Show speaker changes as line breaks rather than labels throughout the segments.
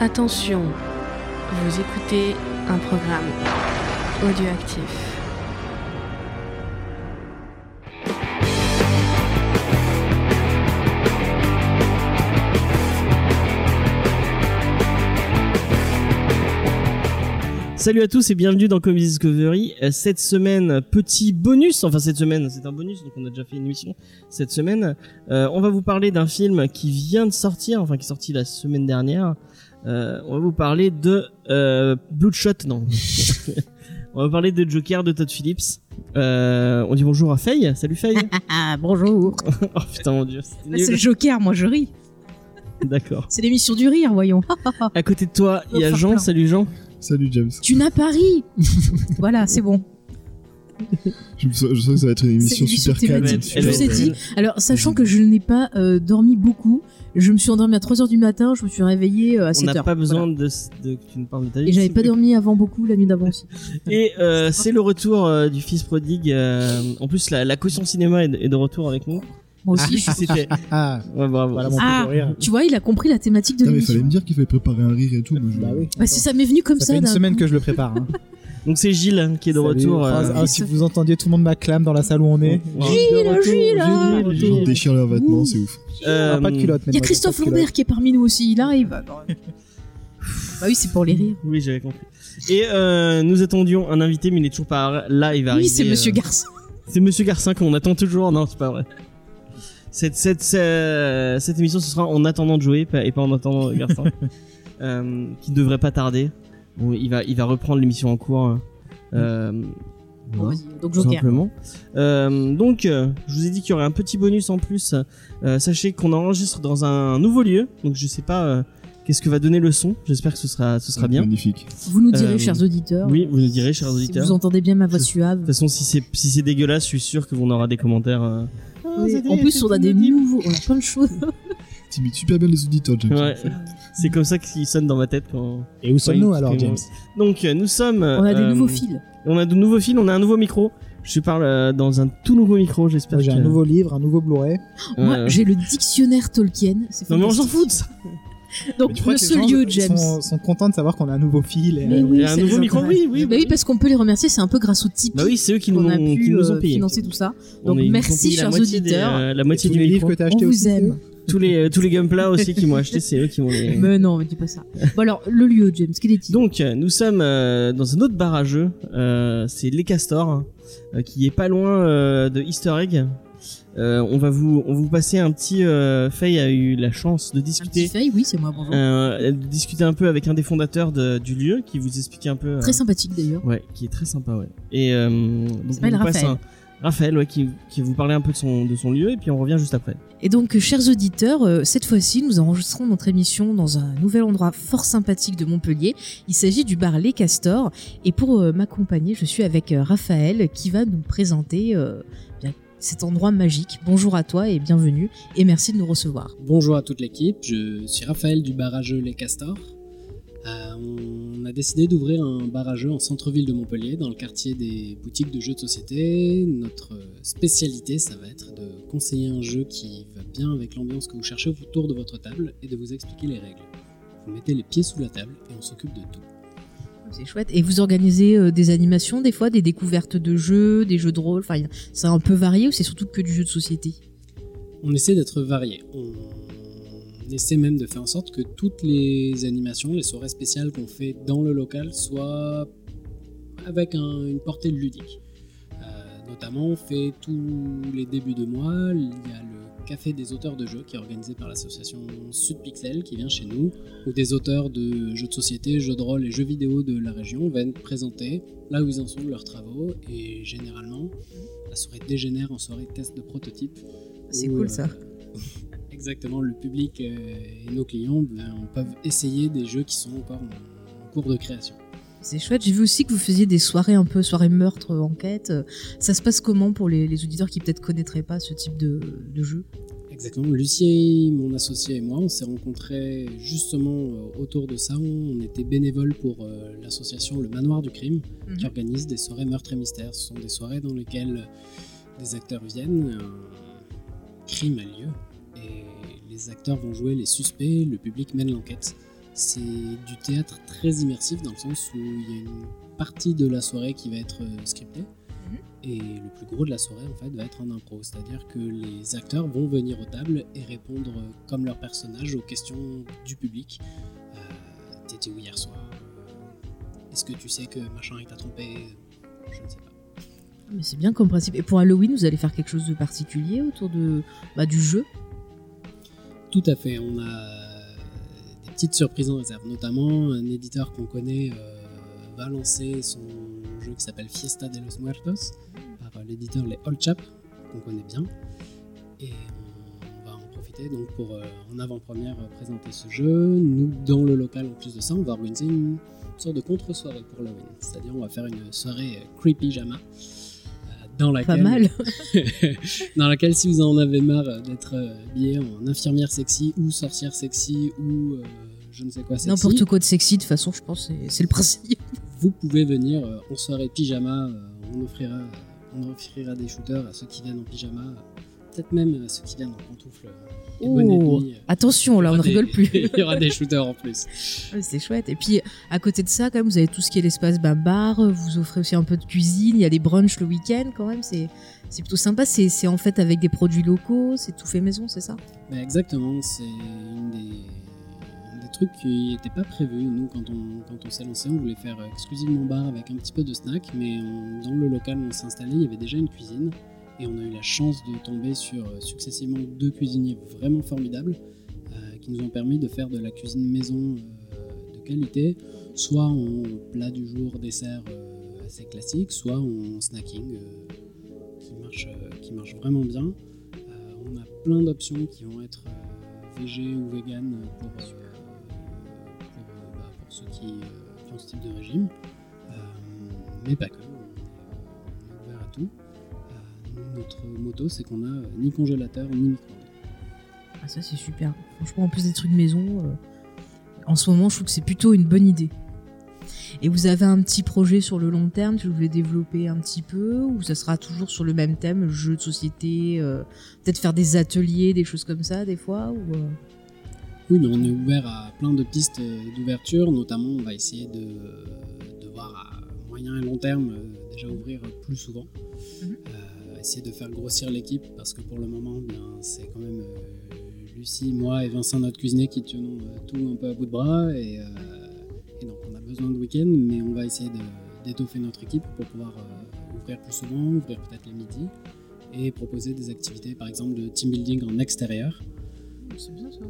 Attention, vous écoutez un programme audioactif.
Salut à tous et bienvenue dans Comedy Discovery. Euh, Cette semaine, petit bonus, enfin cette semaine, c'est un bonus, donc on a déjà fait une émission cette semaine. Euh, on va vous parler d'un film qui vient de sortir, enfin qui est sorti la semaine dernière. Euh, on va vous parler de euh, Bloodshot, non. on va parler de Joker de Todd Phillips. Euh, on dit bonjour à Faye. Salut Faye.
Ah, bonjour. Bah,
oh putain mon dieu, c'était
Ah, C'est le
nul.
Joker, moi je ris.
D'accord.
C'est l'émission du rire, voyons. Oh,
À côté de toi, il y a
Faut faire
Jean.
plein.
Salut Jean.
Salut James.
tu n'as pas ri. voilà, c'est bon.
Je, me sens- je sens que ça va être une
C'est
émission
une émission
super calme.
thématique.
super
Je vous ai
calme.
dit. Alors, sachant que je n'ai pas euh, dormi beaucoup, je me suis endormie à 3h du matin, je me suis réveillée euh, à
On
7h.
n'a pas besoin de, de que tu nous parles de ta vie.
Et j'avais
c'est
pas
mieux.
dormi avant beaucoup la nuit d'avant aussi.
Et euh, c'est le retour euh, du fils prodigue. euh, en plus, la, la caution cinéma est de, est de retour avec nous.
Moi aussi, je suis-
C'était.
Ah,
Ouais, bravo.
voilà mon
Ah.
petit rire.
Tu vois, il a compris la thématique de
Putain, mais fallait
l'émission.
me dire qu'il fallait préparer un rire et tout. moi, je-
Bah oui.
Bah, si ça m'est venu comme
Ça,
ça.
fait une
d'un
semaine
coup.
que je le prépare. hein.
Donc c'est Gilles hein, qui est de
Salut.
retour.
Ah,
euh,
ah, si vous entendiez, tout le monde m'acclame dans la salle où on
Ouais.
est.
Gilles, Gilles.
Gilles,
Les gens
Gilles.
déchirent leurs vêtements, c'est ouf.
Euh,
Ah, pas de culotte.
Il y a Christophe Lambert qui est parmi nous aussi, il arrive. Bah oui, c'est pour les rires.
Oui, j'avais compris. Et euh, nous attendions un invité, mais il est toujours pas là. Il va arriver.
Oui, c'est Monsieur
euh,
Garçon.
C'est Monsieur Garcin qu'on attend toujours. Non, c'est pas vrai. Cette, cette, euh, cette émission, ce sera en attendant de jouer pas- et pas en attendant Garcin, euh, qui devrait pas tarder. Bon, il va, il va reprendre l'émission en cours. hein. Euh,
Bon,
voilà,
vas-y, donc
tout
Joker.
simplement. Euh, donc, euh, je vous ai dit qu'il y aurait un petit bonus en plus. Euh, sachez qu'on enregistre dans un nouveau lieu, donc je sais pas euh, qu'est-ce que va donner le son. J'espère que ce sera, ce sera bien.
Magnifique.
Vous nous direz,
Euh,
chers auditeurs.
Oui, vous nous direz, chers
Si vous
auditeurs. De
entendez bien ma voix suave.
toute façon, si c'est si c'est dégueulasse, je suis sûr que vous aurez des commentaires. euh,
Oui. En plus, on a des nouveaux, on a plein de choses.
T'imites super bien les auditeurs, James.
Ouais. C'est comme ça qu'il sonne dans ma tête quand.
Et où sommes-nous
Oui,
alors,
c'est-
James
Donc euh, nous sommes.
On a des nouveaux fils.
On a de nouveaux fils. On a un nouveau micro. Je parle euh, dans un tout nouveau micro. J'espère.
Moi, Oh, J'ai
que- Euh,
un nouveau livre, un nouveau Blu-ray.
Ouais,
Moi,
ouais.
j'ai le dictionnaire Tolkien. c'est
Non mais on s'en
fantastique.
fout de ça.
Mais
Donc,
tu
Oh,
crois
le
que les
seul
gens
lieu, James.
Sont, sont contents de savoir qu'on a un nouveau fil. et-
Mais oui,
Et un
ça
nouveau
les
micro.
intéresse.
Oui, oui.
Bah oui, parce qu'on peut les remercier, c'est un peu grâce au Tipeee
Bah oui, c'est eux qui nous,
qu'on a
ont, qui
pu
nous ont
euh,
payé.
financer tout ça.
On
Donc,
est- ils nous ont
merci,
payé la
chers
moitié des,
auditeurs.
euh, la
et
moitié
tous
du
les livres
micro.
que t'as
On
achetés aussi.
vous
c'est
aime.
Tous les euh, tous les gameplats aussi qui m'ont acheté, c'est eux qui m'ont. les-
Mais non, mais dis pas ça. Bon alors, le lieu, James, quel est-il
Donc, euh, nous sommes euh, dans un autre bar à jeu. euh, c'est Les Castors, hein, euh, qui est pas loin euh, de Easter Egg. Euh, on va vous, on vous passer un petit. Euh, Faye a eu la chance de
Un petit
discuter,
feuille, oui, c'est moi, bonjour.
euh, de discuter un peu avec un des fondateurs de- du lieu, qui vous explique un peu. euh,
Très sympathique d'ailleurs.
Ouais, qui est très sympa, ouais. Et euh, donc, on
s'appelle
vous passe
Raphaël.
un- Raphaël, ouais, qui, qui vous parlait un peu de son, de son lieu, et puis on revient juste après.
Et donc, euh, chers auditeurs, euh, cette fois-ci, nous enregistrons notre émission dans un nouvel endroit fort sympathique de Montpellier. Il s'agit du bar Les Castors. Et pour euh, m'accompagner, je suis avec euh, Raphaël qui va nous présenter euh, bien, cet endroit magique. Bonjour à toi et bienvenue. Et merci de nous recevoir.
Bonjour à toute l'équipe, je suis Raphaël du bar à jeux Les Castors. Euh, on a décidé d'ouvrir un bar à jeux en centre-ville de Montpellier, dans le quartier des boutiques de jeux de société. Notre spécialité, ça va être de conseiller un jeu qui va bien avec l'ambiance que vous cherchez autour de votre table et de vous expliquer les règles. Vous mettez les pieds sous la table et on s'occupe de tout.
C'est chouette. Et vous organisez euh, des animations, des fois, des découvertes de jeux, des jeux de rôle. Enfin, y a- c'est un peu varié ou c'est surtout que du jeu de société
On essaie d'être varié. On essaie même de faire en sorte que toutes les animations, les soirées spéciales qu'on fait dans le local soient avec un- une portée ludique. Euh, notamment, on fait tous les débuts de mois, il y a le Café des auteurs de jeux qui est organisé par l'association Sud Pixel qui vient chez nous, où des auteurs de jeux de société, jeux de rôle et jeux vidéo de la région viennent présenter là où ils en sont de leurs travaux et généralement, la soirée dégénère en soirée test de prototype
C'est
où,
cool
euh,
ça.
exactement, le public euh, et nos clients ben, peuvent essayer des jeux qui sont encore en, en cours de création.
C'est chouette. J'ai vu aussi que vous faisiez des soirées un peu soirées meurtre, euh, enquête. Euh, Ça se passe comment pour les, les auditeurs qui peut-être connaîtraient pas ce type de, de jeu
Exactement, Lucie, mon associé et moi, on s'est rencontrés justement euh, autour de ça. On était bénévoles pour euh, l'association Le Manoir du Crime, qui organise des soirées meurtres et mystères. Ce sont des soirées dans lesquelles euh, des acteurs viennent, un crime a lieu, et les acteurs vont jouer les suspects, le public mène l'enquête. C'est du théâtre très immersif dans le sens où il y a une partie de la soirée qui va être euh, scriptée. Et le plus gros de la soirée, en fait, va être en impro. C'est-à-dire que les acteurs vont venir aux tables et répondre euh, comme leur personnage aux questions du public. Euh, T'étais où hier soir Euh, Est-ce que tu sais que machin il t'a trompé Je ne sais pas.
Mais c'est bien comme principe. Et pour Halloween, vous allez faire quelque chose de particulier autour de bah, du jeu.
Tout à fait, on a euh, des petites surprises en réserve. Notamment, un éditeur qu'on connaît euh, va lancer son jeu qui s'appelle Fiesta de los Muertos par euh, l'éditeur Les Old Chap, qu'on connaît bien. Et on va en profiter donc pour euh, en avant-première euh, présenter ce jeu. Nous, dans le local, en plus de ça, on va organiser une sorte de contre-soirée pour Halloween. C'est-à-dire, on va faire une soirée euh, creepy jama euh, dans
Pas
laquelle
mal.
dans laquelle si vous en avez marre euh, d'être euh, habillé en infirmière sexy ou sorcière sexy ou euh, je ne sais quoi sexy,
N'importe quoi de sexy, de toute façon, je pense, c'est- c'est le principe.
vous pouvez venir euh, en soirée pyjama. euh, on, offrira, on offrira des shooters à ceux qui viennent en pyjama, euh, peut-être même à ceux qui viennent en pantoufles euh, et bonnet de
Oh,
nuit, euh.
Attention, là, on ne
Il y aura
rigole
des-
plus.
Il y aura des shooters en plus.
Ouais, c'est chouette. Et puis, à côté de ça, quand même, vous avez tout ce qui est l'espace bah, bar, euh, vous offrez aussi un peu de cuisine, il y a des brunchs le week-end, quand même, c'est c'est plutôt sympa. C'est c'est en fait avec des produits locaux, c'est tout fait maison, c'est ça
Bah, exactement, c'est une des... un des trucs qui n'était pas prévu. Nous, quand on, quand on s'est lancé, on voulait faire exclusivement bar avec un petit peu de snack, mais on- dans le local où on s'est installé, il y avait déjà une cuisine. Et on a eu la chance de tomber sur euh, successivement deux cuisiniers vraiment formidables euh, qui nous ont permis de faire de la cuisine maison euh, de qualité, soit en plat du jour, dessert euh, assez classique, soit en snacking euh, qui, marche, euh, qui marche vraiment bien. Euh, on a plein d'options qui vont être euh, végé ou vegan euh, pour, euh, pour, euh, bah, pour ceux qui euh, font ce type de régime. Euh, mais pas que, on est ouvert à tout. Euh, notre motto, c'est qu'on a euh, ni congélateur ni micro-ondes.
Ah, ça, c'est super. Franchement, en plus des trucs maison, euh, en ce moment, je trouve que c'est plutôt une bonne idée. Et vous avez un petit projet sur le long terme que vous voulez développer un petit peu, ou ça sera toujours sur le même thème, le jeu de société, euh, peut-être faire des ateliers, des choses comme ça, des fois ou, euh,
Oui, mais on est ouvert à plein de pistes euh, d'ouverture, notamment on va essayer de, de voir à moyen et long terme euh, déjà ouvrir plus souvent,
Mhm.
Euh, essayer de faire grossir l'équipe parce que pour le moment, bien, c'est quand même euh, Lucie, moi et Vincent, notre cuisinier, qui tenons euh, tout un peu à bout de bras et, euh, et donc on a besoin de week-end, mais on va essayer de- d'étoffer notre équipe pour pouvoir euh, ouvrir plus souvent, ouvrir peut-être les midis et proposer des activités, par exemple de team building en extérieur.
C'est bien ça.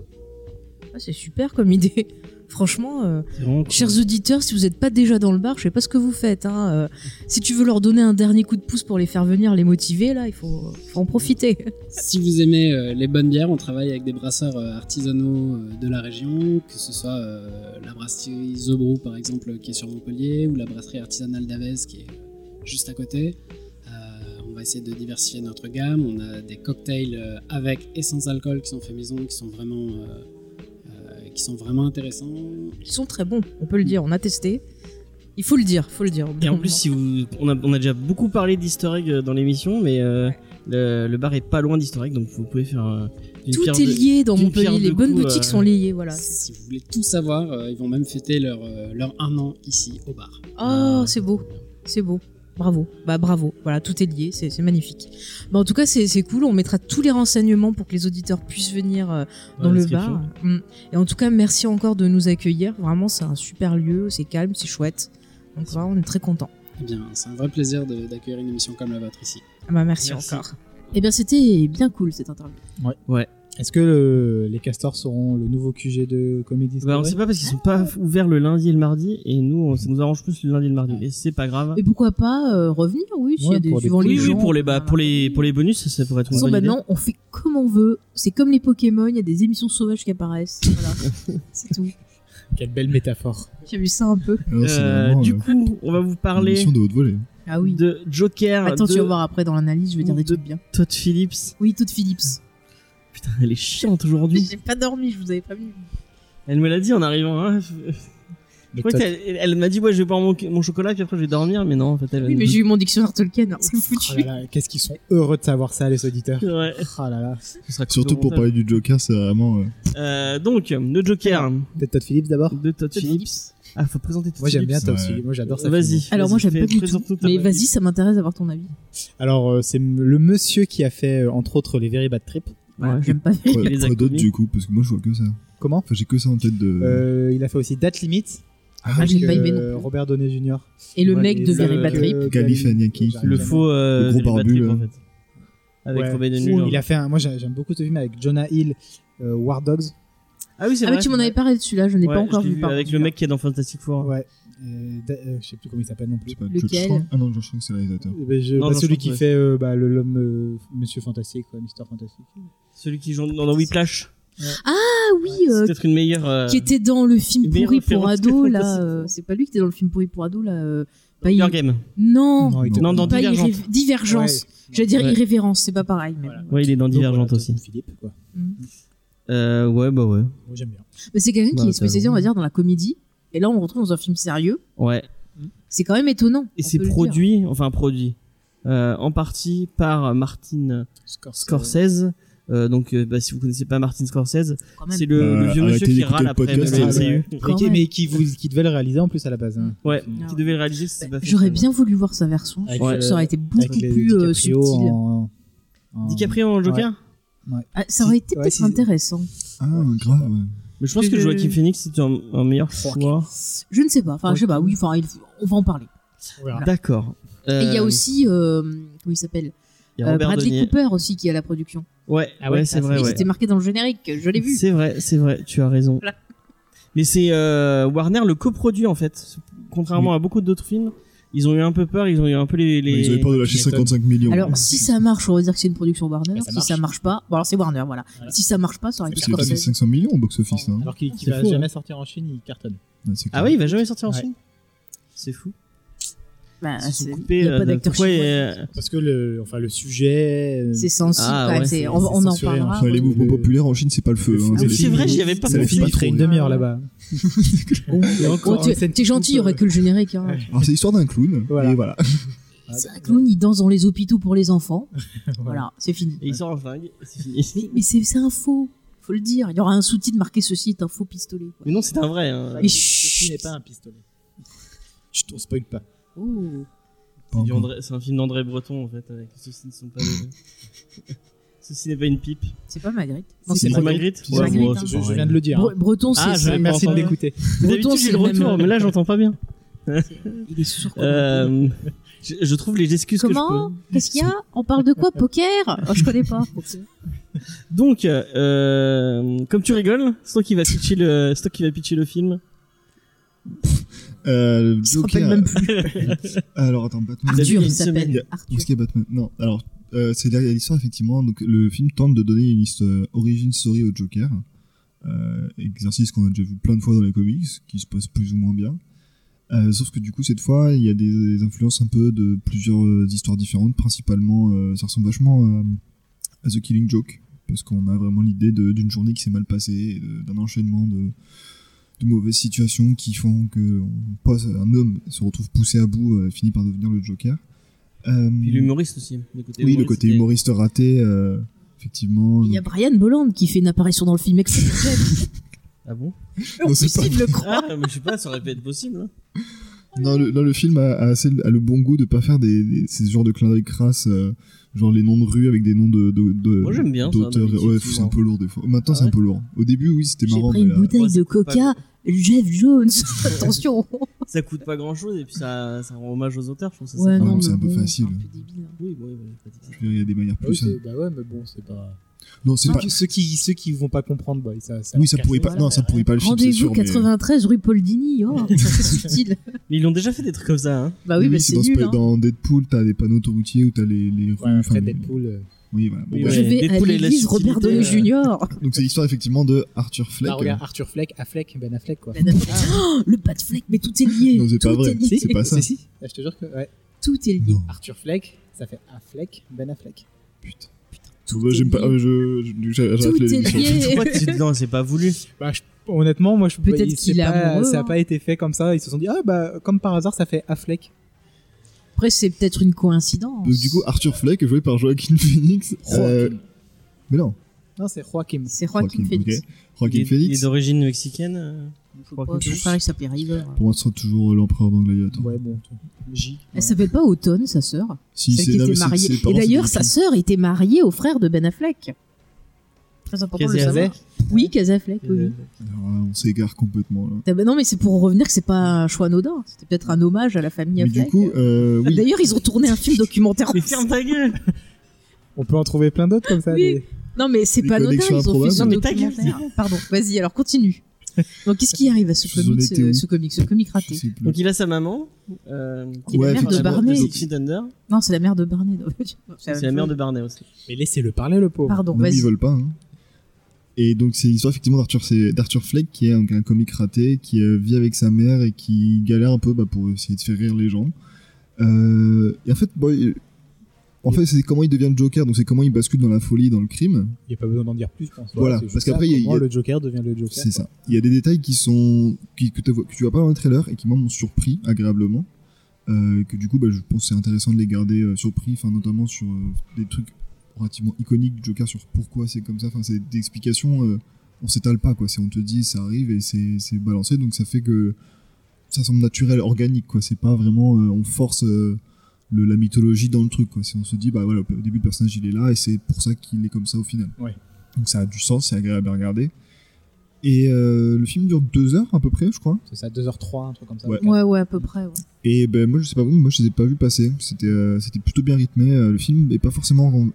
Ah, c'est super comme idée. Franchement, euh,
C'est vraiment cool.
chers auditeurs, si vous n'êtes pas déjà dans le bar, je sais pas ce que vous faites. hein, euh, si tu veux leur donner un dernier coup de pouce pour les faire venir, les motiver, là, il faut, faut en profiter.
Si vous aimez euh, les bonnes bières, on travaille avec des brasseurs euh, artisanaux euh, de la région, que ce soit euh, la brasserie The Brew par exemple qui est sur Montpellier ou la brasserie artisanale d'Avez qui est euh, juste à côté. Euh, on va essayer de diversifier notre gamme. On a des cocktails euh, avec et sans alcool qui sont faits maison, qui sont vraiment, euh, euh, qui sont vraiment intéressants.
Ils sont très bons, on peut le dire, on a testé. Il faut le dire, faut le dire.
Et en plus, si vous, on a, on a déjà beaucoup parlé d'Easter egg euh, dans l'émission, mais euh, le, le bar est pas loin d'Easter egg, donc vous pouvez faire euh, une
Tout
pierre
est
de-
lié dans
d'une
Montpellier,
pierre
les
deux
bonnes
coups,
boutiques
euh,
sont liées, voilà.
Si vous voulez tout savoir, euh, ils vont même fêter leur, euh, leur un an ici au bar.
Oh, c'est beau. C'est beau. Bravo. Bah bravo. Voilà, tout est lié, c'est c'est magnifique. Bah en tout cas, c'est c'est cool. On mettra tous les renseignements pour que les auditeurs puissent venir euh,
Dans
dans
la
le
description.
bar. Mm. Et en tout cas, merci encore de nous accueillir. Vraiment, c'est un super lieu, c'est calme, c'est chouette. Donc vraiment, on est très contents.
Eh bien, c'est un vrai plaisir de- d'accueillir une émission comme la vôtre ici.
Ah bah merci,
Merci.
encore. Eh bien, c'était bien cool cette interview.
Est-ce que le- les castors seront le nouveau QG de Comédie
Bah, on
Story
sait pas parce qu'ils sont pas ouverts le lundi et le mardi, et nous, on, ça nous arrange plus le lundi et le mardi, mais c'est pas grave.
Et pourquoi pas euh, revenir, oui, s'il y a
Ouais,
des,
pour des
suivant
petits-
les
Oui, oui,
gens,
pour les, bah,
voilà.
pour les, pour les bonus, ça, ça pourrait être
De toute
une
façon,
bonne idée.
maintenant, on fait comme on veut. C'est comme les Pokémon, il y a des émissions sauvages qui apparaissent. Voilà. c'est tout.
Quelle belle métaphore.
J'ai vu ça un peu.
Alors, c'est
Euh,
vraiment,
du
euh,
coup, on va vous
une
parler
mission de haute volée.
Ah oui.
de Joker
Attends,
de
tu vas voir après dans l'analyse, je vais dire des
de-
trucs bien.
Todd Phillips.
Oui, Todd Phillips.
Putain, elle est chiante aujourd'hui.
J'ai pas dormi, je vous avais pas vu.
Elle me l'a dit en arrivant. hein. Je
Donc,
crois
t'as-
qu'elle- elle, elle m'a dit, ouais, je vais boire mon, mon chocolat, puis après je vais dormir, mais non, en fait, elle
Oui, mais j'ai eu mon dictionnaire Tolkien, hein, c'est
Oh
foutu.
là là, Qu'est-ce qu'ils sont heureux de savoir ça, les auditeurs.
Ouais,
Oh là là.
ce sera coupé
Surtout
au
pour
montage.
parler du Joker, c'est vraiment. euh,
Euh, donc, le Joker
Peut-être Todd Phillips d'abord
de Todd Phillips. Ah, faut présenter Todd
Moi j'aime bien
Phillips.
Todd
Ouais.
Phillips, moi j'adore ça.
Vas-y.
Alors moi
vas-y,
j'aime
fais-
pas du
présente
tout,
ta
mais
valise.
vas-y, ça m'intéresse d'avoir ton avis.
Alors euh, c'est m- le monsieur qui a fait euh, entre autres les Very Bad Trip.
Ouais.
J'aime pas.
Quoi,
les a
quoi d'autre
connus.
du coup Parce que moi je vois que ça.
Comment
Enfin, j'ai que ça en tête de.
Euh, Il a fait aussi Date Limit.
Ah, je l'ai pas
avec,
aimé non
euh,
plus.
Robert Downey Jr.
Et le mec de
Ben.
Ah,
le-
euh,
Very Bad
le-
Trip.
Galifianakis.
J'arrive
Le
jamais.
faux, euh,
Le gros
Daily Bad
barbu,
Trip,
là.
en fait. Avec
Ouais.
Robin De
Ouh,
Niro.
Il a fait un- moi j'ai- j'aime beaucoup ce film avec Jonah Hill, euh, War Dogs.
Ah oui, c'est
Ah,
vrai.
mais tu m'en avais parlé de celui-là, je n'ai pas
Ouais,
encore
je l'ai
vu. par
Avec
contre.
le mec qui est dans Fantastic Four.
Ouais. Euh, da- euh, je sais plus comment il s'appelle non
Je
plus.
sais pas,
Lequel
George Frank Ah non, George Frank c'est le réalisateur.
Eh ben, je-
Non,
bah,
non,
celui
je
qui
pense que-
fait euh, bah, le- l'homme euh, Monsieur Fantastique, quoi, Mister Fantastique.
Celui qui joue dans dans Whiplash.
Ah oui, euh,
C'est peut-être une meilleure. euh,
qui était dans le film
une meilleure
pourri pour
référence que
ado, là.
Fantastic
euh,
Four.
C'est pas lui qui était dans le film pourri pour ado, là. euh, Pas
Hunger
il-
Game.
Non,
il
Non,
était-
Non, dans
pas
Divergente.
irré- Divergence. J'allais dire
Ouais.
irrévérence, c'est pas pareil. Mais,
Voilà.
Ouais, il est dans
Donc,
Divergente
voilà, Todd
aussi.
Phillips, quoi.
Euh, ouais, bah ouais.
Moi j'aime bien.
mais c'est quelqu'un
Bah,
qui est
t'as
spécialisé,
raison.
on va dire, dans la comédie. Et là, on le retrouve dans un film sérieux.
Ouais.
C'est quand même étonnant.
Et
on
c'est
peut le dire.
produit, enfin produit, euh, en partie par Martin Scorsese. Euh, donc, euh, bah, si vous connaissez pas Martin Scorsese,
Quand même. Ben,
c'est le,
Euh,
le vieux
arrêtez
monsieur qui
d'écouter
râle
le
après
podcast,
le
là.
MCU.
Mais
Quand
qui-
même.
mais qui, vous- qui devait le réaliser en plus à la base. hein.
Ouais,
Non.
qui devait le réaliser, c'est pas fait.
J'aurais bien voulu voir sa version.
Avec
je
euh,
trouve
le-
que
euh,
ça aurait été
Avec
beaucoup
les
plus euh,
DiCaprio
hein.
subtil.
en- en-
DiCaprio en Joker
Ah, ça aurait été
Ouais,
peut-être
si-
intéressant.
Ah, grave. ouais.
Mais je pense que
Je-
Joaquin Phoenix c'était un, un meilleur choix.
Je ne sais pas. Enfin, je sais pas. Oui, enfin, il- on va en parler.
On verra.
D'accord.
Et il y a
Euh,
aussi, euh, comment il s'appelle
il y a
Euh,
Robert
Bradley
De Niro.
Cooper aussi qui est à la production.
Ouais,
Ah
ouais,
ouais,
c'est
ah,
vrai.
Et
ouais.
C'était marqué dans le générique. Je l'ai vu.
C'est vrai, c'est vrai, tu as raison.
Voilà.
Mais c'est euh, Warner le coproduit en fait. Contrairement à beaucoup d'autres films, ils ont eu un peu peur, ils ont eu un peu les. les...
Ouais, Ils avaient peur de lâcher
les méthodes.
55 millions.
Alors, si ça marche, on va dire que c'est une production Warner.
Bah, ça
si
marche.
ça marche pas, bon, alors c'est Warner, voilà.
Voilà.
Si ça marche pas, ça aurait été
Parce qu'il a
Scorsese.
fait 500 millions au box-office. Hein.
Alors qu'il qu'il
C'est
va
fou,
jamais sortir en Chine, il cartonne.
Ouais, c'est clair.
Ah oui, il va jamais sortir en
Ouais.
Chine. C'est fou.
Bah,
Ils se sont
c'est-
coupés,
il y a
euh,
pas d'acteur
pourquoi,
chinois.
euh,
Parce que le, enfin, le sujet. euh,
C'est sensible.
Ah,
quand même,
ouais,
c'est-
c'est-
on,
c'est
on en
censuré,
parlera.
hein.
Enfin, les
le-
mouvements populaires en Chine, c'est pas le feu. hein.
le
Ah oui,
film-
c'est vrai, j'y avais pas
Le
pensé.
film, il ferait une demi-heure là-bas. Bon, il y a
Oh,
encore
tu-
une scène
T'es
qui
gentil, il y
coupe,
aurait que le générique. hein.
Ouais.
Alors, c'est l'histoire d'un clown.
Voilà.
Et voilà.
C'est un clown, il danse dans les hôpitaux pour les enfants. Voilà, c'est fini.
Et il sort en flingue, et c'est fini.
Mais, mais c'est c'est un faux, faut le dire. Il y aura un sous-titre marqué ceci est un faux pistolet. quoi.
Mais non, c'est un vrai. hein.
Mais
Ceci
chut.
n'est pas un pistolet. Chut, on spoil pas.
Oh.
C'est du André- C'est un film d'André Breton en fait. Avec ceci ne sont pas des- Ceci n'est pas une pipe.
C'est pas Magritte. Non,
Si,
c'est
C'est
Breton.
Magritte.
C'est Magritte,
bon,
hein.
c'est
Je,
pareil.
je viens de le dire.
Bre- Breton, c'est.
Ah, je-
c'est-
Merci de m'écouter.
Breton,
D'habitude, j'ai
c'est
le
le
retour,
même-
mais là, j'entends pas bien.
Il est sûr. qu'on peut-
Euh, je, je trouve les excuses que je peux.
Comment Qu'est-ce qu'il y a On parle de quoi Poker oh, Je connais pas.
Donc, euh, comme tu rigoles, c'est toi qui va pitcher le, c'est toi qui va pitcher le film.
Euh, le
Je me rappelle
Joker.
même plus. Ah,
Alors, attends, Batman.
Vous avez
Arthur,
une semaine, il
il
y
s'appelle.
a-
Arthur.
Où est-ce qu'il y a Batman Non, alors, euh, c'est derrière l'histoire, effectivement. Donc, le film tente de donner une histoire, origin story au Joker. Euh, exercice qu'on a déjà vu plein de fois dans les comics, qui se passe plus ou moins bien. Euh, sauf que du coup, cette fois, il y a des influences un peu de plusieurs euh, histoires différentes. Principalement, euh, ça ressemble vachement euh, à The Killing Joke, parce qu'on a vraiment l'idée de- d'une journée qui s'est mal passée, et de- d'un enchaînement de, de mauvaises situations qui font que on passe, un homme se retrouve poussé à bout, euh, finit par devenir le Joker. Euh,
Puis l'humoriste aussi. Le côté
oui, le côté
était-
humoriste raté, euh, effectivement.
Il y a Brian Bolland qui fait une apparition dans le film exceptionnel.
Ah bon
On
Non, c'est
suicide le croire.
Ah, mais je sais pas, ça aurait pu être possible. hein.
Non, le, non, le film a, a assez- a le bon goût de pas faire des, des- ces genres de clins d'œil crasses, euh, genre les noms de rues avec des noms de. de, de-
Moi, j'aime bien ça,
D'auteurs.
d'habitude,
Ouais, c'est un
souvent.
peu lourd des fois. Maintenant,
Ah
c'est
ouais
un peu lourd. Au début, oui, c'était
J'ai
marrant.
pris
mais euh,
une
là-
bouteille
moi, ça
de
coupe pas
coca. Jeff Jones. Attention.
Ça coûte pas grand chose et puis ça, ça rend hommage aux auteurs, je pense. que ça,
Ouais,
c'est-
non,
non, c'est
mais
un peu
bon,
facile.
un peu débile, hein.
Oui, oui, oui, pas dit ça.
je veux dire, Il y a des manières
Ah
plus. simples.
bah ouais, mais bon, c'est pas.
Non,
Ah,
c'est pas.
Ceux qui, ceux qui vont pas comprendre, bah, ça, ça
Oui,
leur
ça
casse
pourrit
les
pas.
balles.
Non, ça pourrit pas le film. c'est
Rendez-vous
sûr, mais-
93 rue Paul Dini. Oh, c'est subtil.
Mais ils l'ont déjà fait des trucs comme ça. Hein.
Bah oui,
Oui,
bah
c'est
c'est
dans,
nul.
Sp-
hein.
dans Deadpool, t'as des panneaux autoroutiers où t'as les, les rues.
Ouais,
enfin,
Fred
les-
Deadpool. euh,
Oui, voilà. Bon,
Oui,
bref.
Je
ouais,
vais à
Deadpool et la
l'église Robert Downey
subtilité,
Jr.
Donc, c'est l'histoire effectivement de Arthur Fleck.
Bah, regarde, Arthur Fleck, Affleck, Ben Affleck, quoi.
Oh, le pas de fleck, mais tout est lié.
Non, c'est pas
tout
vrai.
est lié.
C'est pas ça.
Si, si, Ah, je te jure que. Ouais.
Tout est lié.
Non.
Arthur Fleck, ça fait Affleck, Ben Affleck.
Putain. Bah, j'aime pas.
lié.
Je. je- J'arrête
Tout est
l'émission.
lié.
Pourquoi tu dis non, c'est pas voulu
Bah, je, Honnêtement, moi, je peux
Peut-être qu'il est amoureux,
Ça n'a
hein.
pas été fait comme ça. Ils se sont dit, ah bah, comme par hasard, ça fait Affleck.
Après, c'est peut-être une coïncidence.
Donc, du coup, Arthur Fleck, joué par Joaquin Phoenix. euh, Mais non,
Non, c'est Joachim.
c'est Joaquin Phoenix.
ok. Joaquin
Il est- il
Phoenix.
est d'origine mexicaine. euh, je crois
Oh,
que-
Son frère, il s'appelait River.
hein.
Pour moi, ce sera toujours euh, l'empereur d'Angleterre.
Ouais, bon. J.
Elle s'appelle pas Autumn, sa sœur.
Si,
celle
c'est
qui
non, mais
était
c'est-
mariée.
c'est-
Et
pardon,
d'ailleurs,
c'est
sa sœur était mariée au frère de Ben Affleck. Très important de le Euh,
Casey
savoir. Oui, Casey Affleck, oui,
Euh.
oui.
Alors là, hein, on s'égare complètement. Là.
Ah bah Non, mais c'est pour revenir que c'est pas un choix anodin. C'était peut-être un hommage à la famille
Mais
Affleck.
du coup, euh, oui,
D'ailleurs, ils ont tourné un film documentaire.
Mais ferme ta gueule
On peut en trouver plein d'autres comme ça.
Oui.
des-
Non, mais c'est
Des
pas anodin,
connexions
ils ont fait ce
improbables.
Non, mais ta gueule.
documentaire. Pardon, vas-y, alors continue. Donc, qu'est-ce qui arrive à ce
Je suis
comic,
honnête,
ce,
où
ce comic, ce comic
je
raté
sais plus.
Donc il a sa maman. Euh,
Qui est la
Ouais,
mère de
effectivement,
Barney.
les autres.
Sixty Thunder.
Non, c'est la mère de Barney. non.
C'est la mère de Barney aussi.
Mais laissez-le parler, le pauvre.
Pardon,
Non, mais
vas-y.
ils veulent pas. hein. Et donc c'est l'histoire effectivement d'Arthur, c'est d'Arthur Fleck qui est un, un comique raté, qui euh, vit avec sa mère et qui galère un peu bah, pour essayer de faire rire les gens. Euh, et en fait, bon, il- en fait c'est comment il devient le Joker, donc c'est comment il bascule dans la folie, dans le crime.
Il n'y a pas besoin d'en dire plus, je pense.
Voilà,
c'est juste
parce
ça,
qu'après, il y a-
comment
il y a-
le Joker devient le Joker.
C'est ça. Il y a des détails qui sont qui, que, tu vois, que tu vois pas dans le trailer et qui moi, m'ont surpris agréablement. Euh, que du coup, bah, je pense que c'est intéressant de les garder euh, surpris, enfin notamment sur euh, des trucs relativement iconiques du Joker sur pourquoi c'est comme ça. Enfin, c'est des explications. euh, on s'étale pas quoi. C'est on te dit, ça arrive et c'est c'est balancé. Donc ça fait que ça semble naturel, organique quoi. C'est pas vraiment euh, on force. euh, le- la mythologie dans le truc quoi. Si on se dit bah voilà au début le personnage il est là et c'est pour ça qu'il est comme ça au final.
Ouais.
Donc ça a du sens, c'est agréable à regarder. Et euh, le film dure deux heures à peu près, je crois.
C'est ça, 2h03, un truc comme ça.
Ouais.
Ouais, ouais, à peu près. ouais.
Et ben moi je sais pas vous, mais moi je les ai pas vus passer. C'était euh, c'était plutôt bien rythmé. Euh, le film est pas forcément ren-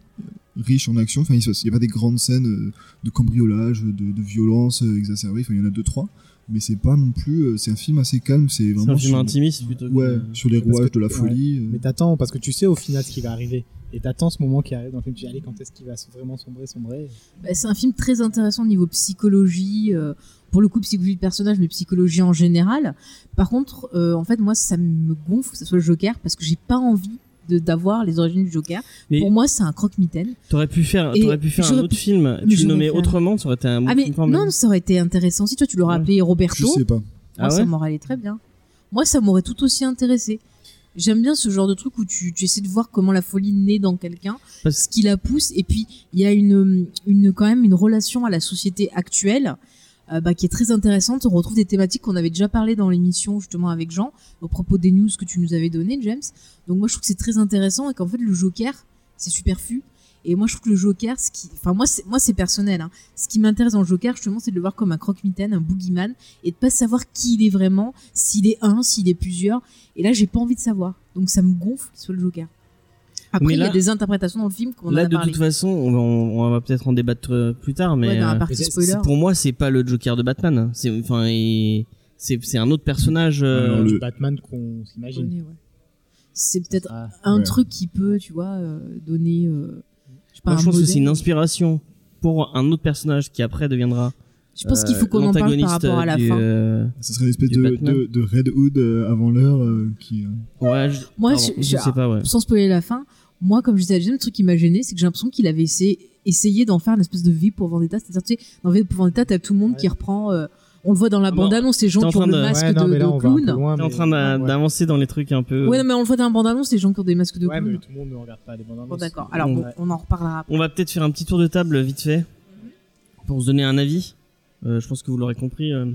riche en action. Enfin il n'y a pas des grandes scènes euh, de cambriolage, de, de violence euh, exacerbée. Enfin il y en a deux trois, mais c'est pas non plus. euh, c'est un film assez calme. C'est
C'est
vraiment
un film
sur-
intimiste plutôt que.
Ouais, sur les
euh, Parce
rouages
que-
de la
ouais.
folie. euh.
Mais t'attends, parce que tu sais au final ce qui va arriver. Et t'attends ce moment qui arrive dans le film. Tu dis, allez, quand est-ce qu'il va vraiment sombrer, sombrer
Bah, c'est un film très intéressant au niveau psychologie, euh, pour le coup psychologie de personnage, mais psychologie en général. Par contre, euh, en fait, moi, ça me gonfle que ce soit le Joker parce que j'ai pas envie de- d'avoir les origines du Joker.
Mais-
Pour moi, c'est un croque-mitaine.
T'aurais pu faire,
Et
t'aurais pu faire un
j'aurais
autre
pu-
film.
mais
Tu le
j'aurais
nommais
fait un-
autrement, ça aurait été un bon
Ah mais
film quand même.
non, ça aurait été intéressant si toi tu l'aurais
Ouais.
appelé
Je
Roberto.
sais pas.
ah
moi,
ouais.
ça m'aurait allé très bien. Moi, ça m'aurait tout aussi intéressé. J'aime bien ce genre de truc où tu, tu essaies de voir comment la folie naît dans quelqu'un,
Parce-
ce qui la pousse, et puis il y a une, une quand même une relation à la société actuelle euh, bah, qui est très intéressante. On retrouve des thématiques qu'on avait déjà parlé dans l'émission justement avec Jean au propos des news que tu nous avais donné, James. Donc moi, je trouve que c'est très intéressant et qu'en fait le Joker, c'est superflu. Et moi, je trouve que le Joker, ce qui, enfin moi, c'est moi c'est personnel. hein. Ce qui m'intéresse dans le Joker, justement, c'est de le voir comme un croque-mitaine, un boogeyman et de pas savoir qui il est vraiment, s'il est un, s'il est plusieurs. Et là, j'ai pas envie de savoir. Donc ça me gonfle qu'il soit le Joker.
Mais
Après, il y
là-
a des interprétations dans le film qu'on en
Là,
a
de
parlé.
toute façon, on va, on va peut-être en débattre euh, plus tard, mais
Ouais, dans la
euh,
partie
mais c'est-
spoiler.
c'est- pour moi, c'est pas le Joker de Batman. C'est enfin, il- c'est c'est un autre personnage. euh,
Alors,
Euh,
Ah le-
du Batman qu'on s'imagine.
Donner, ouais. C'est peut-être
Ah,
un
Ouais.
truc qui peut, tu vois, euh, donner. euh, je sais pas,
moi,
un
je pense que
modèle.
c'est une inspiration pour un autre personnage qui après deviendra.
Je pense qu'il
euh,
faut qu'on en parle par
l'antagoniste
rapport à la
du,
fin.
euh,
Ce serait une espèce
Du
de,
Batman.
de, de Red Hood euh, avant l'heure euh, qui. euh,
Ouais, je,
Moi,
pardon,
je-
je,
je- Ah,
sais pas, ouais.
Sans spoiler la fin, moi, comme je disais à James, le truc qui m'a gêné, c'est que j'ai l'impression qu'il avait essayé, essayé d'en faire une espèce de vie pour Vendetta. C'est-à-dire, tu sais, dans V pour Vendetta, t'as tout le monde
Ouais.
qui reprend. euh, on le voit dans la
Bon,
bande-annonce, ces gens
t'es en
qui ont
train
le
de-
masque
ouais, non,
de,
mais là,
de
on va un peu
clown.
loin,
T'es en
mais-
train d'a-
Ouais.
d'avancer dans les trucs un peu.
Ouais, non, mais on le voit dans la bande-annonce, les gens qui ont des masques de
Ouais,
clown.
mais tout le monde ne regarde pas les bandes
Bon, d'accord. Alors, bon,
Ouais.
on en reparlera après.
On va peut-être faire un petit tour de table vite fait pour se donner un avis. Euh, je pense que vous l'aurez compris. euh,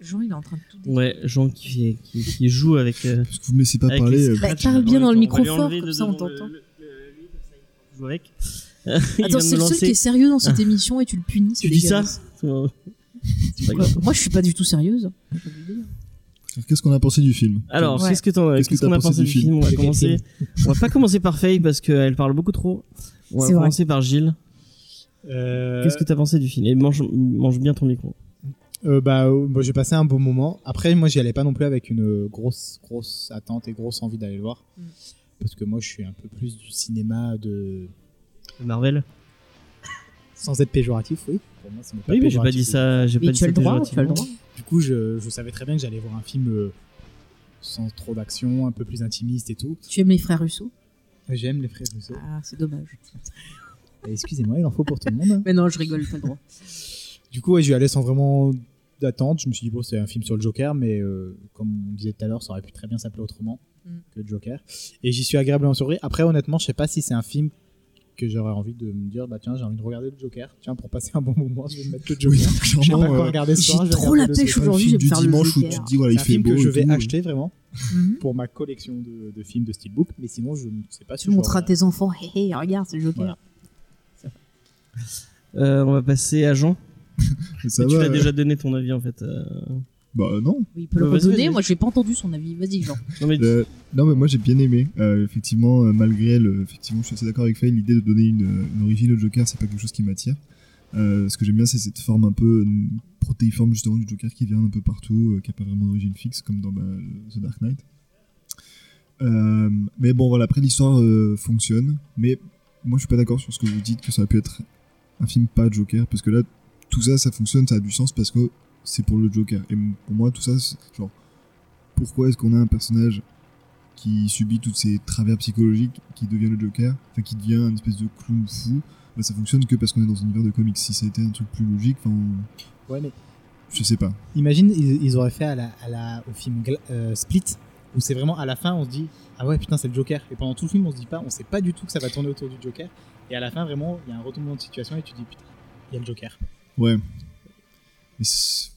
Jean, il est en train de tout détruire.
ouais, Jean qui, fait- qui, qui joue avec. euh,
Parce que vous me laissez pas
avec
parler.
les
euh,
Bah,
scratchs.
parle bien dans le
On va
micro
lui
fort,
enlever
comme ça,
dedans
on t'entend.
le- le- le- il joue avec. Il vient de
Attends, c'est le
nous
seul
lancer.
qui est sérieux dans cette émission et tu le punis. c'est
Tu dis ça
dégueulasse.
C'est pas grave.
Quoi Moi, je suis pas du tout sérieuse.
Qu'est-ce qu'on a pensé du film
Alors,
Ouais.
qu'est-ce que t'en as-
Qu'est-ce
qu'est-ce
que
qu'on
t'as
a pensé du film On va commencer. On va pas commencer par Faye parce qu'elle parle beaucoup trop. On va
C'est vrai.
commencer par Gilles.
Euh,
Qu'est-ce que t'as pensé du film Et mange, mange bien ton micro.
euh, bah, euh, bon, j'ai passé un bon moment. Après, moi, j'y allais pas non plus avec une euh, grosse, grosse attente et grosse envie d'aller le voir.
Mm.
Parce que moi, je suis un peu plus du cinéma de.
Marvel.
Sans être péjoratif, oui. Pour moi, ce n'est pas
Oui, mais j'ai pas
péjoratif.
dit ça. J'ai
Mais
pas dit
tu as
ça
le droit, tu as le
péjorativement.
droit.
Du coup, je, je savais très bien que j'allais voir un film euh, sans trop d'action, un peu plus intimiste et tout.
Tu aimes les frères Russo
J'aime les frères Rousseau.
Ah, c'est dommage.
Ah. Et Excusez-moi, il en faut pour tout le monde. hein.
Mais non, je rigole, t'as le droit.
Du coup, ouais, je lui allais sans vraiment d'attente. Je me suis dit, bon, c'est un film sur le Joker, mais euh, comme on disait tout à l'heure, ça aurait pu très bien s'appeler autrement
Mm.
que Joker. Et j'y suis agréablement souri. Après, honnêtement, je sais pas si c'est un film que j'aurais envie de me dire, bah tiens, j'ai envie de regarder le Joker. Tiens, pour passer un bon moment, je vais me mettre le
Oui,
Joker. Je sais pas
clairement.
quoi
euh,
regarder ce
J'ai
soir. je vais
trop
regarder
la
le
pêche
Joker.
un
aujourd'hui, je vais
film du
me faire le
dimanche où tu
Joker.
te dis, voilà, Ah,
C'est
il
un
fait
film
beau.
que je
et
vais
tout.
acheter vraiment
Mhm.
pour ma collection de, de films de Steelbook, mais sinon je ne sais pas si
Tu
je
montreras à
regarde.
tes enfants, hé hé, regarde ce Joker.
Voilà.
Euh, on va passer à Jean.
Mais ça
Mais tu
va,
l'as
euh,
déjà donné ton avis en fait. euh.
Bah euh, non.
Il peut le
Bah, vas-y,
redonner,
vas-y.
moi j'ai pas entendu son avis. Vas-y, Jean.
Non mais
Euh, non, mais moi j'ai bien aimé. Euh, effectivement, euh, malgré le, effectivement, je suis assez d'accord avec Faye. L'idée de donner une, une origine au Joker, c'est pas quelque chose qui m'attire. Euh, ce que j'aime bien, c'est cette forme un peu euh, protéiforme justement du Joker qui vient un peu partout, euh, qui a pas vraiment d'origine fixe comme dans bah, le- The Dark Knight. Euh, mais bon, voilà. Après, l'histoire euh, fonctionne, mais moi je suis pas d'accord sur ce que vous dites que ça a pu être un film pas Joker, parce que là, tout ça, ça fonctionne, ça a du sens parce que c'est pour le Joker. Et m- pour moi, tout ça, c'est- genre, pourquoi est-ce qu'on a un personnage qui subit toutes ces travers psychologiques, qui devient le Joker, enfin qui devient une espèce de clown fou, bah, ça fonctionne que parce qu'on est dans un univers de comics. Si ça a été un truc plus logique, enfin,
Ouais, mais
je sais pas.
imagine, ils, ils auraient fait à la, à la, au film Gla- euh, Split, où c'est vraiment à la fin, on se dit, ah ouais, putain, c'est le Joker. Et pendant tout le film, on se dit pas, on sait pas du tout que ça va tourner autour du Joker. Et à la fin, vraiment, il y a un retournement de situation et tu dis, putain, il y a le Joker.
Ouais. Mais c'est-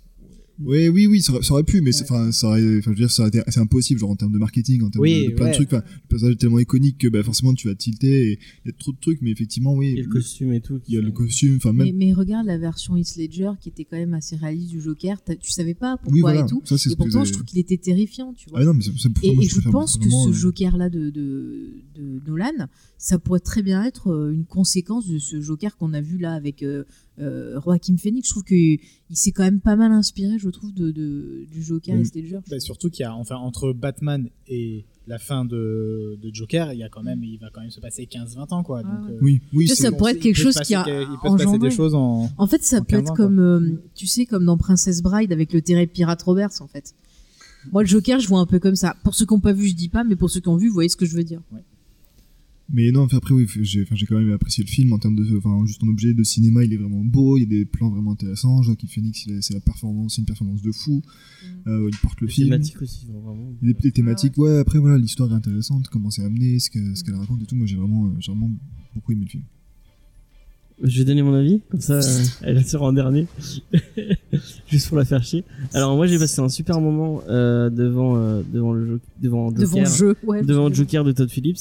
ouais, oui, oui, ça aurait, ça aurait pu, mais c'est- enfin, ça aurait, enfin, je veux dire, ça aurait été, c'est impossible, genre en termes de marketing, en termes
Oui,
de, de plein
ouais.
de trucs. Enfin, le personnage est tellement iconique que bah, forcément tu vas tilter. et Il y a trop de trucs, mais effectivement, oui.
il y a le costume et tout. qui
Il y a le
sont-
costume, enfin même.
Mais, mais regarde la version Heath Ledger qui était quand même assez réaliste du Joker. T'as- Tu savais pas pourquoi
oui, voilà.
et tout.
Ça, c'est
Et
ce que
pourtant,
j'ai-
je trouve qu'il était terrifiant, tu vois.
Ah non, mais c'est- c'est pour
Et,
ça, moi,
et je
préfère
pense que
vraiment,
ce
euh,
Joker-là de, de, de Nolan, ça pourrait très bien être euh, une conséquence de ce Joker qu'on a vu là avec euh, euh, Joaquin Phoenix. Je trouve qu'il s'est quand même pas mal inspiré, je trouve, de, de- du Joker
Oui.
et Ledger.
Bah, surtout qu'il y a, enfin, entre Batman et la fin de, de Joker, il y a quand même, il va quand même se passer 15-20 ans, quoi.
Ouais,
donc,
Ah ouais.
euh,
Oui, oui,
Tu sais,
c'est-
ça
bon,
pourrait être
il
quelque
peut se
chose
passer
qui a
que- Il peut se passer
engendré.
des choses en.
En fait, ça
En
peut être
15,
comme, euh, tu sais, comme dans Princess Bride avec le terrain pirate Roberts, en fait. Moi, le Joker, je vois un peu comme ça. Pour ceux qui n'ont pas vu, je dis pas, mais pour ceux qui ont vu, vous voyez ce que je veux dire.
Mais non, enfin, après, oui, j'ai enfin, j'ai quand même apprécié le film en termes de. Enfin, juste en objet de cinéma, il est vraiment beau, il y a des plans vraiment intéressants. Joaquin Phoenix, il a- c'est la performance, c'est une performance de fou.
Mm.
Euh, il porte le
les
film.
thématiques aussi. Vraiment.
Il y a des, des thématiques,
Ah
ouais, après, voilà, l'histoire est intéressante, comment c'est amené, ce que-
Mm.
ce qu'elle raconte et tout. Moi, j'ai vraiment, euh, j'ai vraiment beaucoup aimé le film.
Je vais donner mon avis, comme ça euh, elle sera en dernier. Juste pour la faire chier. Alors moi j'ai passé un super moment euh, devant, euh, devant le jeu, devant Joker,
Devant le jeu. Ouais,
devant
parce que-
Joker de Todd Phillips.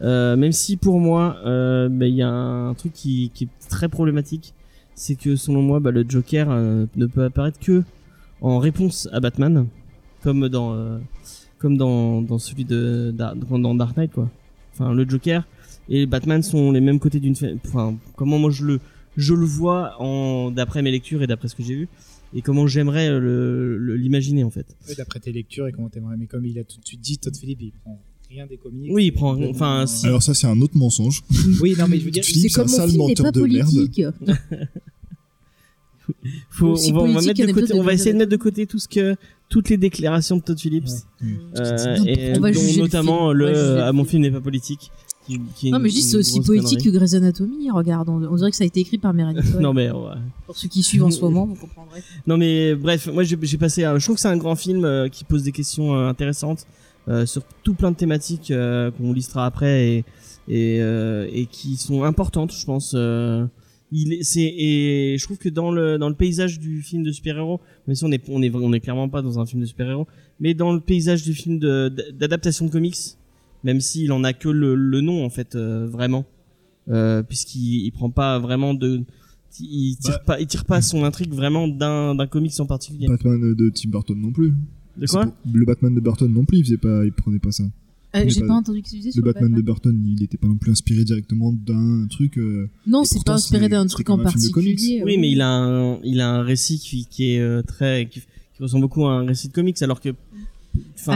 Euh, même si pour moi euh, bah, il y a un truc qui, qui est très problématique, c'est que selon moi bah, le Joker euh, ne peut apparaître que en réponse à Batman, comme dans euh, comme dans, dans celui de Dar- dans dans Dark Knight quoi. Enfin le Joker et Batman sont les mêmes côtés d'une fa- enfin comment moi je le je le vois en d'après mes lectures et d'après ce que j'ai vu et comment j'aimerais euh, le- le- l'imaginer en fait.
Oui, d'après tes lectures et comment t'aimerais. Mais comme il a tout de suite dit, Todd Philippe, il prend rien des comics.
Oui, il prend- enfin,
Euh,
si.
Alors, ça, c'est un autre mensonge.
Oui, non, mais je veux dire,
Tu
il-
dis-
C'est
c'est
comme
un
mon
sale
film n'est
menteur
pas
de merde.
politique.
Faut,
Aussi
on va, on va
politique
mettre de
qu'un épisode
côté, on
de
va essayer de
Grey's
mettre de côté tout ce que toutes les déclarations de Todd Phillips
Mm.
euh, et
On va
dont
juger le
notamment
film.
le,
On va juger le
ah, mon
film.
film n'est pas politique qui, qui est
Non, mais je dis,
une
c'est aussi
grosse
poétique que
connerie.
Grey's Anatomy. Regarde, on, on dirait que ça a été écrit par Meredith. Wall.
Non mais ouais.
Pour ceux qui suivent en ce moment, vous comprendrez.
Non mais bref, moi j'ai j'ai passé. un- je trouve que c'est un grand film euh, qui pose des questions euh, intéressantes euh, sur tout plein de thématiques euh, qu'on listera après et et, euh, et qui sont importantes, je pense. euh. il est, c'est et je trouve que dans le dans le paysage du film de super-héros, même si on est on est on est clairement pas dans un film de super-héros, mais dans le paysage du film de- d'adaptation de, comics, même s'il en a que le, le nom en fait euh, vraiment, euh, puisqu'il il prend pas vraiment de il tire
Bah.
pas il tire pas son intrigue vraiment d'un d'un comics en particulier.
Batman euh, de Tim Burton non plus.
De
C'est
quoi
pour- Le Batman de Burton non plus, il, faisait pas, il prenait pas ça.
Euh,
Mais
J'ai
pas-
pas entendu que tu disais
Le
sur
Batman, de Burton, il était pas non plus inspiré directement d'un truc. euh,
Non,
Et
c'est
pourtant,
pas inspiré
c'est-
d'un
c'est
truc en
comme un film de comics.
particulier.
Oui, mais il a un, il a un récit qui, qui est euh, très, qui, qui ressemble beaucoup à un récit de comics, alors que, enfin,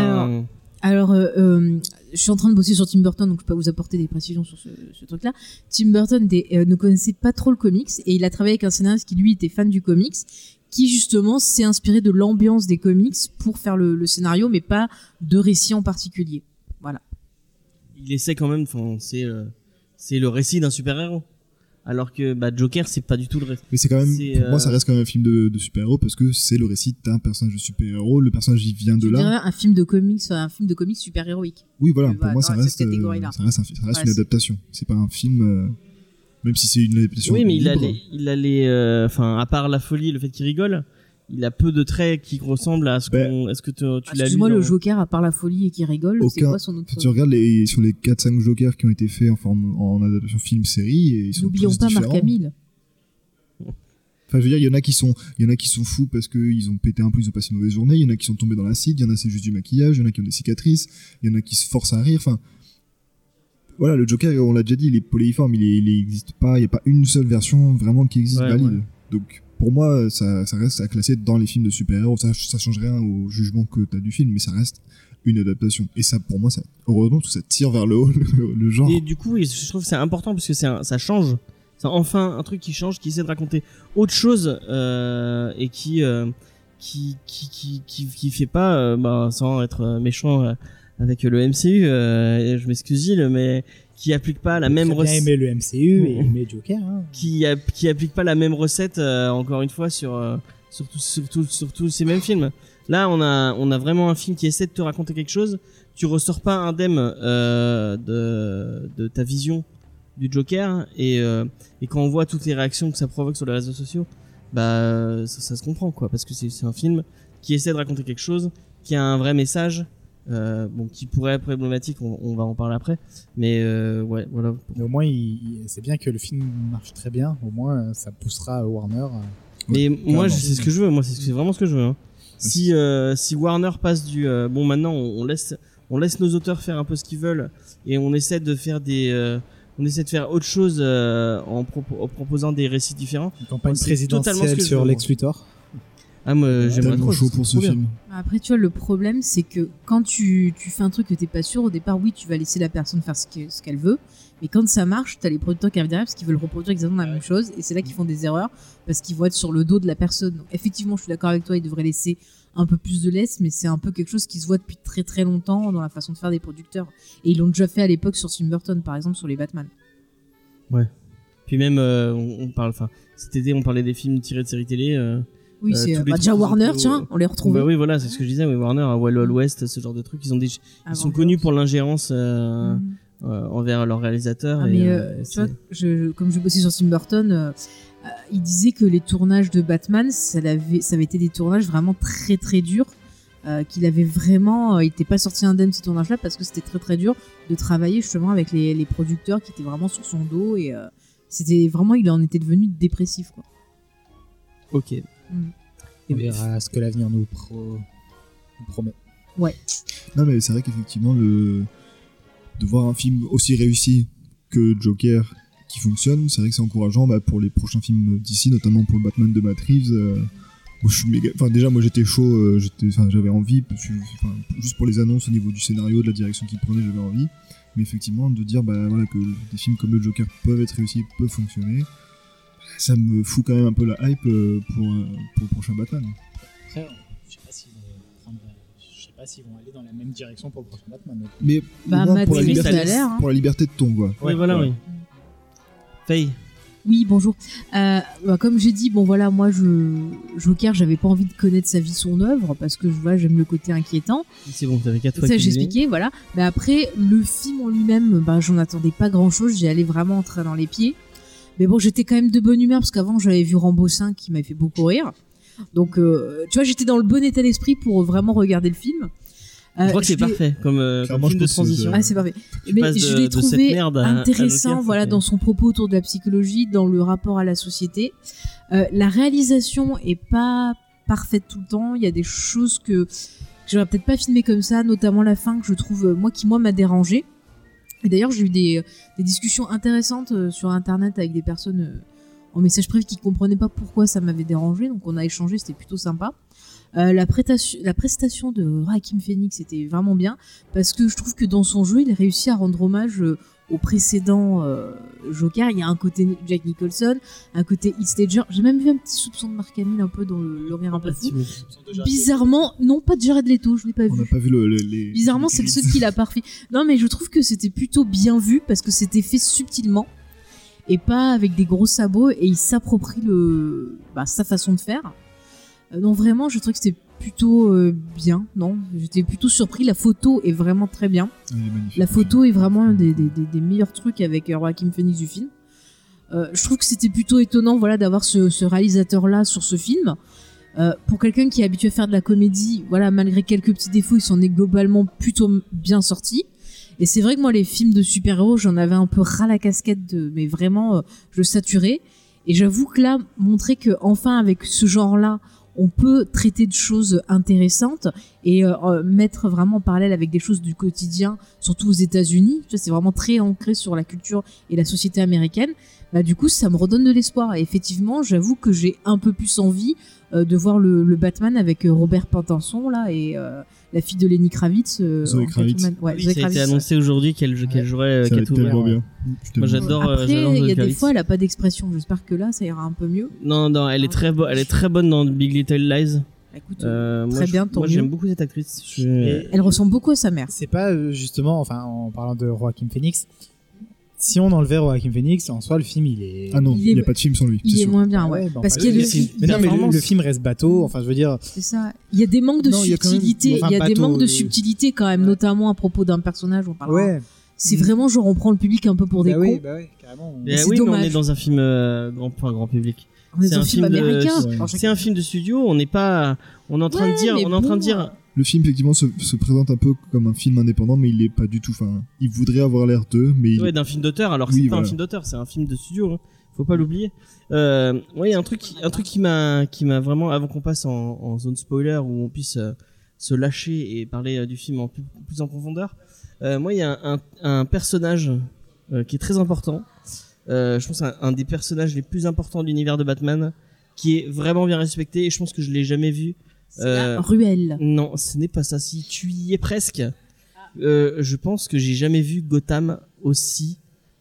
Alors, Alors, euh, euh, je suis en train de bosser sur Tim Burton, donc je peux pas vous apporter des précisions sur ce, ce truc-là. Tim Burton des- euh, ne connaissait pas trop le comics et il a travaillé avec un scénariste qui, lui, était fan du comics, qui justement s'est inspiré de l'ambiance des comics pour faire le, le scénario, mais pas de récit en particulier.
il essaie quand même. Enfin, c'est, euh, c'est le récit d'un super héros. alors que bah, Joker c'est pas du tout le reste.
Mais c'est quand même,
C'est,
pour moi, ça
euh,
reste quand même un film de, de super-héros parce que c'est le récit d'un personnage de super-héros. Le personnage, il vient de
Tu
là.
dirais un film de comics, un film de comics super héroïque.
Oui, voilà,
Tu
pour
vas
moi,
dans
ça
cette
reste, euh,
catégorie-là.
ça reste, un fi- ça reste
Ouais,
une
c'est-
adaptation. C'est pas un film, euh, même si c'est une adaptation.
Oui, mais il a
libre.
les, il a les, euh, enfin, à part la folie, et le fait qu'il rigole, il a peu de traits qui ressemblent à ce
Ben,
qu'on, est-ce que tu, tu l'as lu
ah, Excuse-moi,
dans-
le Joker, à part la folie et qui rigole, c'est
Aucun-
quoi son autre
Si tu regardes les, sur les 4-5 jokers qui ont été faits en, forme, en adaptation film-série, et ils sont
N'oublions
tous
pas Marc
différents.
Hamill.
Enfin, je veux dire, il y en a qui sont, il y en a qui sont fous parce qu'ils ont pété un peu, ils ont passé une mauvaise journée. Il y en a qui sont tombés dans l'acide. Il y en a c'est juste du maquillage. Il y en a qui ont des cicatrices. Il y en a qui se forcent à rire. Enfin, voilà, le Joker, on l'a déjà dit, il est poléiforme. Il, est- il existe pas. Il n'y a pas une seule version vraiment qui existe
Ouais,
valide.
ouais.
Donc, pour moi, ça, ça reste à classer dans les films de super-héros. Ça, ça change rien au jugement que t'as du film, mais ça reste une adaptation. Et ça, pour moi, ça, heureusement, parce que ça tire vers le haut le, le genre.
Et du coup, et je trouve que c'est important parce que c'est un- ça change. C'est enfin un truc qui change, qui essaie de raconter autre chose euh, et qui, euh, qui, qui, qui, qui, qui fait pas, euh, bah, sans être euh, méchant euh, avec le MCU, euh, et je m'excuse Gilles, mais qui applique pas la même
J'ai bien
recette.
aimé le MCU et aimé Joker. hein.
qui, app- qui applique pas la même recette euh, encore une fois sur euh, sur, tous- sur tous- sur tous ces mêmes films. Là, on a on a vraiment un film qui essaie de te raconter quelque chose. Tu ressors pas indemne euh, de de ta vision du Joker et euh, et quand on voit toutes les réactions que ça provoque sur les réseaux sociaux, bah euh, ça, ça se comprend quoi parce que c'est c'est un film qui essaie de raconter quelque chose, qui a un vrai message. euh, bon, qui pourrait être problématique, on, on va en parler après. Mais euh, ouais, voilà.
Mais au moins, il- il- c'est bien que le film marche très bien. Au moins, euh, ça poussera Warner. euh,
Mais moi,
carrément.
je- c'est ce que je veux. Moi, c'est ce- c'est vraiment ce que je veux. hein. Si, euh, si Warner passe du euh, bon, maintenant, on, on laisse, on laisse nos auteurs faire un peu ce qu'ils veulent et on essaie de faire des, euh, on essaie de faire autre chose euh, en, propo- en proposant des récits différents.
Une campagne
Ouais, c'est totalement ce
présidentielle
que je veux,
sur
moi.
Lex Luthor.
Ah, moi, j'aimerais
tellement
trop.
chaud
serait
pour ce
trop bien.
film.
Bah, Après, tu vois, le problème, c'est que quand tu, tu fais un truc que t'es pas sûr, au départ, oui, tu vas laisser la personne faire ce que- ce qu'elle veut. Mais quand ça marche, t'as les producteurs qui arrivent derrière parce qu'ils veulent reproduire exactement la même chose. Et c'est là qu'ils font des erreurs parce qu'ils vont être sur le dos de la personne. Donc, effectivement, je suis d'accord avec toi, ils devraient laisser un peu plus de laisse, mais c'est un peu quelque chose qui se voit depuis très très longtemps dans la façon de faire des producteurs. Et ils l'ont déjà fait à l'époque sur Tim Burton, par exemple, sur les Batman.
Puis même, euh, on, on parle. Enfin, cet été, on parlait des films tirés de séries télé. euh,
Oui,
Euh,
c'est
tous
euh,
les
bah, déjà
trucs
Warner,
auto-
tiens, on les retrouve.
Bah oui, voilà, c'est ce que je disais. Oui, Warner, à Wild Wild West, ce genre de trucs, ils ont des, ils
Ah,
sont connus pour l'ingérence euh,
Mhm.
euh, envers leurs réalisateurs.
Ah,
et,
mais
euh,
euh, tu
c'est-
vois, je, je- comme je bossais sur Tim Burton, euh, euh, il disait que les tournages de Batman, ça, l'avait- ça avait été des tournages vraiment très très durs. euh, qu'il avait vraiment, euh, il n'était pas sorti indemne de ces tournages-là parce que c'était très très dur de travailler justement avec les, les producteurs qui étaient vraiment sur son dos et euh, c'était vraiment, il en était devenu dépressif quoi.
ok.
Mm.
On
Et ben,
verra ce que l'avenir nous, pro- nous promet.
Non, mais c'est vrai qu'effectivement, le... de voir un film aussi réussi que Joker qui fonctionne, c'est vrai que c'est encourageant bah, pour les prochains films d'ici, notamment pour le Batman de Matt Reeves. euh, moi, je suis méga... enfin, déjà, moi j'étais chaud, euh, j'étais... Enfin, j'avais envie, parce que- enfin, juste pour les annonces au niveau du scénario, de la direction qu'il prenait, j'avais envie. Mais effectivement, de dire bah, voilà, que des films comme le Joker peuvent être réussis, peuvent fonctionner, ça me fout quand même un peu la hype euh, pour, euh, pour le prochain Batman.
Après, on- je sais pas s'ils vont prendre la- je sais pas s'ils vont aller dans la même direction pour le prochain Batman. mais-
Mais au
Bah,
moins
Matt
pour, la
Reeves,
ça
liberté...
a l'air, hein.
pour la liberté de ton, quoi.
oui, voilà, oui. Faye.
Oui, bonjour. Euh, bah, comme j'ai dit, bon voilà, moi je Joker, j'avais pas envie de connaître sa vie, son œuvre parce que je vois, j'aime le côté inquiétant.
C'est bon, t'avais quatre fois
Ça,
que tu
j'ai
disais.
expliqué, voilà. Mais après, le film en lui-même, ben, j'en attendais pas grand-chose. J'y allais vraiment en train dans les pieds. Mais bon, j'étais quand même de bonne humeur parce qu'avant, j'avais vu Rambo 5 qui m'avait fait beaucoup rire. Donc, euh, tu vois, j'étais dans le bon état d'esprit pour vraiment regarder le film. Euh,
Je crois que
je
c'est
l'ai-
parfait comme, euh, comme
Clairement,
film
je
de
pense que c'est-
transition.
Ah, c'est parfait.
Tu
Mais
passes
je
de-
l'ai
de cette
trouvé
merde à- à
intéressant,
Joker,
voilà,
c'est-
dans son propos autour de la psychologie, dans le rapport à la société. Euh, la réalisation est pas parfaite tout le temps. Il y a des choses que j'aurais peut-être pas filmé comme ça, notamment la fin que je trouve euh, moi qui moi m'a dérangé. Et d'ailleurs, j'ai eu des, euh, des discussions intéressantes euh, sur internet avec des personnes euh, en message privé qui comprenaient pas pourquoi ça m'avait dérangé. Donc on a échangé, c'était plutôt sympa. Euh, la, prétation- la prestation de Rakim Phoenix était vraiment bien parce que je trouve que dans son jeu, il a réussi à rendre hommage euh, au précédent euh, Joker. Il y a un côté Jack Nicholson, un côté Heath Ledger. J'ai même vu un petit soupçon de Mark Hamill un peu dans le le
Ah,
rire un peu fou. Bizarrement, non, pas de Jared Leto, je l'ai pas
On n'a
vu.
pas vu le, le- les.
Bizarrement, c'est le seul qui l'a parfait. Non, mais je trouve que c'était plutôt bien vu parce que c'était fait subtilement. et pas avec des gros sabots et il s'approprie le bah, sa façon de faire. Euh, non vraiment, je trouve que c'était plutôt euh, bien. Non, j'étais plutôt surpris. La photo est vraiment très bien.
Elle Ah, est magnifique.
La photo est vraiment un des, des- des- des meilleurs trucs avec euh, Joaquin Phoenix du film. Euh, je trouve que c'était plutôt étonnant voilà, d'avoir ce, ce réalisateur-là sur ce film. Euh, pour quelqu'un qui est habitué à faire de la comédie, voilà, malgré quelques petits défauts, il s'en est globalement plutôt m- bien sorti. Et c'est vrai que moi, les films de super-héros, j'en avais un peu ras la casquette, de, mais vraiment, euh, je saturais. Et j'avoue que là, montrer que enfin avec ce genre-là, on peut traiter de choses intéressantes et euh, mettre vraiment en parallèle avec des choses du quotidien, surtout aux États-Unis. Tu vois, c'est vraiment très ancré sur la culture et la société américaine. Bah, du coup, ça me redonne de l'espoir. Et effectivement, j'avoue que j'ai un peu plus envie euh, de voir le, le Batman avec euh, Robert Pattinson là et euh, la fille de Lenny Kravitz. euh,
Zoé
en
Kravitz.
Catwoman. Ouais,
Oui,
Zoé
ça a été
Kravitz.
annoncé aujourd'hui qu'elle qu'elle jouerait euh,
Ça va être tellement
Catwoman.
bien. Je suis
Moi,
tellement-
j'adore, euh,
Après,
j'adore
il y
Zoé
a des
Kravitz.
fois, elle a pas d'expression. J'espère que là, ça ira un peu mieux.
Non, non, elle est très, bo- elle est très bonne dans Big Little Lies.
Bah, écoute,
Euh, moi,
Très
je-
bien, tant
Moi, j'aime
mieux.
beaucoup cette actrice. Je suis-
Et-
Elle ressemble beaucoup à sa mère.
C'est pas euh, justement, enfin, en parlant de Joaquin Phoenix, si on enlevait Joaquin Phoenix, en soi, le film, il est.
Ah non,
Il
il n'y a
est-
pas de film sans lui.
Il
c'est
est
sûr.
moins bien,
Ah
ouais.
ouais, bah,
Parce
enfin,
qu'il y a
oui,
le-
c'est- Mais non, mais le,
performance.
le film reste bateau. Enfin, je veux dire,
C'est ça. Il y a des manques de
Non, il y a quand même-
subtilité.
enfin,
Il y a des
bateau,
manques de
oui.
subtilité quand même,
Ouais.
notamment à propos d'un personnage.
Ah
On parle.
ouais.
C'est
Mm.
vraiment genre on prend le public un peu pour des
bah oui,
cons.
bah ouais, carrément.
Mais
c'est
Eh oui, mais on
dommage.
est dans un film euh, grand, pour un grand public.
On est
bah, c'est
dans
un
un film
film de-
américain.
ouais.
Alors,
C'est un film de studio. On n'est pas. On est en train
Ouais,
de dire.
mais
On est en train
bon,
de dire.
Le film, effectivement, se, se présente un peu comme un film indépendant, mais il n'est pas du tout. Enfin, il voudrait avoir l'air d'eux, mais il-
Ouais, d'un film d'auteur. Alors que
Oui,
c'est pas un
voilà.
film d'auteur, c'est un film de studio. hein. Faut pas l'oublier. Euh, oui, un truc, qui- un truc qui m'a, qui m'a vraiment, avant qu'on passe en, en zone spoiler où on puisse euh, se lâcher et parler euh, du film en plus, plus en profondeur. euh, moi, il y a un, un- un personnage euh, qui est très important. Euh, je pense un, un des personnages les plus importants de l'univers de Batman, qui est vraiment bien respecté. Et je pense que je l'ai jamais vu.
c'est la
euh,
Ruelle.
Non, ce n'est pas ça. Si tu y es presque, euh, je pense que j'ai jamais vu Gotham aussi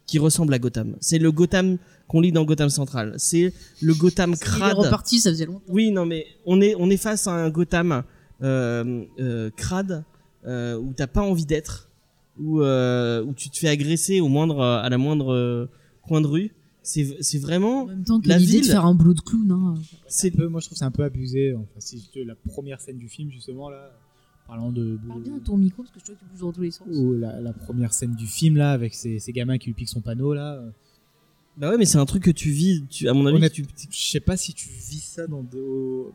qui ressemble à Gotham. C'est le Gotham qu'on lit dans Gotham Central. C'est le Gotham
Il est
crade.
reparti, ça faisait longtemps.
Oui, non, mais on est, on est face à un Gotham euh, euh, crade euh, où t'as pas envie d'être, où, euh, où tu te fais agresser au moindre, à la moindre euh, coin de rue. C'est c'est
En
vraiment.
même temps que
La
l'idée de
ville-
faire un boulot de clown. hein.
C'est un peu, moi je trouve que c'est un peu abusé. Enfin, si je te- la première scène du film, justement, là, parlant de.
Parle Ah, bien à ton micro parce que je trouve qu'il bouge dans tous les sens.
Ou la, la première scène du film, là, avec ces, ces gamins qui lui piquent son panneau, là.
Bah ouais, mais c'est un truc que tu vis, tu, à mon avis,
Honnête-
tu,
Je sais pas si tu vis ça dans des. au-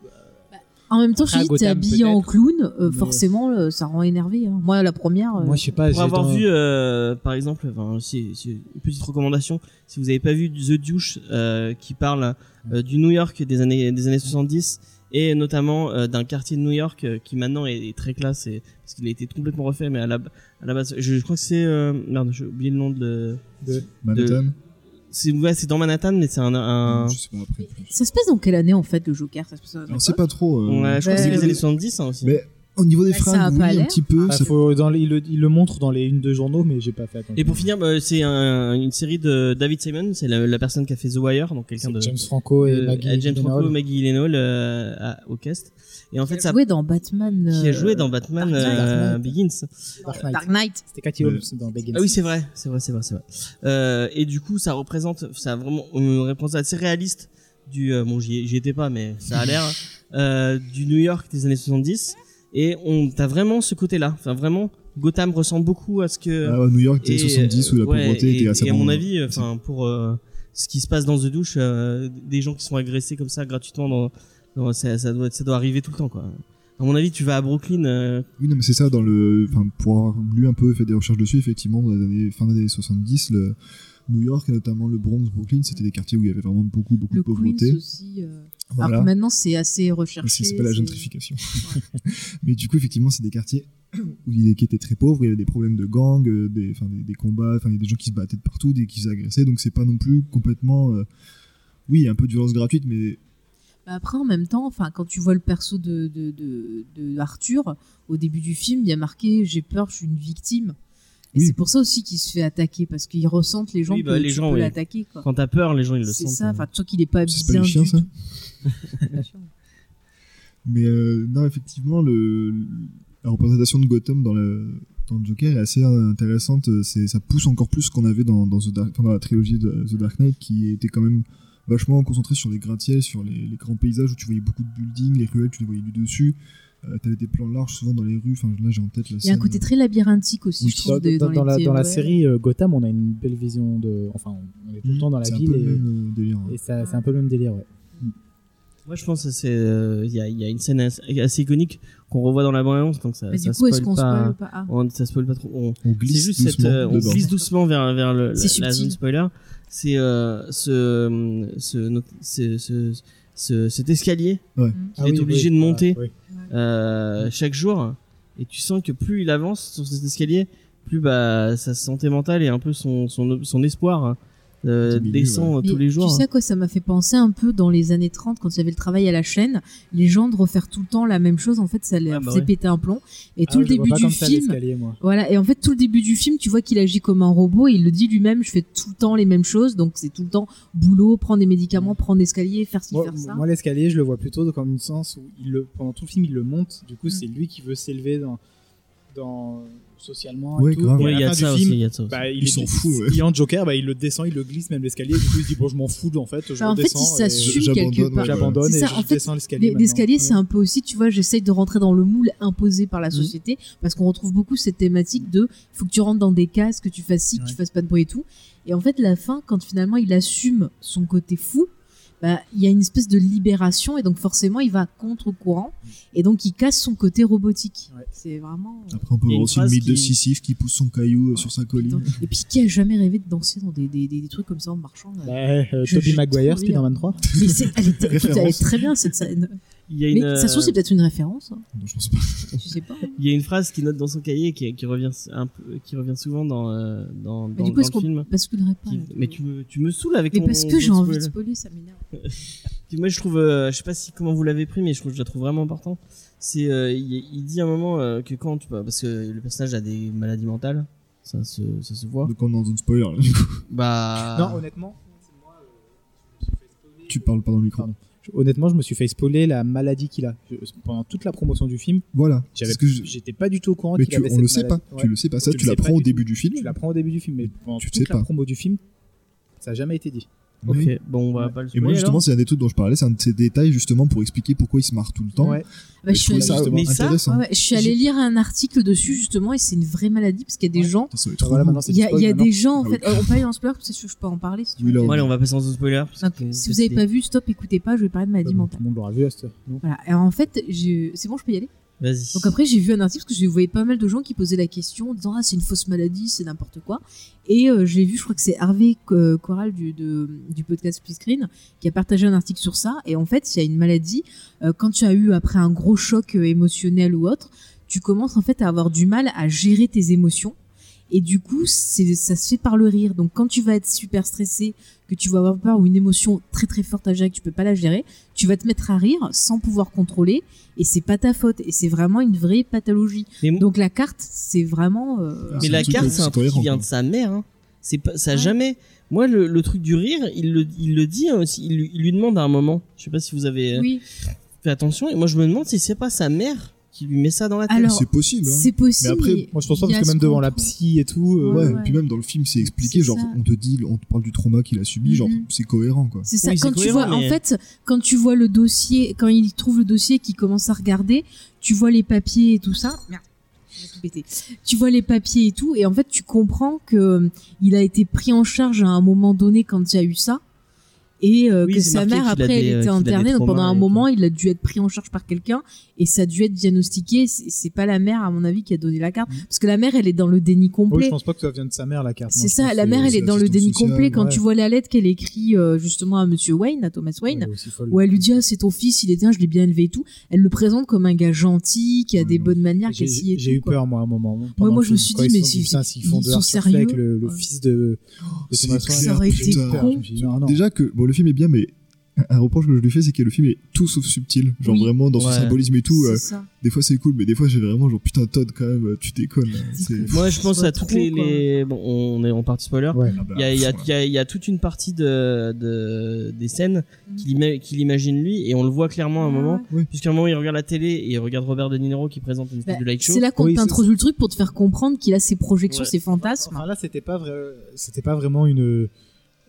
En même temps,
Après, à
je dis, t'es
Gotham,
habillé en
peut-être.
clown, euh,
Mais-
forcément, euh, ça rend énervé. hein. Moi, la première. euh,
Moi, je sais pas.
Pour
j'ai
avoir
dans-
vu, euh, par exemple, enfin, c'est c'est une petite recommandation, si vous n'avez pas vu The Douche, euh, qui parle euh, du New York des années, des années 70, et notamment euh, d'un quartier de New York euh, qui maintenant est, est très classe, et, parce qu'il a été complètement refait, mais à la, à la base, je, je crois que c'est... euh, merde, j'ai oublié le nom de... le-
Manhattan.
C'est ouais, c'est dans Manhattan, mais c'est un... un-
Je sais pas après. plus.
Ça se passe dans quelle année en fait le Joker Ça se passe à
Alors,
notre
c'est pas trop. euh,
Ouais, je crois que c'est
Ouais.
les Ah, années 70 hein, aussi.
Mais- Au niveau des
Ouais, ça a
fringues,
pas
oui, un
l'air.
petit peu.
euh,
Bah,
ça-
faut- dans les- il, le, il le montre dans les une deux journaux, mais j'ai pas fait attention.
Et pour finir, bah, c'est un- une série de David Simon, c'est la, la personne qui a fait The Wire, donc quelqu'un
C'est
de...
James eh, Franco et
Euh,
Maggie
à James
Gyllenhaal.
Franco, Maggie Gyllenhaal euh, à- au cast. Et en
qui
fait,
a
ça,
joué dans Batman.
qui a
euh,
joué dans Batman
Dark Knight.
euh,
Dark Knight.
Begins.
Dark Knight.
Dark Knight.
C'était Cathy
Ouais.
Holmes dans Begins.
Ah oui, c'est vrai, c'est vrai, c'est vrai, c'est vrai. Euh, et du coup, ça représente, ça a vraiment une réponse assez réaliste du, euh, bon, j'y j'y étais pas, mais ça a l'air euh, du New York des années 70. Et on, t'as vraiment ce côté-là. Enfin, vraiment, Gotham ressemble beaucoup à ce que.
Ah, ouais, New York, t'es 70 où la
euh, ouais,
pauvreté
et,
était assez
et à mon
bon.
avis, enfin pour euh, ce qui se passe dans The Douche, euh, des gens qui sont agressés comme ça gratuitement, dans, dans- ça, ça doit, ça doit arriver tout le temps quoi. À mon avis, tu vas à Brooklyn. euh,
Oui, non, mais c'est ça, dans le... enfin, pour avoir lu un peu, fait des recherches dessus, effectivement, dans les années... fin des années 70, le... New York, et notamment le Bronx, Brooklyn, c'était des quartiers où il y avait vraiment beaucoup, beaucoup
Le
de pauvreté.
Queens aussi. euh, Alors
Voilà.
que maintenant, c'est assez recherché.
Ça s'appelle la
c'est-
gentrification. mais du coup, effectivement, c'est des quartiers où il y- qui étaient très pauvres, il y avait des problèmes de gangs, euh, des, enfin, des, des combats, enfin, il y a des gens qui se battaient de partout, des qui s'agressaient, donc c'est pas non plus complètement. euh, Oui, il y a un peu de violence gratuite, mais
Bah Après, en même temps, enfin, quand tu vois le perso de, de, de, de Arthur, au début du film, il y a marqué J'ai peur, je suis une victime. Et
Oui.
c'est pour ça aussi qu'il se fait attaquer, parce qu'ils ressentent les gens
Oui,
que
bah, les
tu
gens,
peux
oui.
l'attaquer. quoi.
Quand t'as peur, les gens ils le
C'est
sentent.
ça,
euh.
enfin, tu sens qu'il est pas
Ça, c'est pas
bien
les chiens,
du
ça
tout.
Mais euh, non, effectivement, le, la représentation de Gotham dans le, dans le Joker est assez euh, intéressante. euh, C'est, ça pousse encore plus ce qu'on avait dans, dans, The Dark, enfin, dans la trilogie de The Dark Knight, qui était quand même vachement concentré sur les gratte-ciels, sur les, les grands paysages où tu voyais beaucoup de buildings, les ruelles, tu les voyais du dessus. Euh, t'avais des plans larges souvent dans les rues. Enfin, là, j'ai en tête la
Il y a un
scène-
côté très labyrinthique aussi,
Oui,
je
Dans,
trouve, de-
dans- dans la,
les
dans la
TOL.
série euh, Gotham, on a une belle vision de. Enfin, on est tout le temps dans la
euh, Mm. C'est un
ville
peu le
et,
même, euh, délire, hein.
et ça- c'est un peu le même délire. Ouais.
Moi, je pense que c'est. euh, Il y, a, il y a une scène as- assez, iconique qu'on revoit dans la bande-annonce, donc ça,
Mais
ça
du coup, est-ce
spoil
qu'on
pas.
spoil ou pas Ah.
on- ça spoil pas trop. On,
On
c'est
glisse
juste
doucement
cette, euh, on
dedans.
glisse doucement vers, vers le, la,
C'est
la
subtil.
zone spoiler. C'est euh, ce, ce, no- ce- ce- ce- cet escalier
Il
est obligé
Ah,
de monter.
Mm.
euh, chaque jour, et tu sens que plus il avance sur cet escalier, plus bah, sa santé mentale et un peu son, son, son espoir euh,
Diminue,
descend tous
Mais
les jours.
Tu sais à quoi ça m'a fait penser un peu dans les années 30 quand il y avait le travail à la chaîne, les gens de refaire tout le temps la même chose en fait ça les
Ah bah
faisait
ouais.
péter un plomb
Ah
et tout le début du film
moi.
voilà et en fait tout le début du film tu vois qu'il agit comme un robot et il le dit lui-même je fais tout le temps les mêmes choses donc c'est tout le temps boulot prendre des médicaments prendre l'escalier faire ci
Moi,
faire ça
moi, l'escalier, je le vois plutôt comme une sens où il le, pendant tout le film, il le monte. Du coup,
Mm.
c'est lui qui veut s'élever dans, dans, socialement.
Ouais,
et tout.
grave.
Et à
Ouais, il y
la
a
fin
de
du
ça
film,
aussi, il y a de ça aussi.
bah, il,
Il
est-
s'en fout, ouais.
Il est en Joker, bah, il le descend, il le glisse même l'escalier. Du coup, il se dit bon, je m'en fous de- en fait. Je
Enfin, Bah, en fait
redescends
il
et
s'assume
je-
quelque
j'abandonne,
part
ouais,
J'abandonne
C'est
et
ça,
je
en fait,
descends l'escalier.
Les-
maintenant. Mmh.
L'escalier, c'est un peu aussi, tu vois, j'essaye de rentrer dans le moule imposé par la société, parce qu'on retrouve beaucoup cette thématique de faut que tu rentres dans des cases, que tu fasses ci, que tu
Ouais.
fasses pas de bruit et tout. Et en fait, la fin, quand finalement il assume son côté fou, bah, il y a une espèce de libération, et donc forcément, il va contre-courant, et donc il casse son côté robotique.
Mmh. Ouais. Ah,
C'est vraiment.
Après, on peut
Il y a
voir
une
aussi le
phrase
mythe de
qui-
Sisyphe qui pousse son caillou euh, sur sa colline.
Et puis, qui a jamais rêvé de danser dans des, des, des- des trucs comme ça en marchant là
Bah, euh,
Je-
Tobey
je-
Maguire,
trop hein.
Spider-Man 3.
Mais c'est- elle, est, écoute, elle est
Référence.
très bien cette scène.
Il y, a
Mais
une, euh,
ça se trouve, c'est peut-être une référence, hein,
Non, je pense pas.
tu sais pas.
il y a une phrase qui note dans son cahier qui, qui revient, un peu, qui revient souvent dans, euh, dans,
Mais
dans,
du coup,
dans
est-ce
le
qu'on
film.
basculerait pas
Qui-
là,
mais tu me, tu me saoules avec
Mais
ton-
parce
ton
que j'ai envie de
spoil.
spoiler, ça m'énerve.
Puis moi je trouve, euh, je sais pas si comment vous l'avez pris, mais je trouve je la trouve vraiment important. C'est, euh, il, il dit à un moment euh, que quand tu parce que le personnage a des maladies mentales, ça se, ça se voit.
Donc, on est dans une spoiler. là, du coup.
Bah,
Non, honnêtement,
Tu parles pas dans le micro.
Pardon. je- honnêtement, je me suis fait spoiler la maladie qu'il a. Je- pendant toute la promotion du film,
Voilà.
J'avais-
Parce que je-
j'étais pas du tout au courant
Mais
qu'il
tu,
avait
on le sait
cette maladie.
pas.
Ouais.
Tu le sais pas. Ça,
Tu
tu,
le sais
l'apprends
pas
au
du
début
tout.
du film.
Tu l'apprends au début du film, mais pendant
Tu
toute
sais
la
pas.
promo du film, ça n'a jamais été dit.
ok,
Oui.
bon, on va pas le
Et moi,
spoiler, hein.
justement,
alors.
c'est un des trucs dont je parlais. C'est un de ces détails, justement, pour expliquer pourquoi il se marre tout le temps.
Ouais.
Bah, je, suis
trouve
allée...
ça
Mais ça,
intéressant.
ouais, ouais, je suis allée
J'ai-
lire un article dessus justement et c'est une vraie maladie parce qu'il y a des gens,
Putain, ça va être
Ah,
trop
voilà,
long.
maintenant, c'est
il y a,
du spoil,
il y a
maintenant.
des gens en
Ah
fait.
oui.
Alors, on peut aller dans spoiler, parce que je peux en parler si tu
Oui,
veux.
là,
Bon, allez, on va passer sans spoiler.
Donc, si vous avez pas vu, stop, écoutez pas, je vais parler de ma
Bah,
maladie
donc, Tout
mentale.
le monde l'aura vu à cette heure. non
Voilà. Et en fait, j'ai- c'est bon, je peux y aller.
Vas-y.
Donc après, j'ai vu un article parce que j'ai voyais pas mal de gens qui posaient la question en disant ah c'est une fausse maladie, c'est n'importe quoi. Et euh, je l'ai vu, je crois que c'est Harvey euh, Corral du, de- du podcast Split Screen qui a partagé un article sur ça. Et en fait, il y a une maladie euh, quand tu as eu après un gros choc euh, émotionnel ou autre, tu commences en fait à avoir du mal à gérer tes émotions. Et du coup, c'est- ça se fait par le rire. Donc, quand tu vas être super stressé, que tu vas avoir peur ou une émotion très très forte à gérer, que tu peux pas la gérer, tu vas te mettre à rire sans pouvoir contrôler et c'est pas ta faute et c'est vraiment une vraie pathologie.
Mais, mo-
Donc la carte, c'est vraiment
Ah,
euh,
mais
c'est un
la
truc
carte,
de-
c'est un
c'est
truc qui
cohérent,
vient
quoi.
de sa mère. Hein. C'est pas, ça a
Ouais.
jamais. Moi, le, le truc du rire, il le, il le dit hein, aussi. Il, lui- il lui demande à un moment. Je sais pas si vous avez euh,
oui.
fait attention. Et moi, je me demande si c'est pas sa mère qui lui met ça dans la tête.
Alors
C'est possible. hein.
c'est possible.
Mais après,
mais
Moi, je pense pas
il y a
parce que
ce
même devant la
contrôle.
psy et tout. euh,
Ouais,
Ouais,
et
ouais.
puis même dans le film, c'est expliqué,
C'est
genre
ça.
on te dit, on te parle du trauma qu'il a subi, genre
Mhm.
c'est cohérent quoi.
C'est ça.
Oui, c'est
quand tu
cohérent,
vois, en
mais-
fait, quand tu vois le dossier, quand il trouve le dossier, qu'il commence à regarder, tu vois les papiers et tout ça. Merde. j'ai tout pété. Tu vois les papiers et tout, et en fait tu comprends que euh, il a été pris en charge à un moment donné quand il y a eu ça, et euh,
Oui,
que
c'est
sa
marqué
mère
qu'il a
après
des-
elle
euh,
était
qu'il a des
internée, donc pendant
traumas
un
et
moment il a dû être pris en charge par quelqu'un, et ça a dû être diagnostiqué. C'est c'est pas la mère à mon avis qui a donné la carte,
Mmh.
parce que la mère elle est dans le déni
moi, je
complet.
pense pas que ça vient de sa mère, la carte.
C'est
Moi, je
ça,
pense
la
que
mère, elle
c'est
est dans le
l'assistante
déni
sociale,
complet quand
ouais.
tu vois la lettre qu'elle écrit euh, justement à Monsieur Wayne, à Thomas
elle
Wayne,
est aussi folle.
où elle lui dit ah, c'est ton fils, il est bien, je l'ai bien élevé et tout. Elle le présente comme un gars gentil, qui a
Ouais,
des
non.
bonnes manières, qui
J'ai
est ci et
j'ai eu
tout. quoi.
peur, moi, à un moment. pendant
moi,
le
je me
film,
suis
quand
dit,
ils
mais
se sont
c'est-
putain, s'ils font
ils
deux
sont
heures sur Fleck,
sérieux
le, le
Ouais. Oh,
fils de, de
C'est
Thomas Wayne.
clair,
Ça aurait été
putain.
con.
Je me suis dit, non, non.
Déjà que bon, le film est bien, mais un reproche que je lui fais, c'est que le film est tout sauf subtil. Genre
Oui.
vraiment dans son
Ouais.
symbolisme et tout. euh,
C'est ça.
des fois c'est cool, mais des fois j'ai vraiment genre putain Todd quand même, euh, tu déconnes. là.
C'est
C'est-
cool.
Moi, je pense
Soit
à toutes
trop,
les,
quoi.
les- Bon, on est en partie spoiler.
Ouais.
Ah bah,
Il y a, il y a-
pff,
il y a- il y a toute une partie de, de- des scènes qu'il ima- qu'il imagine lui et on le voit clairement à un moment.
Oui.
Puisqu'à un moment, il regarde la télé et il regarde Robert De Niro qui présente une espèce
Bah,
de light show.
C'est là qu'on
Oui, c'est-
t'introduit le truc pour te faire comprendre qu'il a ses projections,
Ouais.
ses fantasmes.
Enfin, là, c'était pas, vrai... c'était pas vraiment une.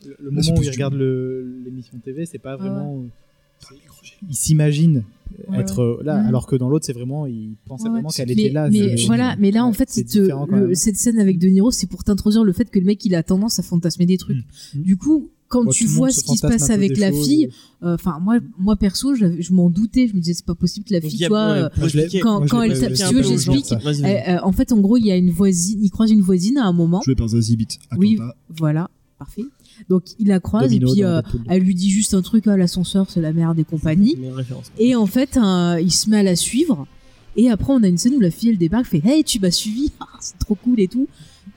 Le le
c'est
moment où
plus
il
du-
regarde le- l'émission TV, c'est pas
Ouais.
vraiment. Il s'imagine
Ouais,
être euh, là,
Mhm.
alors que dans l'autre, c'est vraiment. Il pensait
Ouais.
vraiment qu'elle
Mais,
était là.
mais
c'est-
voilà, mais là en fait,
c'est
il te-
différent, quand
le-
même.
cette scène avec De Niro, c'est pour t'introduire le fait que le mec il a tendance à fantasmer des trucs.
Mhm.
Du coup, quand
Bon,
tu
tout le
vois
monde
ce qui se
fantasme un
passe
peu
avec
des
la
choses.
fille, euh, enfin moi, moi perso, j'avais- je m'en doutais, je me disais c'est pas possible que la
Donc,
fille,
il y a-
tu vois,
ouais,
euh,
pour
Moi, je l'ai-
expliquer-
quand-
moi, je
quand
l'ai
elle
pas
tape,
vu,
si
j'ai
tu veux,
pas vu.
j'explique.
Ça.
Vas-y, vas-y.
euh, euh, en fait, en gros, il y a une voisine, il croise une voisine à un moment.
Joué par Zazibit, Atlanta.
Oui, voilà, parfait. Donc il la croise
Domino
et puis
dans
euh,
Deadpool.
elle lui dit juste un truc, ah, l'ascenseur c'est la merde et compagnie.
Mais référence.
Et en fait, un- il se met à la suivre. Et après, on a une scène où la fille, elle débarque, fait Hey, tu m'as suivi, Ah, c'est trop cool et tout.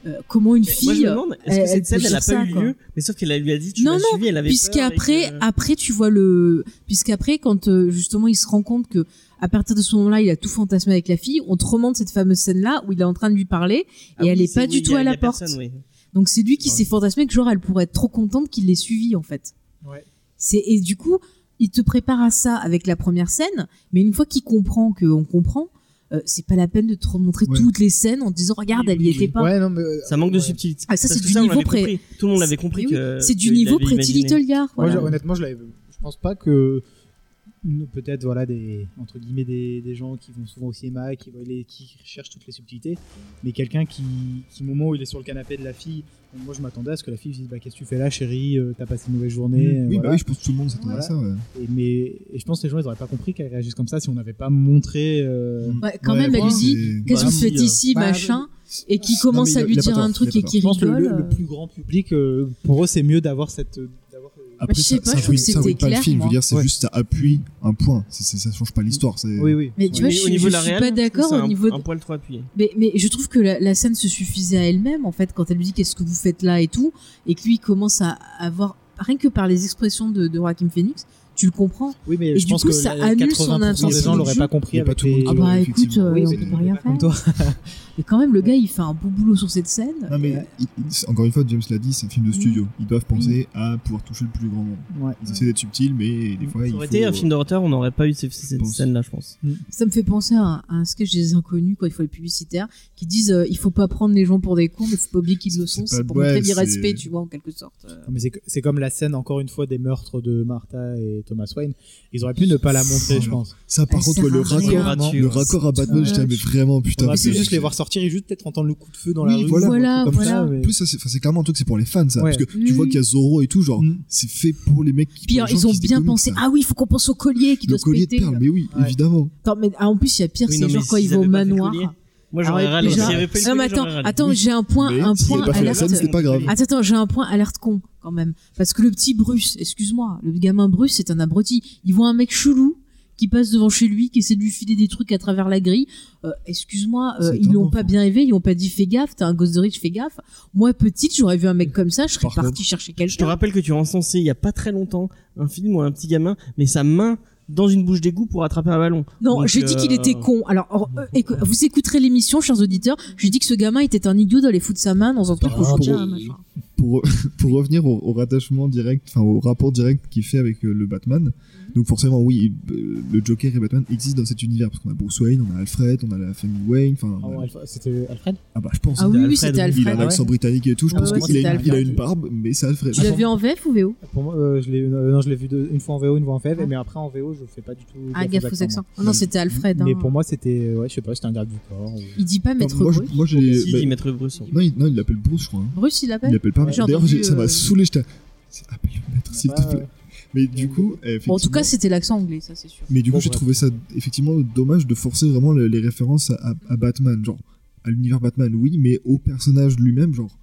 Euh, comment une
Mais moi, je
fille.
me demande, est-ce
elle-
que
elle
cette scène,
peut
elle a
faire
pas eu
ça, quoi.
lieu Mais sauf qu'elle lui a dit, tu
Non,
m'as
non,
suivi, elle avait
Puisqu'après, ah
peur et que-
après, tu vois le. Puisqu'après, quand euh, justement il se rend compte que à partir de ce moment-là, il a tout fantasmé avec la fille, on te remonte cette fameuse scène-là où il est en train de lui parler
Ah
et
oui,
elle est
c'est-
pas
oui,
du
il y
tout
a-
à
il y a
la porte.
personne, oui.
Donc c'est lui qui
Ouais.
s'est fantasmé que genre elle pourrait être trop contente qu'il l'ait suivi en fait.
Ouais.
C'est et du coup il te prépare à ça avec la première scène, mais une fois qu'il comprend que on comprend, euh, c'est pas la peine de te remontrer
Ouais.
toutes les scènes en te disant regarde elle y était pas.
Ouais, non, mais. euh,
Ça manque de
ouais.
subtilité.
Ah, ça,
Parce
c'est
que
du
on
niveau
l'avait
pré-
compris. Tout le monde l'avait compris
Mais oui,
que.
C'est du
qu'il
niveau
l'avait
Pretty
imaginé.
Little Yard.
Moi,
voilà.
je- honnêtement, je l'avais. Je pense pas que nous, peut-être voilà des entre guillemets des, des gens qui vont souvent au cinéma, qui veulent les- qui cherchent toutes les subtilités, mais quelqu'un qui, qui au moment où il est sur le canapé de la fille, moi je m'attendais à ce que la fille se dise bah qu'est-ce que tu fais là, chérie, euh, t'as passé une mauvaise journée. euh,
oui, bah
voilà.
oui, je pense que tout le monde s'attendait à ça. Ouais.
Et- mais et je pense que les gens ils auraient pas compris qu'elle réagisse comme ça si on n'avait pas montré. euh,
Mmh.
Ouais, quand
Ouais,
même elle
moi,
lui dit
C'est-
qu'est-ce que
bah,
vous faites
si,
ici
bah,
machin et qui
Non,
commence
mais
à
il a-
lui
il a pas
dire
tort,
un
il a
truc
pas
et qui
Je pense que
rigole.
le, le
euh.
plus grand public euh, pour eux c'est mieux d'avoir cette d'avoir euh,
Après,
je sais
ça-
pas,
ça
je trouve que
ruine- ça ruine
c'était
pas le
clair,
film, je
moi.
veux dire, c'est
Ouais.
juste ça appuie un point. C'est- c'est- ça change pas l'histoire. c'est-
oui oui.
Mais tu
Mais
vois, je,
au niveau
je
de la
suis
réelle,
pas
je trouve
d'accord
que c'est
au niveau
un,
de-
un poil trop appuyé.
Mais, mais je trouve que la, la scène se suffisait à elle-même, en fait, quand elle lui dit qu'est-ce que vous faites là et tout, et que lui il commence à avoir, rien que par les expressions de, de Joaquin Phoenix, tu le comprends.
Oui mais
Et
je
du
pense
coup,
que
ça
la-
annule son
80% des
intensité
gens
du
l'auraient
jeu.
pas
Il
compris
y a pas
avec
tout le monde
les-
qui
Ah bah
ouais,
écoute,
effectivement.
euh,
Oui,
on
mais-
peut pas rien faire.
comme toi.
Mais quand même, le gars, il fait un beau boulot sur cette scène.
Non, mais il- il- c'est- encore une fois, James l'a dit, c'est un film de studio. Ils doivent penser à pouvoir toucher le plus grand nombre.
Ouais.
Ils essaient d'être subtils, mais des fois,
Ça
il faut...
aurait été un film de retard, on n'aurait pas eu ces- cette
pense.
scène-là, je pense.
Ça me fait penser à un, à un sketch des inconnus, quand il faut les publicitaires, qui disent euh, il faut pas prendre les gens pour des cons, mais faut pas oublier qu'ils le sont,
C'est
c'est
pas-
pour
ouais,
montrer
c'est-
l'irrespect, tu vois, en quelque sorte. Euh,
Non, Mais c'est- c'est comme la scène, encore une fois, des meurtres de Martha et Thomas Wayne. Ils auraient pu ne pas la montrer, je pense.
Ça, par
Elle
contre,
sert
ouais, le
à rien.
raccord... Le raccord à Batman,
Ouais.
j'étais, ah, mais vraiment,
On
putain.
aurait pu
mais-
juste les voir sortir et juste peut-être entendre le coup de feu dans la
Oui,
rue.
voilà.
ou un truc
Voilà,
comme
voilà.
ça, mais-
En plus, ça, c'est enfin, c'est clairement un truc, c'est pour les fans, ça.
Ouais.
Parce que
Oui,
tu vois
oui.
qu'il y a Zoro et tout, genre,
Mm.
c'est fait pour les mecs qui
Puis
pour les gens
ils ont
qui se
bien
déconnectent,
pensé
ça.
ah oui, il faut qu'on pense au collier qui
Le
doit se
collier de
péter.
perles, mais oui,
Ouais.
évidemment.
Attends, mais, ah, en plus, il y a pire,
Oui,
c'est
non, mais
genre quand
s'ils
ils vont au
avaient pas fait le
manoir.
collier, Moi, j'aurais
Ah ouais,
râlé.
déjà-
S'il y avait pas eu le
Non, mais
collier,
attends,
j'aurais râlé.
attends, j'ai un point,
Mais
un
s'il
point
avait pas fait la
alerte.
scène, c'était pas grave.
Attends, attends, j'ai un point alerte con quand même, parce que le petit Bruce, excuse-moi, le gamin Bruce, c'est un abruti. Il voit un mec chelou qui passe devant chez lui, qui essaie de lui filer des trucs à travers la grille. Euh, excuse-moi, euh,
C'est
ils
un
l'ont
enfant.
pas bien élevé, ils ont pas dit fais gaffe, t'es un gosse de riche, fais gaffe. Moi petite, j'aurais vu un mec comme ça, je serais
Par
partie
contre,
Je
chercher
te
quelqu'un.
rappelle que tu as encensé il y a pas très longtemps un film où un petit gamin met sa main dans une bouche d'égout pour attraper un ballon.
Non,
Donc,
j'ai dit qu'il
euh,
était con. Alors, or, euh, écou- vous écouterez l'émission, chers auditeurs. J'ai dit que ce gamin était un idiot d'aller foutre sa main dans un truc
Par
où je
rapport
tiens
au-
un machin.
pour, pour revenir au, au rattachement direct, enfin au rapport direct qui est fait avec euh, le Batman.
Mhm.
Donc forcément, oui, euh, le Joker et Batman existent dans cet univers parce qu'on a Bruce Wayne, on a Alfred, on a la famille Wayne. Enfin,
Ah
on a-
ouais, Alfred- C'était Alfred
ah bah je pense.
Ah oui, oui,
Alfred,
c'était
oui,
Il a
Alfred.
un accent britannique et tout. Je
Ah
pense
ouais,
qu'il
c'était
a, une- il a
Alfred.
une barbe, mais c'est Alfred.
Tu l'as vu en VF ou VO
Pour moi, euh, je l'ai euh, non, je l'ai vu deux- une fois en VO, une fois en FEV,
Ah.
mais après en VO, je fais pas du tout.
Ah, gaffe aux accents. Non, non, c'était Alfred.
moi. Mais
hein.
pour moi, c'était. euh, Ouais, je sais pas, c'était un garde du corps. ou-
Il dit pas
Enfin,
Maître
moi,
Bruce.
je- moi, j'ai-
Si,
bah,
dit Maître Brusson.
non, il, non, il l'appelle Bruce, je crois. hein.
Bruce, il
Il
l'appelle
l'appelle pas.
Ouais,
Maître. D'ailleurs,
j'ai
j'ai- ça m'a
entendu, euh,
saoulé. j'étais- C'est- Appelle-le Maître, s'il te
Ouais,
plaît.
ouais.
Mais du coup,
Bon, en tout
effectivement-
cas, c'était l'accent anglais, ça c'est sûr.
Mais du coup,
Bon,
j'ai
bref.
trouvé ça effectivement dommage de forcer vraiment les, les références à, à Batman, genre à l'univers Batman, oui, mais au personnage lui-même, genre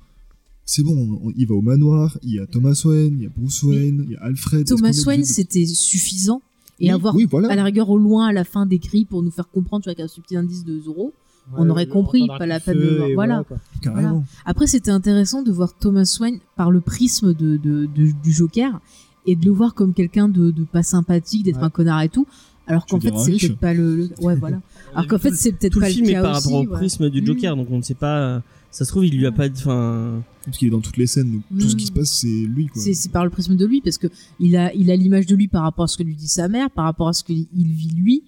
c'est bon, on- il va au manoir, il y a Thomas Wayne, il y a Bruce Wayne, il y a Alfred. est-ce qu'on est
Thomas
obligé
Wayne,
de-
c'était suffisant. Et
Oui,
avoir
oui,
à
voilà.
la rigueur au loin à la fin décrit pour nous faire comprendre, tu vois, qu'un petit indice de Zorro. On aurait
le-
compris,
entendre un
pas la
coup
peine de
feu,
voir.
et
Voilà.
quoi.
carrément.
Après, c'était intéressant de voir Thomas Wayne par le prisme de, de- de- du Joker et de le voir comme quelqu'un de, de pas sympathique, d'être
Ouais.
un connard et tout. Alors qu'en
Tu veux
fait,
dire un
c'est
riche
peut-être pas le, le- Ouais, voilà. Alors qu'en fait, c'est peut-être
tout
pas
le
le,
film est
cas
par
aussi.
rapport au
voilà.
prisme du
Mm.
Joker, donc on ne sait pas. Ça se trouve, il lui a pas. Enfin,
Parce qu'il est dans toutes les scènes, donc tout ce qui se passe, c'est lui, quoi.
Mm. C'est c'est par le prisme de lui, parce que il a il a l'image de lui par rapport à ce que lui dit sa mère, par rapport à ce qu'il il vit lui.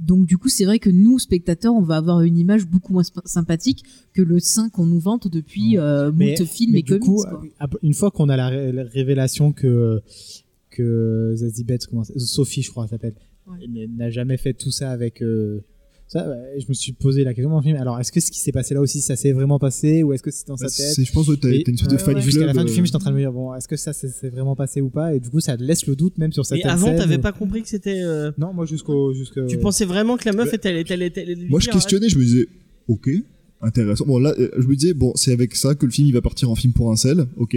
Donc du coup, c'est vrai que nous, spectateurs, on va avoir une image beaucoup moins sp- sympathique que le sein qu'on nous vante depuis euh,
Mais-
moult films
mais
et
du
comics.
coup,
quoi.
ap- une fois qu'on a la, ré- la révélation que que Zazie Beetz, comment ça- Sophie, je crois, elle s'appelle,
Ouais.
n- n'a jamais fait tout ça avec euh, ça, bah, je me suis posé la question dans le film. Alors, est-ce que ce qui s'est passé là aussi, ça s'est vraiment passé, ou est-ce que c'est dans
Bah,
sa tête
c'est- je pense que t'as
Et-
t'as une sorte de
Ouais,
fight
ouais.
club.
Jusqu'à la fin du film,
euh,
j'étais en train de me dire bon, est-ce que ça s'est s'est vraiment passé ou pas Et du coup, ça laisse le doute même sur
mais
certaines
avant,
scènes.
t'avais pas compris que c'était. euh,
Non, moi jusqu'au jusqu'au.
Tu pensais vraiment que la meuf
Euh, Bah,
était allée, était allée- était allée lui
Moi, je
dire, ah,
questionnais, je me disais, ok, intéressant. Bon, là, euh, je me disais, bon, c'est avec ça que le film il va partir en film pour un sel, ok.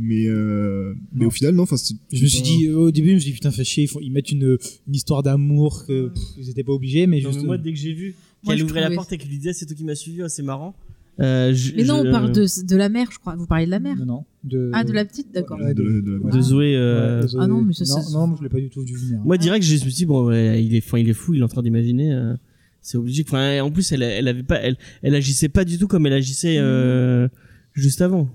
Mais, euh, mais au final, non, enfin, c'est-
Je me suis
pas-
dit euh, au début, je me suis dit putain, fait chier, ils, font- ils mettent une, une histoire d'amour que pff, ils étaient pas obligés, mais
Non, mais
juste.
euh,
euh,
moi, dès que j'ai vu
Moi,
qu'elle
je
ouvrait la
trouvais-
porte et qu'elle lui disait c'est toi qui m'as suivi, oh, c'est marrant. Euh, je-
Mais non,
je- Euh,
on parle de, de la mère, je crois. Vous parlez de la mère
Non, non, de-
Ah, de la petite, d'accord.
Ouais,
de la- de la-
ouais.
de Zoé. euh,
Ouais, de-
Ah non, mais ça,
non,
ça-
non, moi, je l'ai pas du tout vu venir.
Moi, direct, je me suis dit bon, ouais, il est, enfin, il est fou, il est en train d'imaginer. euh, c'est obligé. Enfin, et en plus, elle, elle avait pas, elle, elle agissait pas du tout comme elle agissait euh, juste avant.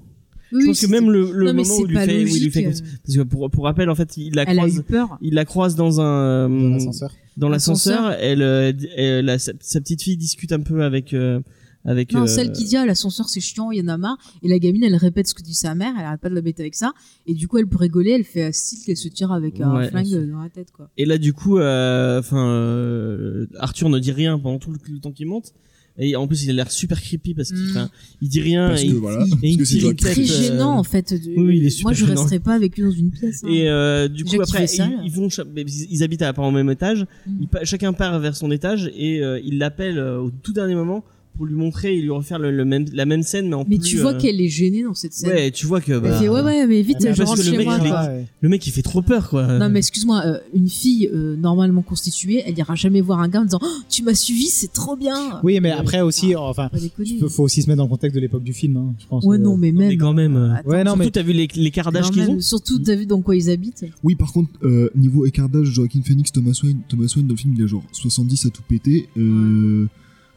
je
Oui, Mm. oui,
pense que
c'était-
même le, le
Non, mais
moment où
c'est
il, lui
pas
fait, où il lui fait comme
logique, euh,
ça- parce que pour, pour rappel, en fait, il la
Elle a eu
croise,
peur.
il la croise dans un
Dans
hmm.
euh,
l'ascenseur.
dans
L'ascenseur.
l'ascenseur. Elle, euh, elle a- sa, sa petite fille discute un peu avec euh, avec.
Non,
euh,
celle qui dit ah l'ascenseur c'est chiant, il y en a marre. Et la gamine elle répète ce que dit sa mère, elle arrête pas de la bête avec ça. Et du coup elle pour rigoler, elle fait un style qu'elle se tire avec un
Ouais,
flingue
bien
dans la tête quoi.
Et là, du coup, euh, enfin, euh, Arthur ne dit rien pendant tout le, le temps qu'il monte. Et en plus, il a l'air super creepy parce qu'il
Mm.
enfin, il dit rien.
Parce
et
que
Ah, il-
voilà,
et
parce
il
que c'est
tire
Joaquin.
une tête,
Très
euh,
gênant en fait. de-
oui, il est super
Moi je
gênant.
resterais pas avec lui dans une pièce. hein.
Et euh, du
Déjà
coup,
qu'il
après,
fait ça,
ils,
là.
ils vont, cha- mais ils ils habitent à part au même étage.
Mm.
Ils pa- chacun part vers son étage et euh, il l'appelle euh, au tout dernier moment pour lui montrer et lui refaire le, le même, la même scène, mais en
Mais
plus.
tu vois
euh,
qu'elle est gênée dans cette scène.
Ouais, tu vois que.
Elle
bah,
fait, ouais ouais mais
Ah,
vite
mais
je
parce
rentre
que le
chez
mec,
moi.
il est-
quoi.
ouais.
Le mec, il fait trop peur, quoi.
Non mais excuse-moi, euh, une fille euh, normalement constituée, elle ira jamais voir un gars en disant Oh, tu m'as suivi, c'est trop bien.
Oui, mais après
euh,
aussi, enfin,
Pas déconner.
il faut aussi se mettre dans le contexte de l'époque du film, hein, je pense.
Ouais
Euh,
non mais
Non, mais
même.
quand même. euh,
Attends,
Ouais, non,
Surtout,
mais
t'as vu les, les quarts d'âge
quand
qu'ils
même,
ont
Surtout t'as vu dans quoi ils habitent.
Oui, par contre, euh, niveau écart d'âge, Joaquin Phoenix, Thomas Wayne, Thomas Wayne dans le film, il a genre 70 à tout péter. Euh,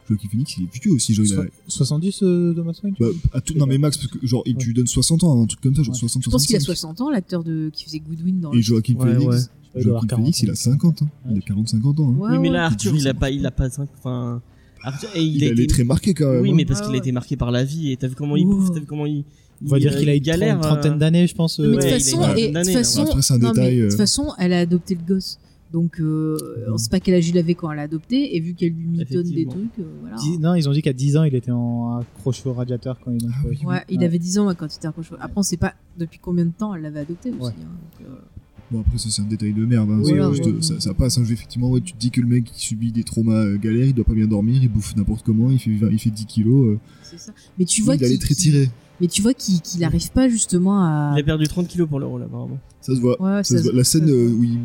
Joaquin Phoenix, il est vieux aussi, genre, il a,
so- 70 euh, Thomas Wayne tu
bah,
dis
à tout, non mais Max, parce que genre, il- tu lui donnes 60 ans, un truc comme ça, genre
Ouais.
60,
Je pense qu'il a
65.
60 ans, l'acteur de qui faisait Goodwin dans
Et
le
Joaquin
Ouais,
Phoenix,
ouais.
Il doit avoir
Joaquin
40,
Phoenix, il a 50 ans. Il a 40-50 ans. hein.
Ouais,
Oui, mais
ouais.
là, Arthur, il a
Bah,
pas. Il a pas cinq- Enfin. Arthur, et
Il,
il,
a
a
les
été-
traits marqués quand même.
Oui,
hein.
mais parce
Ah
qu'il
ouais.
était marqué par la vie et t'as vu comment il
Ouh.
bouffe, t'as vu comment il.
On va
il-
dire qu'il a
il
une
galère,
trente- trentaine
euh,
d'années, je pense.
Mais de
euh,
toute
Ouais,
façon,
il a
et, de
une année,
toute
là.
façon,
Après, c'est un
non, mais
détail,
de
euh.
toute façon, elle a adopté le gosse. Donc, euh, on sait pas quel âge il avait quand elle a adopté, et vu qu'elle lui mitonne des
Effectivement.
trucs, euh, voilà.
dix- Non, ils ont dit qu'à 10 ans, il était en accroché au radiateur quand ils l'ont trouvé.
Ouais, il avait 10 ans ouais, quand il était accroché. Après, on sait pas depuis combien de temps elle l'avait adopté aussi.
Ouais.
hein. Donc, euh,
Bon, après, ça, c'est un détail de merde. Hein.
Oui,
C'est
oui,
juste,
oui,
oui.
Ça, ça passe. Hein. Je- Effectivement, ouais, tu te dis que le mec qui subit des traumas euh, galères, il doit pas bien dormir, il bouffe n'importe comment, il fait, 20 il fait 10 kilos. euh,
c'est ça. Mais tu vois
il a les
qu'il
traits
qu'il-
tirés.
mais tu vois qu'il qu'il arrive pas justement à.
Il a perdu 30 kilos pour le rôle, apparemment.
Ça se voit.
Ouais,
Ça
ça
se voit.
se-
La scène
ça se
euh,
voit.
où, il, où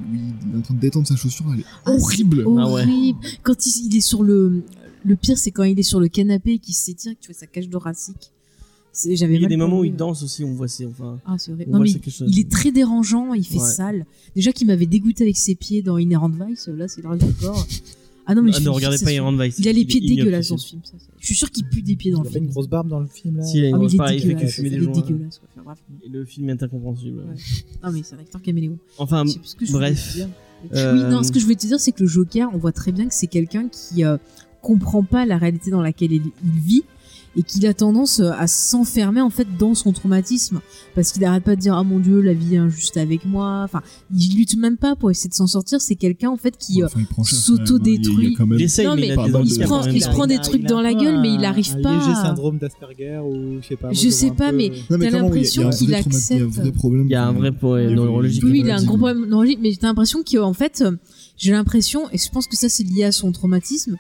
il est en train d'étendre sa chaussure, elle est
Ah, c'est
horrible.
Ah ouais.
horrible. Quand il, il est sur le. Le pire, c'est quand il est sur le canapé et qu'il s'étire, que tu vois sa cage thoracique. C'est- J'avais
Il y a
mal
des
pour
moments où
lui,
il
hein.
danse aussi, on voit ses. Enfin,
Ah, c'est horrible.
on
Non,
voit
mais
c'est quelque chose.
Il est très dérangeant, il fait
Ouais.
sale. Déjà qu'il m'avait dégoûté avec ses pieds dans Inherent Vice, là c'est le reste du corps. Ah non,
Ah,
mais je fais
ne
une
regardez pas
fixation.
Iron Vice.
Il a les pieds
est ignoble,
dégueulasses
ce
dans
film.
ce film. ça, c'est- Je suis sûr qu'il pue des pieds
Il
dans
a
le
fait
film.
une grosse barbe dans le film là.
Si, il a une
Ah, mais
grosse
il est
pareille, il fait que
dégueulasse.
fumer
il
des
est
joints, là.
dégueulasse, ouais. Enfin, bref.
Et Le film est incompréhensible.
Ouais. Non, mais c'est un acteur caméléon.
Enfin,
Je sais plus ce que je
Euh, bref.
voulais te dire.
Euh,
Oui, non, ce que je voulais te dire, c'est que le Joker, on voit très bien que c'est quelqu'un qui euh, comprend pas la réalité dans laquelle il, il vit et qu'il a tendance euh, à s'enfermer en fait dans son traumatisme parce qu'il n'arrête pas de dire ah mon dieu la vie est injuste avec moi enfin il lutte même pas pour essayer de s'en sortir c'est quelqu'un en fait qui euh,
Enfin, il prend cher,
s'auto-détruit.
quand même. hein. Il y a quand même-
il essaye,
Non,
mais,
mais
il a
il
des
se
handicaps
prend-
quand même.
il se prend des trucs dans la
un peu
gueule, mais
un-
il arrive pas
Un léger
à-
syndrome d'asperger ou je sais pas. moi,
Je
vois
sais
un
pas,
peu,
mais-
euh,
Non,
T'as
mais clairement, oui, il y a un
l'impression
vrai
qu'il
traumatisme, il y a un vrai
accepte.
problème.
Il y a un vrai
Ouais,
problème neurologique.
Oui, il a un gros
Vas-y.
problème neurologique, mais j'ai l'impression qu'en fait, euh, j'ai l'impression, et je pense que ça c'est lié à son traumatisme,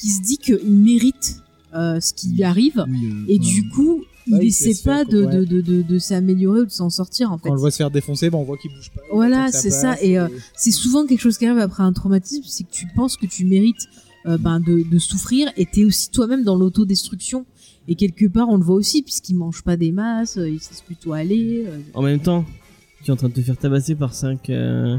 qu'il se dit qu'il mérite euh, ce qui lui arrive,
Oui, euh,
et
enfin,
du coup,
Ouais,
il
il
essaie
se laisse
pas
faire,
de,
quoi,
de,
ouais.
de, de, de s'améliorer ou de s'en sortir en fait.
Quand on le voit se faire défoncer, bah, on voit qu'il bouge pas. il
Voilà,
attend que
c'est ça,
passe,
et, euh, C'est souvent quelque chose qui arrive après un traumatisme, c'est que tu penses que tu mérites euh, ben, de, de souffrir, et t'es aussi toi-même dans l'autodestruction. Et quelque part, on le voit aussi, puisqu'il mange pas des masses, euh, il se laisse plutôt aller. euh,
En même temps, tu es en train de te faire tabasser par 5 euh,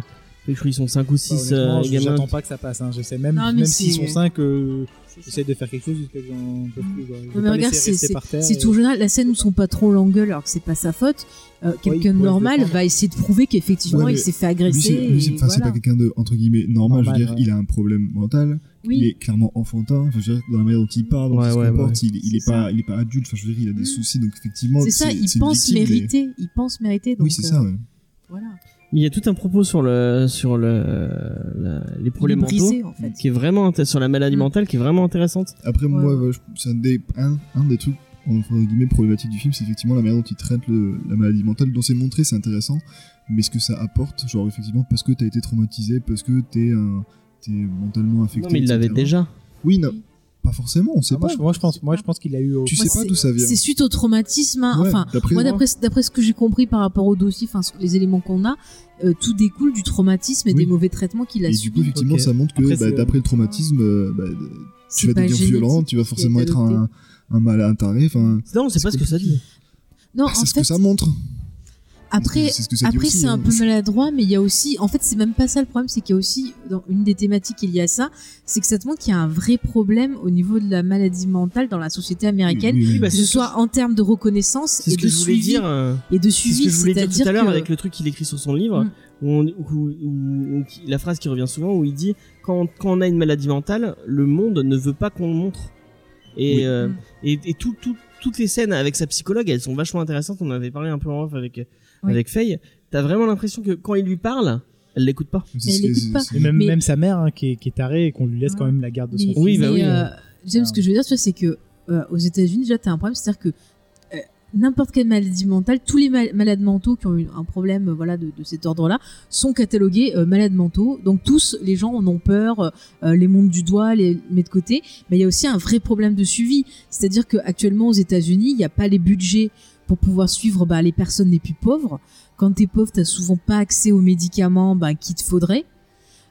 je crois qu'ils sont 5 ou
euh,
6
honnêtement, je-
gamins.
j'attends pas que ça passe. Hein. Je sais même,
Non, mais
même s'ils
c'est-
sont 5, euh, j'essaie de faire quelque chose jusqu'à que j'en peux plus. quoi. Je vais
Non, mais
pas
regarde,
laisser
c'est
rester
c'est-
par terre
c'est
et-
toujours général. La scène où son patron l'engueule alors que c'est pas sa faute, euh, quelqu'un
il
de
pourrait se
normal
défendre.
va essayer de prouver qu'effectivement
Ouais, mais
il s'est fait
Lui,
agresser.
c'est lui, c'est-
et
enfin, c'est
voilà.
pas quelqu'un de, entre guillemets, normal, je veux
Normal,
dire,
ouais.
il a un problème mental, il
Oui,
est clairement enfantin, enfin, je veux dire, dans la manière dont il parle, dont
Ouais,
il se
ouais,
comporte,
ouais.
il, il est
C'est
pas, il est pas adulte, enfin, je veux dire, il a des
Mm.
soucis, donc effectivement,
c'est ça. Il
c'est une
pense
victime des-
mériter. Il pense mériter. donc,
Oui, c'est
euh,
ça, ouais.
Voilà.
Mais il y a tout un propos sur le sur le la- les
Il est
problèmes mentaux
brisé en fait.
qui est vraiment inté- sur la maladie
Mm.
mentale qui est vraiment intéressante.
Après,
Ouais,
moi,
ouais.
ouais, je- c'est un des, un, un des trucs, entre guillemets, problématiques du film, c'est effectivement la manière dont il traite le- la maladie mentale, dont c'est montré, c'est intéressant, mais ce que ça apporte, genre, effectivement, parce que t'as été traumatisé, parce que t'es un- t'es mentalement affecté.
Non mais il l'avait
etc.
déjà.
Oui, non, pas forcément, on sait
Ah, moi,
pas.
je, moi, je pense, moi, je pense qu'il a eu. au-
Tu
Moi,
sais pas
c'est-
d'où ça vient.
C'est suite au traumatisme. hein.
Ouais,
Enfin,
d'après
moi, d'après d'après ce que j'ai compris par rapport au dossier, enfin sur les éléments qu'on a, euh, tout découle du traumatisme et
Oui.
des mauvais traitements qu'il a
Et du coup,
subis.
effectivement,
Ok.
ça montre que
Après,
bah,
c'est-
d'après le traumatisme, euh, bah, tu
C'est
vas
pas
devenir
génétique
violent, tu vas
qui est
forcément être
adopté.
un, un mal, un taré. Enfin,
Non, on sait
C'est
pas ce que ça dit.
Non,
hein. c'est
en
ce que
fait,
ça montre.
après,
c'est ce que ça dit
Après,
aussi,
c'est un
hein.
peu maladroit, mais il y a aussi, en fait, c'est même pas ça le problème, c'est qu'il y a aussi, dans une des thématiques qui est liée à ça, c'est que ça te montre qu'il y a un vrai problème au niveau de la maladie mentale dans la société américaine,
Oui, oui, oui.
bah,
que
c'est
ce
ce que-
soit en termes de reconnaissance
C'est
et
ce que
de,
je voulais
suivi,
dire. euh,
et de
C'est ce
suivi.
que je voulais dire tout à l'heure
que-
avec le truc qu'il écrit sur son livre,
Mm.
où on- où- où- où qui- la phrase qui revient souvent où il dit quand, quand on a une maladie mentale, le monde ne veut pas qu'on le montre. Et,
Oui.
euh,
Mm.
et, et tout- tout- toutes les scènes avec sa psychologue, elles sont vachement intéressantes. On en avait parlé un peu en off avec,
Oui.
avec Faye. T'as vraiment l'impression que quand il lui parle, elle l'écoute pas.
C'est
Mais
ce
elle
que-
écoute
c'est-
pas.
c'est-
Et même,
Mais-
même sa mère hein, qui, est, qui est tarée et qu'on lui laisse
Ouais.
quand même la garde de son
Mais,
fils.
Oui, bah
mais,
oui.
euh, James, ce que je veux dire, tu vois, c'est que euh, aux États-Unis, déjà, t'as un problème, c'est-à-dire que euh, n'importe quelle maladie mentale, tous les mal- malades mentaux qui ont eu un problème, euh, voilà, de, de cet ordre-là, sont catalogués euh, malades mentaux. Donc tous, les gens en ont peur, euh, euh, les montent du doigt, les mettent de côté. Mais il y a aussi un vrai problème de suivi, c'est-à-dire qu'actuellement aux États-Unis, il n'y a pas les budgets pour pouvoir suivre bah, les personnes les plus pauvres. Quand t'es pauvre, t'as souvent pas accès aux médicaments bah, qu'il te faudrait.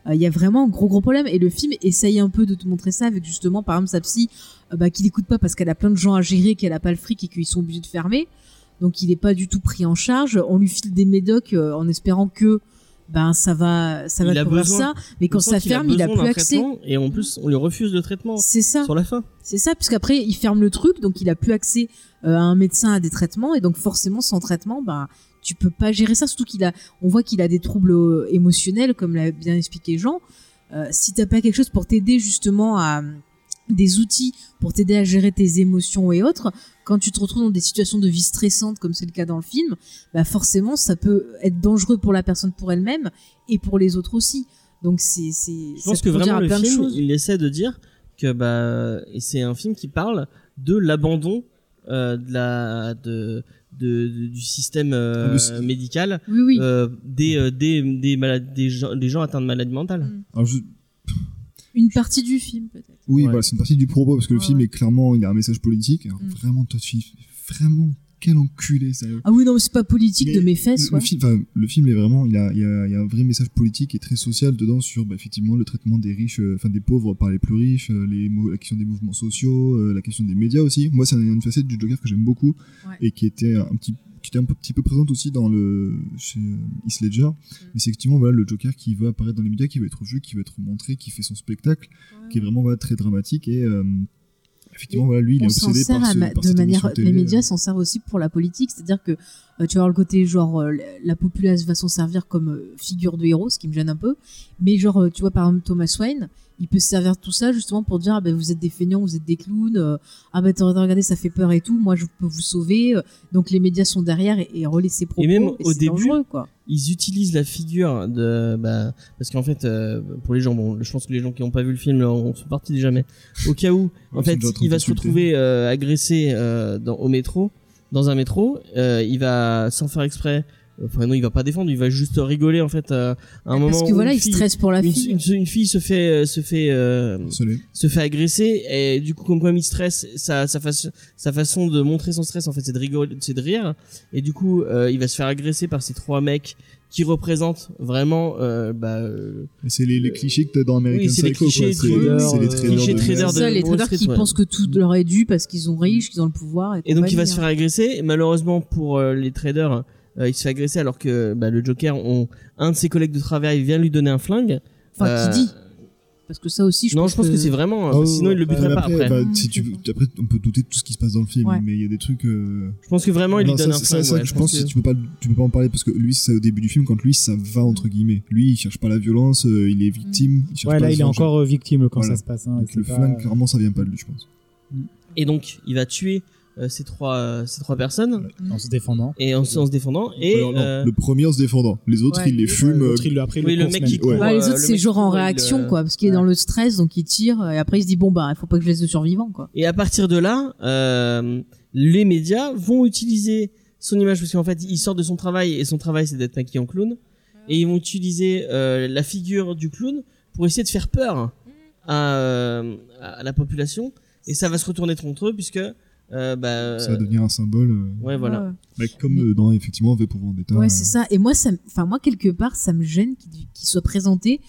Euh, Il y a vraiment un gros gros problème et le film essaye un peu de te montrer ça avec justement par exemple sa psy euh, bah, qui l'écoute pas parce qu'elle a plein de gens à gérer, qu'elle a pas le fric et qu'ils sont obligés de fermer. Donc il n'est pas du tout pris en charge. On lui file des médocs euh, en espérant que ben ça va ça va
Il a
couvrir
besoin.
ça, mais quand
On sent
ça
qu'il a
ferme, il a
besoin d'un
plus accès.
traitement, Et en plus, on lui refuse le traitement
C'est ça.
sur la fin.
C'est ça, puisqu'après, il ferme le truc, donc il a plus accès euh, à un médecin, à des traitements, et donc forcément, sans traitement, bah, tu peux pas gérer ça, surtout qu'il a, on voit qu'il a des troubles euh, émotionnels, comme l'a bien expliqué Jean. Euh, si t'as pas quelque chose pour t'aider justement à euh, des outils pour t'aider à gérer tes émotions et autres, quand tu te retrouves dans des situations de vie stressantes comme c'est le cas dans le film, bah forcément ça peut être dangereux pour la personne pour elle-même et pour les autres aussi. Donc c'est c'est
Je
ça
pense
peut
que
conduire
vraiment
à
le
plein de
film,
choses.
il essaie de dire que bah et c'est un film qui parle de l'abandon euh, de la de, de- de- du système euh,
Ah, mais c'est-
médical
Oui oui.
euh, des, euh, des des malades des gens, des gens atteints de maladies mentales.
Alors, je-
Une partie du film peut-être.
Oui,
Ouais.
voilà, c'est une partie du propos parce que le
Ouais,
film
ouais.
est clairement, il a un message politique. Alors,
Mm.
Vraiment touchy, vraiment quel enculé sérieux.
Ah oui, non, mais c'est pas politique
Mais
de mes fesses,
Le, le
ouais.
film, enfin, le film est vraiment, il y a, il y a- il y a un vrai message politique et très social dedans sur bah, effectivement le traitement des riches, euh, enfin des pauvres par les plus riches, euh, les, mou- la question des mouvements sociaux, euh, la question des médias aussi. Moi, c'est une facette du Joker que j'aime beaucoup
Ouais.
et qui était un petit qui était un peu- petit peu présente aussi dans le chez euh, Heath Ledger,
Mm.
mais c'est effectivement voilà le Joker qui va apparaître dans les médias, qui va être vu, qui va être montré, qui fait son spectacle, qui est vraiment voilà, très dramatique et euh, effectivement voilà lui il est
On s'en
obsédé
sert
par,
à
ce,
ma-
par
de
cette
manière.
émission télé,
Les médias
euh,
s'en servent aussi pour la politique, c'est-à-dire que euh, tu vas avoir le côté genre euh, la populace va s'en servir comme euh, figure de héros, ce qui me gêne un peu. Mais genre, euh, tu vois, par exemple, Thomas Wayne, il peut se servir de tout ça justement pour dire ah ben vous êtes des feignants, vous êtes des clowns, euh, ah ben t'as- regardez, ça fait peur et tout, moi je peux vous sauver. euh, Donc les médias sont derrière et, et relaient ses propos.
même au
c'est
début,
dangereux, quoi.
Ils utilisent la figure de bah, parce qu'en fait euh, pour les gens bon je pense que les gens qui n'ont pas vu le film on se partit déjà mais au cas où En
ouais,
fait,
c'est déjà
il va se
insulté.
retrouver euh, agressé euh, dans, au métro, dans un métro. euh, il va, sans faire exprès, enfin non, il va pas défendre, il va juste rigoler en fait euh, à un moment.
Parce
où
que voilà,
une
il
fille-
stresse pour la
une,
fille.
une- une fille se fait, euh, se fait, euh,
harcelé.
se fait agresser et du coup, comme comme il stresse, sa, sa, façon- sa façon de montrer son stress en fait, c'est de rigoler, c'est de rire. Et du coup, euh, il va se faire agresser par ces trois mecs qui représentent vraiment euh, bah, euh,
Et C'est les, les clichés que t'as dans American
Oui, c'est les
Psycho, quoi.
clichés,
C'est-
traders,
c'est les
euh,
traders
clichés
de
traders
merde.
de-
Ça, les
Wall
traders
Street,
qui
ouais.
pensent que tout leur est dû parce qu'ils sont riches, qu'ils ont le pouvoir.
Et donc il va
compagnie,
se
hein.
faire agresser. Et malheureusement pour euh, les traders, euh, il se fait agresser alors que bah, le Joker, on, un de ses collègues de travail vient lui donner un flingue.
Enfin,
Euh,
qui dit Parce que ça aussi, je
non,
pense
je pense que, c'est vraiment. euh, parce que sinon, il le
Bah,
buterait pas
après,
après. hein.
bah, si tu, après, on peut douter de tout ce qui se passe dans le film,
Ouais.
mais il y a des trucs. euh,
Je pense que vraiment, il
non,
lui
ça,
donne un
ça,
flingue.
ça,
ouais,
je pense que, tu peux pas, tu peux pas en parler parce que lui, c'est au début du film quand lui, ça va entre guillemets. Lui, il cherche pas la violence, euh,
Mm.
il est victime. Il cherche
Ouais,
pas
là,
à
il
se
est
venger.
encore euh, victime quand
Voilà.
ça se passe. hein, et
Donc,
c'est
le
pas-
flingue, clairement, ça vient pas de lui, je pense.
Et donc, il va tuer euh, ces trois, euh, ces trois personnes
euh, En se défendant.
et en, en se défendant. Et
Alors, non,
euh,
le premier en se défendant, les autres,
ouais.
il les fume. euh,
L'autre, il l'a pris,
oui, le
court,
mec
même.
qui court,
Ouais.
Bah,
euh,
les autres,
le
c'est
mec
genre en
court, il,
réaction,
euh,
quoi. Parce qu'il est
ouais.
dans le stress, donc il tire. Et après, il se dit bon, bah, il faut pas que je laisse de survivants, quoi.
Et à partir de là, euh, les médias vont utiliser son image parce qu'en fait, il sort de son travail et son travail c'est d'être maquillé en clown. Et ils vont utiliser euh, la figure du clown pour essayer de faire peur à, euh, à la population. Et ça va se retourner contre eux puisque euh, bah,
Ça va devenir un symbole. euh,
ouais voilà.
Ouais,
bah, comme euh, dans effectivement V pour Vendetta.
ouais.
euh,
Ouais, c'est ça. Et moi, ça, me- enfin, moi, quelque part, ça me gêne qu'il qu'il soit présenté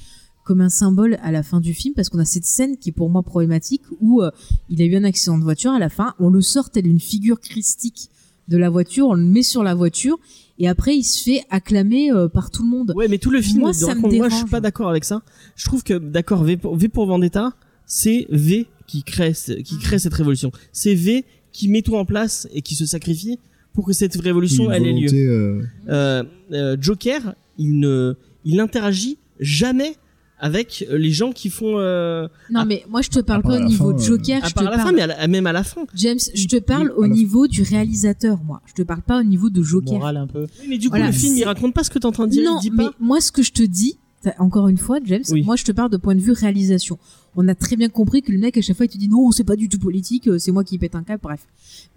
comme un symbole à la fin du film, parce qu'on a cette scène qui est pour moi problématique où euh, il a eu un accident de voiture. À la fin, on le sort tel une figure christique de la voiture, on le met sur la voiture, et après, il se fait acclamer euh, par tout le monde.
Ouais, mais tout le film,
Moi,
de
ça me
raconte- moi je suis
dérange.
pas d'accord avec ça. Je trouve que d'accord V pour, v pour Vendetta, c'est V qui crée ce- qui crée cette révolution. C'est V qui met tout en place et qui se sacrifie pour que cette
oui,
révolution
une
elle ait lieu.
volonté, euh,
euh, euh, Joker, il ne, il interagit jamais avec les gens qui font euh,
Non,
À-
mais moi, je te parle
à part
pas
à
au
la
niveau
fin, euh,
Joker,
à
Ah, je te
part à la
parle
fin, mais à la- même à la fin.
James, je te parle au
Oui, à la-
niveau du réalisateur, moi. Je te parle pas au niveau de Joker.
Morale un peu.
Oui, mais du coup,
Voilà,
le film, il
c'est-
raconte pas ce que t'es en train de dire.
non,
il dit
mais
pas.
moi, ce que je te dis, t'as- encore une fois, James,
Oui.
moi, je te parle de point de vue réalisation. On a très bien compris que le mec, à chaque fois, il te dit non, c'est pas du tout politique, euh, c'est moi qui pète un câble, bref.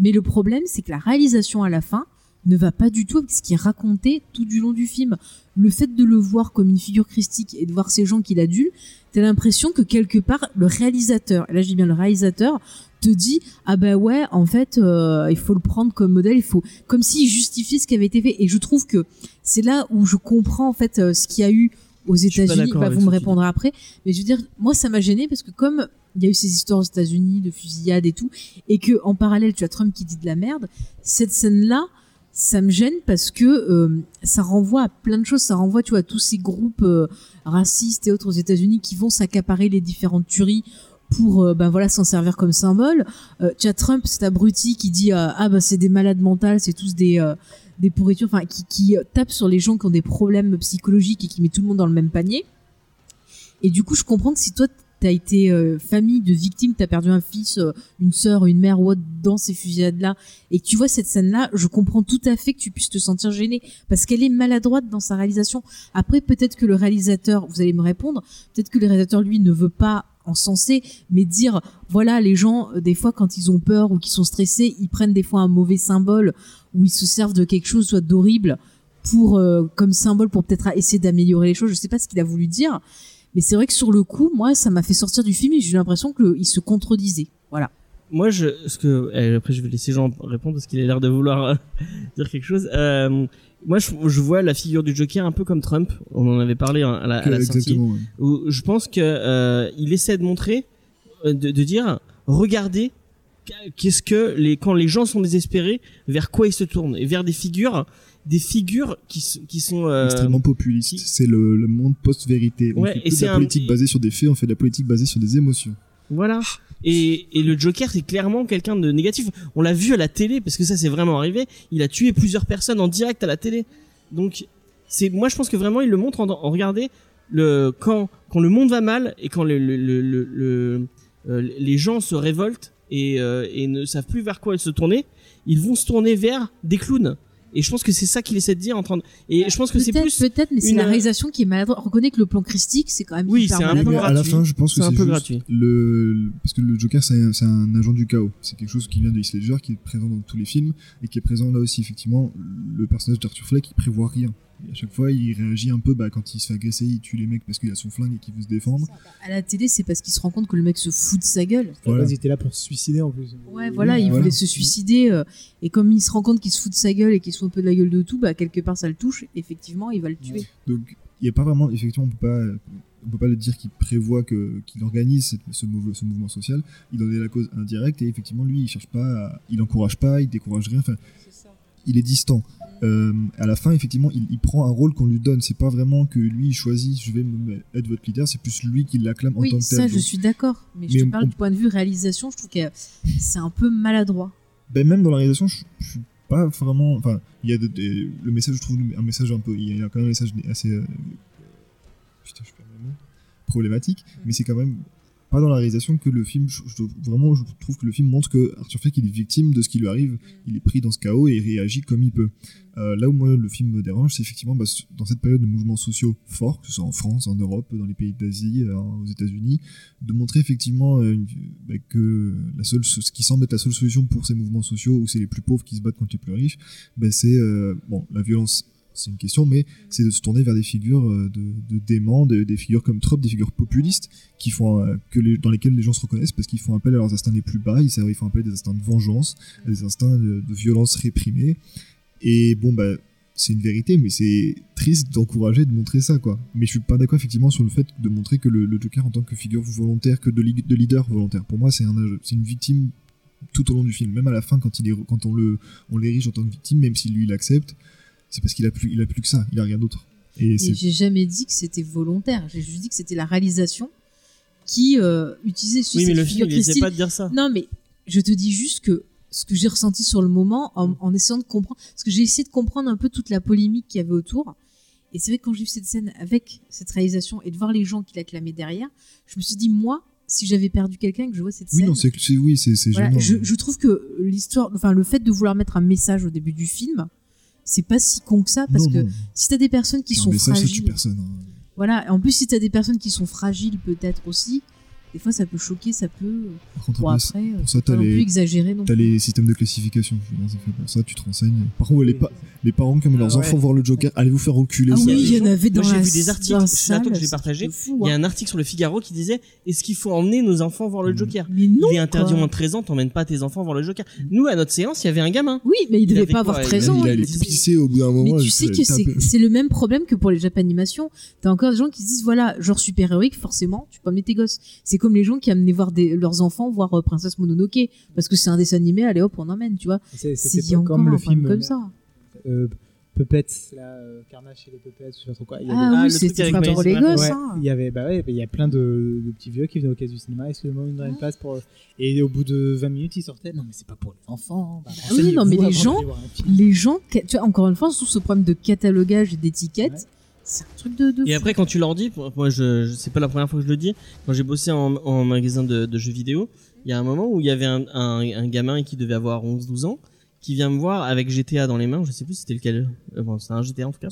Mais le problème, c'est que la réalisation à la fin ne va pas du tout avec ce qui est raconté tout du long du film. Le fait de le voir comme une figure christique et de voir ces gens qu'il adule, t'as l'impression que quelque part, le réalisateur, et là je dis bien le réalisateur, te dit ah bah ouais en fait euh, il faut le prendre comme modèle il faut comme s'il justifiait ce qui avait été fait et je trouve que c'est là où je comprends en fait euh, ce qu'il y a eu aux
suis pas
États-Unis
d'accord
bah,
avec
vous me
ce que tu dis.
répondrez après mais je veux dire moi ça m'a gêné parce que comme il y a eu ces histoires aux États-Unis de fusillades et tout et que en parallèle tu as Trump qui dit de la merde cette scène là ça me gêne parce que euh, ça renvoie à plein de choses ça renvoie tu vois à tous ces groupes euh, racistes et autres aux États-Unis qui vont s'accaparer les différentes tueries pour euh, ben voilà s'en servir comme symbole. Euh, tu as Trump, cet abruti qui dit euh, ah ben c'est des malades mentales, c'est tous des euh, des pourritures, enfin qui, qui euh, tape sur les gens qui ont des problèmes psychologiques et qui met tout le monde dans le même panier. Et du coup, je comprends que si toi t'as été euh, famille de victimes, t'as perdu un fils, euh, une sœur, une mère ou autre dans ces fusillades là, et que tu vois cette scène là, je comprends tout à fait que tu puisses te sentir gêné parce qu'elle est maladroite dans sa réalisation. Après, peut-être que le réalisateur, vous allez me répondre, peut-être que le réalisateur, lui, ne veut pas encenser, mais dire, voilà, les gens, euh, des fois, quand ils ont peur ou qu'ils sont stressés, ils prennent des fois un mauvais symbole ou ils se servent de quelque chose, soit d'horrible, pour, euh, comme symbole pour peut-être essayer d'améliorer les choses. Je sais pas ce qu'il a voulu dire, mais c'est vrai que sur le coup, moi, ça m'a fait sortir du film et j'ai eu l'impression qu'il se contredisait. Voilà.
Moi, je, ce que euh, après, je vais laisser Jean répondre parce qu'il a l'air de vouloir euh, dire quelque chose. Euh, moi, je, je vois la figure du Joker un peu comme Trump. On en avait parlé hein, à la, à la sortie.
exactement. ouais.
où je pense que euh, il essaie de montrer, euh, de, de dire, regardez, qu'est-ce que les quand les gens sont désespérés, vers quoi ils se tournent et vers des figures, des figures qui s- qui sont euh,
extrêmement populiste.
qui-
C'est le, le monde post-vérité. On
Ouais,
fait
et
plus de
c'est
la
un-
politique
et-
basée sur des faits, on fait de la politique basée sur des émotions.
voilà. Et, et le Joker, c'est clairement quelqu'un de négatif. On l'a vu à la télé parce que ça, c'est vraiment arrivé. Il a tué plusieurs personnes en direct à la télé. Donc, c'est moi, je pense que vraiment, il le montre en, en regardez le quand quand le monde va mal et quand le, le, le, le- le- euh, les gens se révoltent et, euh, et ne savent plus vers quoi se tourner, ils vont se tourner vers des clowns. Et je pense que c'est ça qu'il essaie de dire en train de... Et je pense que c'est
Peut-être,
plus
peut-être, mais c'est
une-
la réalisation qui est maladroite. Reconnaît que le plan christique, c'est quand même
Oui,
hyper
c'est un
Oui,
peu
mais
maladroit.
à la
gratuit.
fin, je pense
C'est
que c'est
un peu
juste
gratuit.
Le, le- parce que le Joker, c'est un, c'est un agent du chaos. C'est quelque chose qui vient de Heath Ledger, qui est présent dans tous les films et qui est présent là aussi. Effectivement, le personnage d'Arthur Fleck, il prévoit rien. Et à chaque fois, il réagit un peu bah, quand il se fait agresser, il tue les mecs parce qu'il a son flingue et qu'il veut se défendre.
À la télé, c'est parce qu'il se rend compte que le mec se fout de sa gueule.
Voilà.
Ils étaient là pour se suicider en plus.
Ouais, voilà, il
voilà.
voulait se suicider. euh, et comme il se rend compte qu'il se fout de sa gueule et qu'il se fout un peu de la gueule de tout, bah, quelque part, ça le touche. Effectivement, il va le tuer.
Donc, il n'y a pas vraiment, effectivement, on peut pas, on peut pas le dire qu'il prévoit que, qu'il organise cette- ce, mouve- ce mouvement social. Il en est la cause indirecte et effectivement, lui, il cherche pas, à- il encourage pas, il décourage rien. Enfin, il est distant. Euh, à la fin, effectivement, il, il prend un rôle qu'on lui donne. C'est pas vraiment que lui il choisit, je vais me- être votre leader. C'est plus lui qui l'acclame en tant
Oui,
que tel.
ça, je
Donc,
suis d'accord. Mais, je
Mais
te
on-
parle
on-
du point de vue réalisation, je trouve que c'est un peu maladroit.
ben, même dans la réalisation, je, je suis pas vraiment. Enfin, il y a des- des- le message, je trouve un message un peu. Il y a quand même un message assez. euh, putain, je perds mes mots. Problématique, mais c'est quand même pas dans la réalisation que le film. je- je- vraiment, je trouve que le film montre que Arthur Fleck il est victime de ce qui lui arrive. Il est pris dans ce chaos et il réagit comme il peut. Euh, là où moi le film me dérange, c'est effectivement bah, ce- dans cette période de mouvements sociaux forts, que ce soit en France, en Europe, dans les pays d'Asie, euh, aux États-Unis, de montrer effectivement euh, une- bah, que la seule, ce qui semble être la seule solution pour ces mouvements sociaux où c'est les plus pauvres qui se battent contre les plus riches, bah, c'est euh, bon la violence. C'est une question, mais c'est de se tourner vers des figures euh, de, de déments, de- des figures comme Trump, des figures populistes, qui font euh, que les- dans lesquelles les gens se reconnaissent parce qu'ils font appel à leurs instincts les plus bas, ils, savent- ils font appel à des instincts de vengeance, à des instincts de, de violence réprimée. Et bon, bah, c'est une vérité, mais c'est triste d'encourager, de montrer ça, quoi. Mais je suis pas d'accord, effectivement, sur le fait de montrer que le, le Joker, en tant que figure volontaire, que de, li- de leader volontaire, pour moi, c'est un, c'est une victime tout au long du film. Même à la fin, quand, il est, quand on le, on l'érige en tant que victime, même si lui, il accepte, c'est parce qu'il a plus, il a plus que ça, il a rien d'autre. Et
Et
c'est
j'ai jamais dit que c'était volontaire. J'ai juste dit que c'était la réalisation qui euh, utilisait ce
Oui, mais
cette
le
figure
film, il essaie
Christine.
pas de dire ça.
Non, mais je te dis juste que ce que j'ai ressenti sur le moment, en, en essayant de comprendre, parce que j'ai essayé de comprendre un peu toute la polémique qu'il y avait autour. Et c'est vrai que quand j'ai vu cette scène avec cette réalisation et de voir les gens qui l'acclamaient derrière, je me suis dit, moi, si j'avais perdu quelqu'un et que je vois cette
oui,
scène.
non, c'est, c'est- oui, c'est, c'est
Voilà,
gênant.
je, je trouve que l'histoire, enfin le fait de vouloir mettre un message au début du film, c'est pas si con que ça parce
Non,
que
non,
si t'as des personnes qui
un
sont
message, ça tue
fragiles,
personne. hein.
voilà, et en plus si t'as des personnes qui sont fragiles peut-être aussi, des fois ça peut choquer, ça peut,
Par contre,
bon
après,
après, euh,
pour ça,
faut pas
t'as
non plus
les,
exagérer non
T'as
plus.
les systèmes de classification, je veux dire, c'est fait pour ça, tu te renseignes. Par contre, les, pa- les parents qui amènent leurs
Ah ouais.
enfants voir le Joker, allez vous faire reculer.
Ah
ça. euh,
oui, il y en
Moi,
avait dans
j'ai
la
vu des
dans
articles,
la
c'est un truc que j'ai
salle,
partagé.
c'est fou,
Il y a
hein.
un article sur le Figaro qui disait Est-ce qu'il faut emmener nos enfants voir le
Mm.
Joker
Mais non,
Il est interdit au
quoi.
moins de 13 ans, t'emmènes pas tes enfants voir le Joker. Nous, à notre séance, il y avait un gamin.
Oui, mais il,
Il
devait
avait
pas
quoi,
avoir
il
13
avait-
ans.
il allait
devait-
pisser au bout d'un moment.
hein. Mais tu
je
sais
fais
que c'est
taper.
c'est le même problème que pour les Jap Animation. T'as encore des gens qui se disent voilà, genre super-héroïque, forcément, tu peux amener tes gosses. C'est comme les gens qui amenaient voir des, leurs enfants voir euh, Princesse Mononoke. Parce que c'est un dessin animé, allez hop, on emmène, tu vois.
C'est-
C'est
C'était
il y a
pas
encore
comme
un
le
film
film
comme ça.
euh, Puppets, là, euh, Carnage et les Puppets, je sais pas trop quoi. Il y a
Ah
des-
Ah,
oui,
le truc
c'était
avec
pas pour les
Maïs Maman.
gosses.
Ouais,
hein.
il y avait bah ouais, il y a plein de, de petits vieux qui venaient au caisse du cinéma, excusez-moi, une, une place pour et au bout de 20 minutes, ils sortaient. Non mais c'est pas pour les enfants. Bah,
oui, non, mais
renseignez-vous
les
avant
gens-
d'aller voir un film.
Les gens, ca- tu vois, encore une fois, on se trouve ce problème de catalogage et d'étiquette.
Ouais.
C'est un truc de. de
Et
fou.
après, quand tu leur dis, pour- moi, je, je- c'est pas la première fois que je le dis, quand j'ai bossé en, en magasin de, de jeux vidéo, il y a un moment où il y avait un, un, un gamin qui devait avoir 11-12 ans, qui vient me voir avec GTA dans les mains, je sais plus c'était lequel, euh, bon, c'était un GTA en tout cas,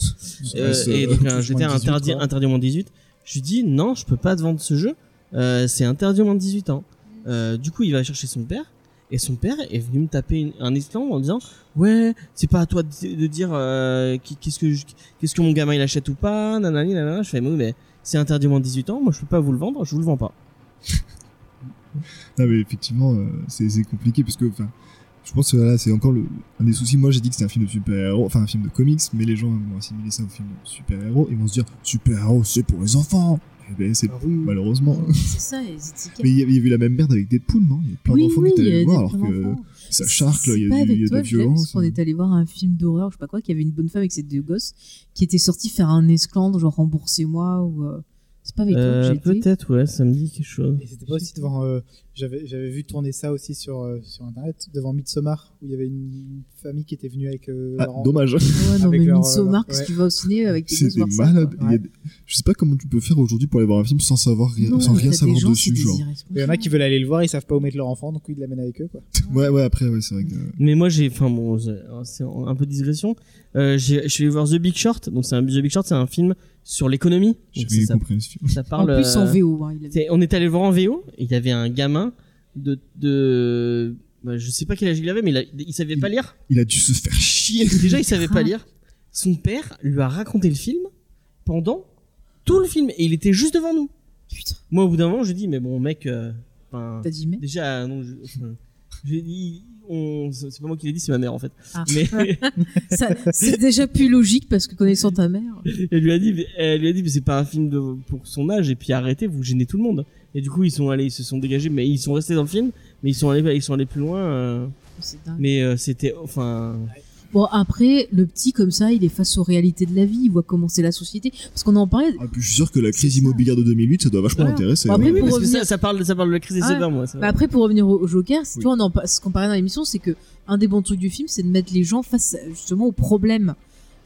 Euh,
C'est-
et
c'est-
donc
touche
un
moins
GTA
18,
interdit,
quoi.
interdit au moins 18. Je lui dis non, je peux pas te vendre ce jeu. Euh, c'est interdit au moins de 18 ans. Euh, du coup, il va chercher son père. Et son père est venu me taper une- un esclandre en disant ouais c'est pas à toi de, de dire euh, qui- qu'est-ce que je- qu'est-ce que mon gamin il achète ou pas nanani nanana je fais mais, oui, mais c'est interdit au moins de 18 ans moi je peux pas vous le vendre je vous le vends pas
Non, mais effectivement, euh, c'est c'est compliqué parce que, enfin, je pense que là, c'est encore le, un des soucis. Moi, j'ai dit que c'était un film de super-héros, enfin, un film de comics, mais les gens vont assimiler ça au film de super-héros et vont se dire super-héros, c'est pour les enfants. Eh ben, c'est
Ah oui.
malheureusement.
C'est ça, les étiquettes.
Mais il y avait- il y avait eu la même merde avec Deadpool, non Il y avait plein
oui,
d'enfants
oui,
qui
il y
étaient allés
a
le
des
voir alors
plein
que.
d'enfants.
ça charcle, il y a
pas
du-
avec
il y a euh. de
toi
la
que je l'ai vu, parce
violence.
qu'on est allé voir un film d'horreur, je sais pas quoi, qui avait une bonne femme avec ses deux gosses, qui était sortie faire un esclandre, genre remboursez-moi ou. euh, C'est pas avec
Euh,
toi que j'ai été.
peut-être ouais ça me dit quelque chose
Et c'était pas aussi devant. euh, J'avais j'avais vu tourner ça aussi sur euh, sur internet devant Midsommar où il y avait une famille qui était venue avec. euh,
Ah,
leur enfant.
dommage.
Ah Ouais, non,
Avec
mais
leur- euh,
Midsommar, qu'est-ce
ouais.
qu'il va au ciné avec tes
C'est
gosses
des
voir ça
malades.
quoi.
Il y a des- Je sais pas comment tu peux faire aujourd'hui pour aller voir un film sans savoir rien, sans rien savoir dessus, genre.
Il y en a qui veulent aller le voir, ils savent pas où mettre leur enfant, donc ils l'amènent avec eux quoi.
Ouais, ouais, après, ouais, c'est vrai que. euh,
Mais moi, j'ai, enfin bon, c'est c'est un peu de digression. Euh, j'ai- je suis allé voir The Big Short. Donc, c'est un The Big Short, c'est un film sur l'économie.
J'ai
Donc,
rien
Ça,
compris à ce film.
ça
En
parle.
plus,
euh,
en VO. hein, il avait-
c'est- on est allé le voir en VO et il y avait un gamin de, de, bah, je sais pas quel âge il avait, mais il, a- il savait pas lire.
Il a dû se faire chier.
Déjà, il savait pas
Ah.
lire. Son père lui a raconté le film pendant tout le film et il était juste devant nous.
Putain,
Moi, au bout d'un moment, je dis mais bon, mec, euh, enfin,
t'as dit mais.
Déjà, non, je, j'ai dit, on, c'est c'est pas moi qui l'ai dit, c'est ma mère en fait.
Ah.
Mais
Ça, C'est déjà plus logique parce que connaissant ta mère.
elle lui a dit, mais- elle lui a dit, mais c'est pas un film de, pour son âge, et puis arrêtez, vous gênez tout le monde. Et du coup, ils sont allés, ils se sont dégagés, mais ils sont restés dans le film, mais ils sont allés, ils sont allés plus loin. euh,
C'est dingue.
mais euh, c'était, enfin,
Bon, après, le petit, comme ça, il est face aux réalités de la vie, il voit comment c'est la société. Parce qu'on en parlait.
Ah, puis je suis sûr que la crise immobilière de 2008, ça doit vachement
Voilà.
intéresser.
Bah, après,
ouais.
pour
Parce que
revenir-
ça, ça parle, ça parle de la crise des
Ouais.
serveurs, moi. ça.
Mais Bah, après, pour revenir au, au Joker, si
Euh,
tu
Oui.
vois, on en par- ce qu'on parlait dans l'émission, c'est que un des bons trucs du film, c'est de mettre les gens face euh, justement aux problèmes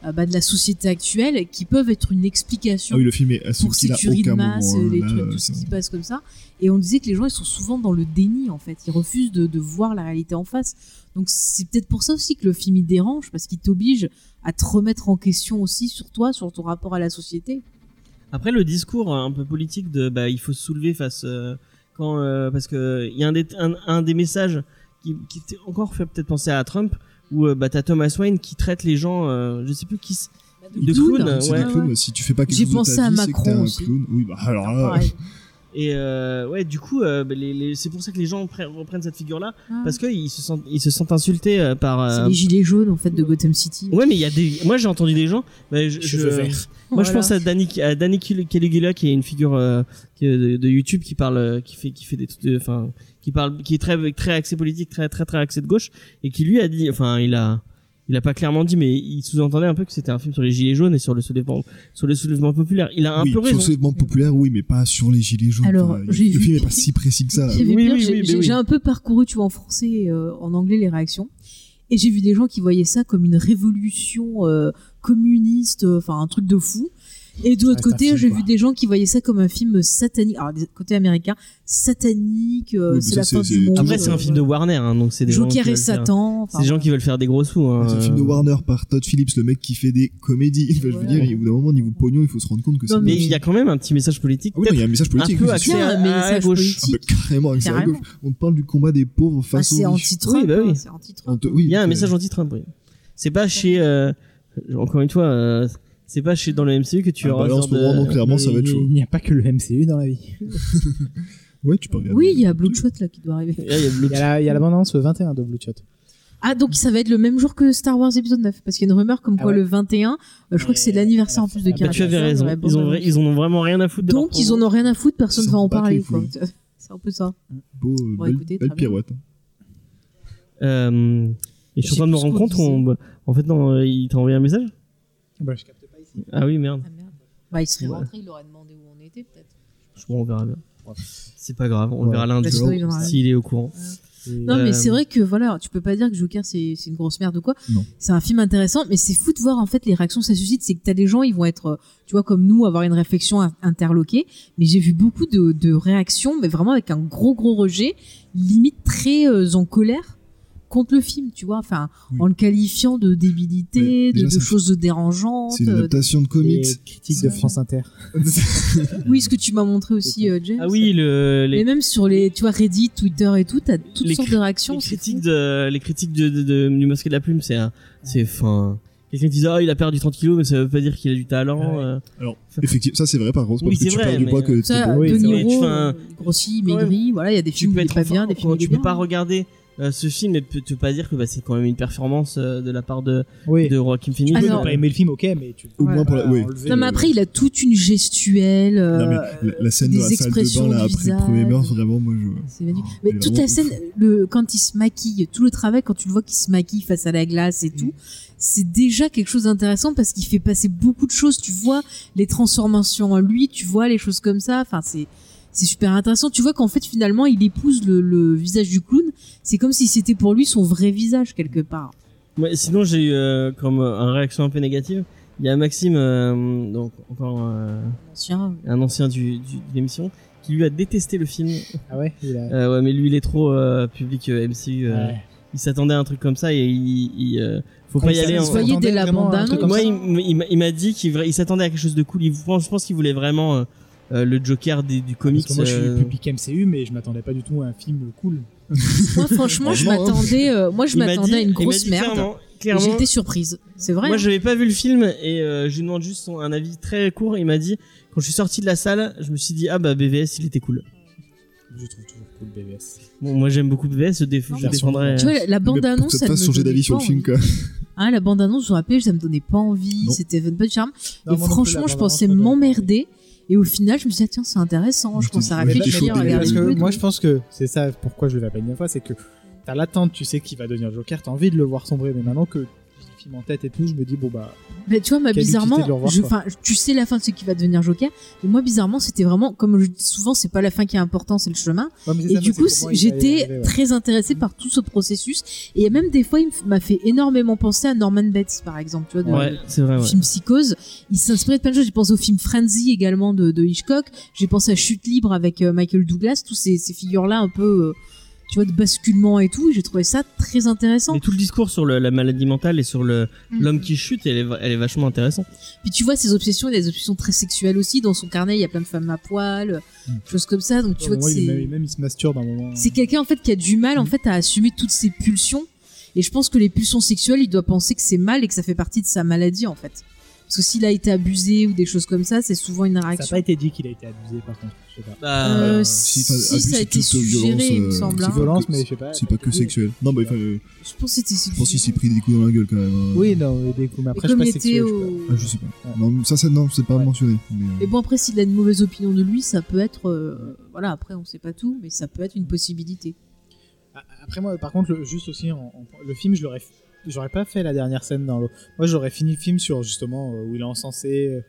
euh, bah, de la société actuelle qui peuvent être une explication
Ah oui, le film est
pour
assorti là
sécurité de
aucun
masse,
moment. hein.
les
Là,
trucs,
euh,
tout ce
c'est-
qui passe comme ça. Et on disait que les gens, ils sont souvent dans le déni, en fait. Ils refusent de, de voir la réalité en face. Donc c'est peut-être pour ça aussi que le film, il dérange, parce qu'il t'oblige à te remettre en question aussi sur toi, sur ton rapport à la société.
Après le discours euh, un peu politique de bah il faut se soulever face euh, quand euh, parce que il y a un des un, un des messages qui qui t'a encore fait peut-être penser à Trump où euh, bah t'as Thomas Wayne qui traite les gens euh, je sais plus qui s- de
clown.
clown
C'est
ouais.
des clowns, si tu fais pas quelque
J'ai
chose de
pensé
ta
à
vie, c'est que
Macron
t'es un
aussi.
clown. Oui, bah alors là,
Pareil.
et euh, ouais du coup euh, bah, les, les- c'est pour ça que les gens pre- reprennent cette figure là
Ah.
parce que ils se sentent ils se sentent insultés euh, par euh,
C'est les gilets jaunes, en fait, de Gotham City.
ouais mais il y a des moi j'ai entendu des gens bah, je,
Cheveux
je-
verts.
Moi, je
Voilà.
pense à Danny, à Danny Cal- Caligula, qui est une figure euh, qui est de, de YouTube qui parle, euh, qui fait, qui fait des, trucs de- enfin, qui parle, qui est très, très axé politique, très, très, très axé de gauche, et qui lui a dit, enfin, il a, il a pas clairement dit, mais il sous-entendait un peu que c'était un film sur les gilets jaunes et sur le soulèvement, sur le soulèvement populaire. Il a un
oui,
peu
sur
raison.
le soulèvement populaire, oui, mais pas sur les gilets jaunes.
Alors,
Enfin,
j'ai
le
vu-
film est pas si précis que ça.
J'ai vu
Oui,
pire,
oui,
j'ai-
oui, mais
j'ai-
oui.
j'ai un peu parcouru, tu vois, en français et euh, en anglais les réactions. Et j'ai vu des gens qui voyaient ça comme une révolution euh, communiste, euh, enfin un truc de fou. Et de l'autre
reste un
côté,
film,
j'ai
quoi.
vu des gens qui voyaient ça comme un film satanique. Alors, des- côté américain, satanique, euh,
Oui, mais
c'est
ça,
la
c'est-
fin du
c'est-
monde.
Après, c'est un film de Warner, hein, donc c'est des gens. qui
Joker et
veulent faire-
Satan. enfin,
C'est des gens qui veulent faire des gros sous. Hein,
C'est un film de
euh.
Warner par Todd Phillips, le mec qui fait des comédies. Enfin, je veux
Voilà.
dire, il- au bout d'un moment, niveau pognon, il faut se rendre compte que
Non,
c'est.
Mais
pas-
il y a quand même un petit message politique.
Ah oui, non, il y a un message
peut-être
politique.
un peu
oui, c'est
axé
sûr.
Tiens,
à,
un
à
message
gauche.
politique.
Ah, bah, carrément, axé à
Carrément.
gauche. On te parle du combat des pauvres
enfin,
face
Ah, c'est
aux riches.
anti-Trump.
Oui, bah oui.
hein, c'est anti-Trump.
Anto- oui, euh,
Il y a un
c'est-
message anti-Trump, oui. C'est pas chez. euh, encore une fois, euh, c'est pas chez dans le MCU que tu
Ah,
auras.
bah,
ce
là, en
genre
ce moment,
de-
non, clairement, ça va être
Il-
chaud.
Il n'y a pas que le MCU dans la vie.
Ouais, tu peux regarder.
Oui, il y a Bloodshot là qui doit arriver.
Là, il y a Blue-
Il y a la, il y a la bande-annonce le 21 de Blue Shot.
Ah, donc ça va être le même jour que Star Wars épisode 9, parce qu'il y a une rumeur comme
Ah
quoi
ouais.
le 21, euh, je crois que c'est
Mais-
l'anniversaire en plus de
Ah bah,
Bah, tu avais
Carrie
raison.
Fisher,
Ils, ont
ouais, bah,
vra- ils en ont vraiment rien à foutre de leur
Donc ils en ont rien à foutre, personne
Ils
va
s'en
en
battent
parler
les
quoi.
couilles.
C'est un peu ça.
Beau, euh,
Bon,
belle-
écoutez,
belle
très bien.
pirouette.
Euh, et je suis en
Je sais
train de me
plus ce
rendre
qu'on
compte
disait.
on- bah, en fait, non, euh, il t'a envoyé un message
Bah, je capte pas ici.
Ah oui, merde.
Bah il serait
Ouais.
rentré, il aurait demandé où on était peut-être.
Je crois on verra bien. Bah,
Ouais.
C'est pas grave, on le
Ouais.
verra lundi
Parce que, oui, on aura-
s'il est au courant.
Non
Euh,
mais c'est vrai que voilà, tu peux pas dire que Joker c'est c'est une grosse merde ou quoi.
Non.
C'est un film intéressant, mais c'est fou de voir en fait les réactions que ça suscite. C'est que t'as des gens, ils vont être, euh, tu vois, comme nous, avoir une réflexion in- interloquée. Mais j'ai vu beaucoup de, de réactions, mais vraiment avec un gros gros rejet, limite très euh, en colère contre le film, tu vois. Enfin,
Oui.
en le qualifiant de
Mais
débilité, de,
déjà,
de
ça-
choses dérangeantes.
C'est une
euh,
adaptation de comics.
Et Critique de
Ouais.
France Inter.
Oui, ce que tu m'as montré aussi, euh, James.
Ah oui, le, les,
Mais même sur les, tu vois, Reddit, Twitter et tout, t'as toutes
Les
sortes
cri-
de réactions.
les
c'est
critiques,
fou.
de, les critiques de, de- de- du Masque et de la Plume, c'est. un- C'est. Enfin. Quelqu'un qui dit Ah, il a perdu 30 kilos, mais ça veut pas dire qu'il a du talent.
Ouais.
euh,
Alors, effectivement, ça c'est vrai par contre,
Oui,
parce que
c'est
tu
vrai,
perds du
mais,
poids que
euh,
t'es
Ça,
beau.
Oui,
De
c'est vrai.
Niro,
Tu,
euh,
enfin,
grossi,
quand même,
maigri, voilà, il y a des
tu
films où
peux
il est
être
pas
enfin-
bien, des films où
enfin,
il est
tu peux
bien.
pas regarder euh, ce film et peut- te pas dire que bah, c'est quand même une performance euh, de la part de
Oui.
de Joaquin
Tu
Phoenix
peux
Alors-
ne pas aimer le film, ok, mais tu
Au moins pour la- oui.
Non, mais après, il a toute une gestuelle. euh,
Non, mais la, la scène
des
de la salle de bain
expressions
là,
du
après le
visage.
premier meurtre, vraiment, moi je.
C'est magnifique.
Oh,
Mais
il est
toute
vraiment
la scène, le, quand il se maquille, tout le travail, quand tu le vois qu'il se maquille face à la glace et tout, c'est déjà quelque chose d'intéressant parce qu'il fait passer beaucoup de choses. Tu vois les transformations en lui, tu vois les choses comme ça. Enfin, c'est c'est super intéressant. Tu vois qu'en fait, finalement, il épouse le, le visage du clown. C'est comme si c'était pour lui son vrai visage quelque part.
Ouais, sinon, j'ai eu euh, comme euh, une réaction un peu négative. Il y a Maxime, euh, donc encore euh,
Ancien.
un ancien du, du- de l'émission, qui lui a détesté le film.
Ah ouais, il a.
Euh, ouais, mais lui, il est trop euh, public euh, MCU. euh,
Ouais.
Il s'attendait à un truc comme ça et il, il, euh, faut pas y aller.
on
en-
se voyait dès la
vraiment à un
bande-annonce.
truc comme
Moi,
ça.
il, m- il m'a- il m'a dit qu'il vra- il s'attendait à quelque chose de cool. Il, je pense qu'il voulait vraiment euh, euh, le Joker des- du comics.
Parce que moi, je
euh,
suis public MCU, mais je m'attendais pas du tout à un film cool.
Moi, franchement, je
Franchement, hein.
m'attendais, euh, moi, je
il m'a dit-
m'attendais à une
il m'a
grosse
dit
merde.
clairement-
Et
clairement,
J'ai été surprise. C'est vrai.
Moi,
hein.
j'avais pas vu le film et euh, je lui demande juste son- un avis très court. Il m'a dit quand je suis sorti de la salle, je me suis dit ah bah BVS il était cool.
Je trouve toujours cool BVS.
Bon, moi j'aime beaucoup BVS, je, déf-
Non,
je
mais-
défendrai. euh,
Tu vois, la- la bande
Mais pour
annonce,
que
ça
ça te
ne me
fasse changer
donnait
d'avis sur
pas
le film,
envie.
quoi.
Hein, la bande annonce, je vous rappelle, ça me donnait pas envie,
Non.
c'était pas de charme.
Non,
et
moi non plus,
franchement,
la euh,
je pensais
bande-annonce,
m'emmerder. Et au final, je me suis dit, ah, tiens, c'est intéressant, je
Je
commence à
te dis,
mais
réfléchir,
bah,
à
mais
regarder.
Parce
Regardez.
que
le
moi,
truc.
je pense que c'est ça pourquoi je le vais pas une fois, c'est que t'as l'attente, tu sais qu'il va devenir le Joker, t'as envie de le voir sombrer, mais maintenant que film en tête et tout, je me dis, bon bah.
Mais tu vois, moi,
Quelle utilité
bizarrement,
de le revoir,
je-
quoi.
enfin, tu sais la fin de ce qui va devenir Joker. Et moi, bizarrement, c'était vraiment, comme je dis souvent, c'est pas la fin qui est importante, c'est le chemin.
Ouais, mais c'est
Et
ça,
du
moi,
coup,
c'est comment il va y
j'étais
arriver, ouais.
très intéressée par tout ce processus. Et il y a même des fois, il m'a fait énormément penser à Norman Bates, par exemple, tu vois, de-
Ouais, c'est vrai,
le
ouais.
film Psychose. Il s'inspirait de plein de choses. J'ai pensé au film Frenzy également de, de Hitchcock. J'ai pensé à Chute libre avec euh, Michael Douglas. Tous ces, ces figures-là un peu, euh, tu vois, de basculement et tout. Et J'ai trouvé ça très intéressant.
Mais tout le discours sur le- la maladie mentale et sur le
Mm.
l'homme qui chute, elle est, va- elle est vachement intéressante.
Puis tu vois, ses obsessions, il a des obsessions très sexuelles aussi. Dans son carnet, il y a plein de femmes à poil,
Mm.
choses comme ça. Donc tu vois
Au
que
moment, il- même,
c'est.
même il se masturbe à un moment.
C'est quelqu'un en fait qui a du mal en fait à assumer toutes ses pulsions. Et je pense que les pulsions sexuelles, il doit penser que c'est mal et que ça fait partie de sa maladie en fait. Parce que s'il a été abusé ou des choses comme ça, c'est souvent une
Ça n'a
réaction.
pas été dit qu'il a été abusé par contre. Je sais pas.
Bah,
Euh,
si,
si,
enfin, abus,
ça a
c'est
été
toute
suggéré,
violence,
il me
euh,
semble.
c'est
hein.
C'est violence,
que-
mais je sais pas.
C'est pas que sexuel. Non, bah, enfin, euh,
Je pense que c'était
je pense qu'il s'est pris des coups dans la gueule quand même. hein.
Oui, non, mais des coups, mais
Mais
après, je
comme
suis pas
il
sexuel.
était
je sais pas.
au.
Ah, je sais pas. Non, ça, ça non, c'est pas
Ouais.
mentionné. Mais, euh,
Mais bon, après, s'il a une mauvaise opinion de lui, ça peut être. euh, Voilà, après, on sait pas tout, mais ça peut être une possibilité.
Ah, Après moi, par contre, le- juste aussi, en- en- le film, je l'aurais, j'aurais pas fait la dernière scène dans l'eau. Moi, j'aurais fini le film sur justement euh, où il est encensé. euh,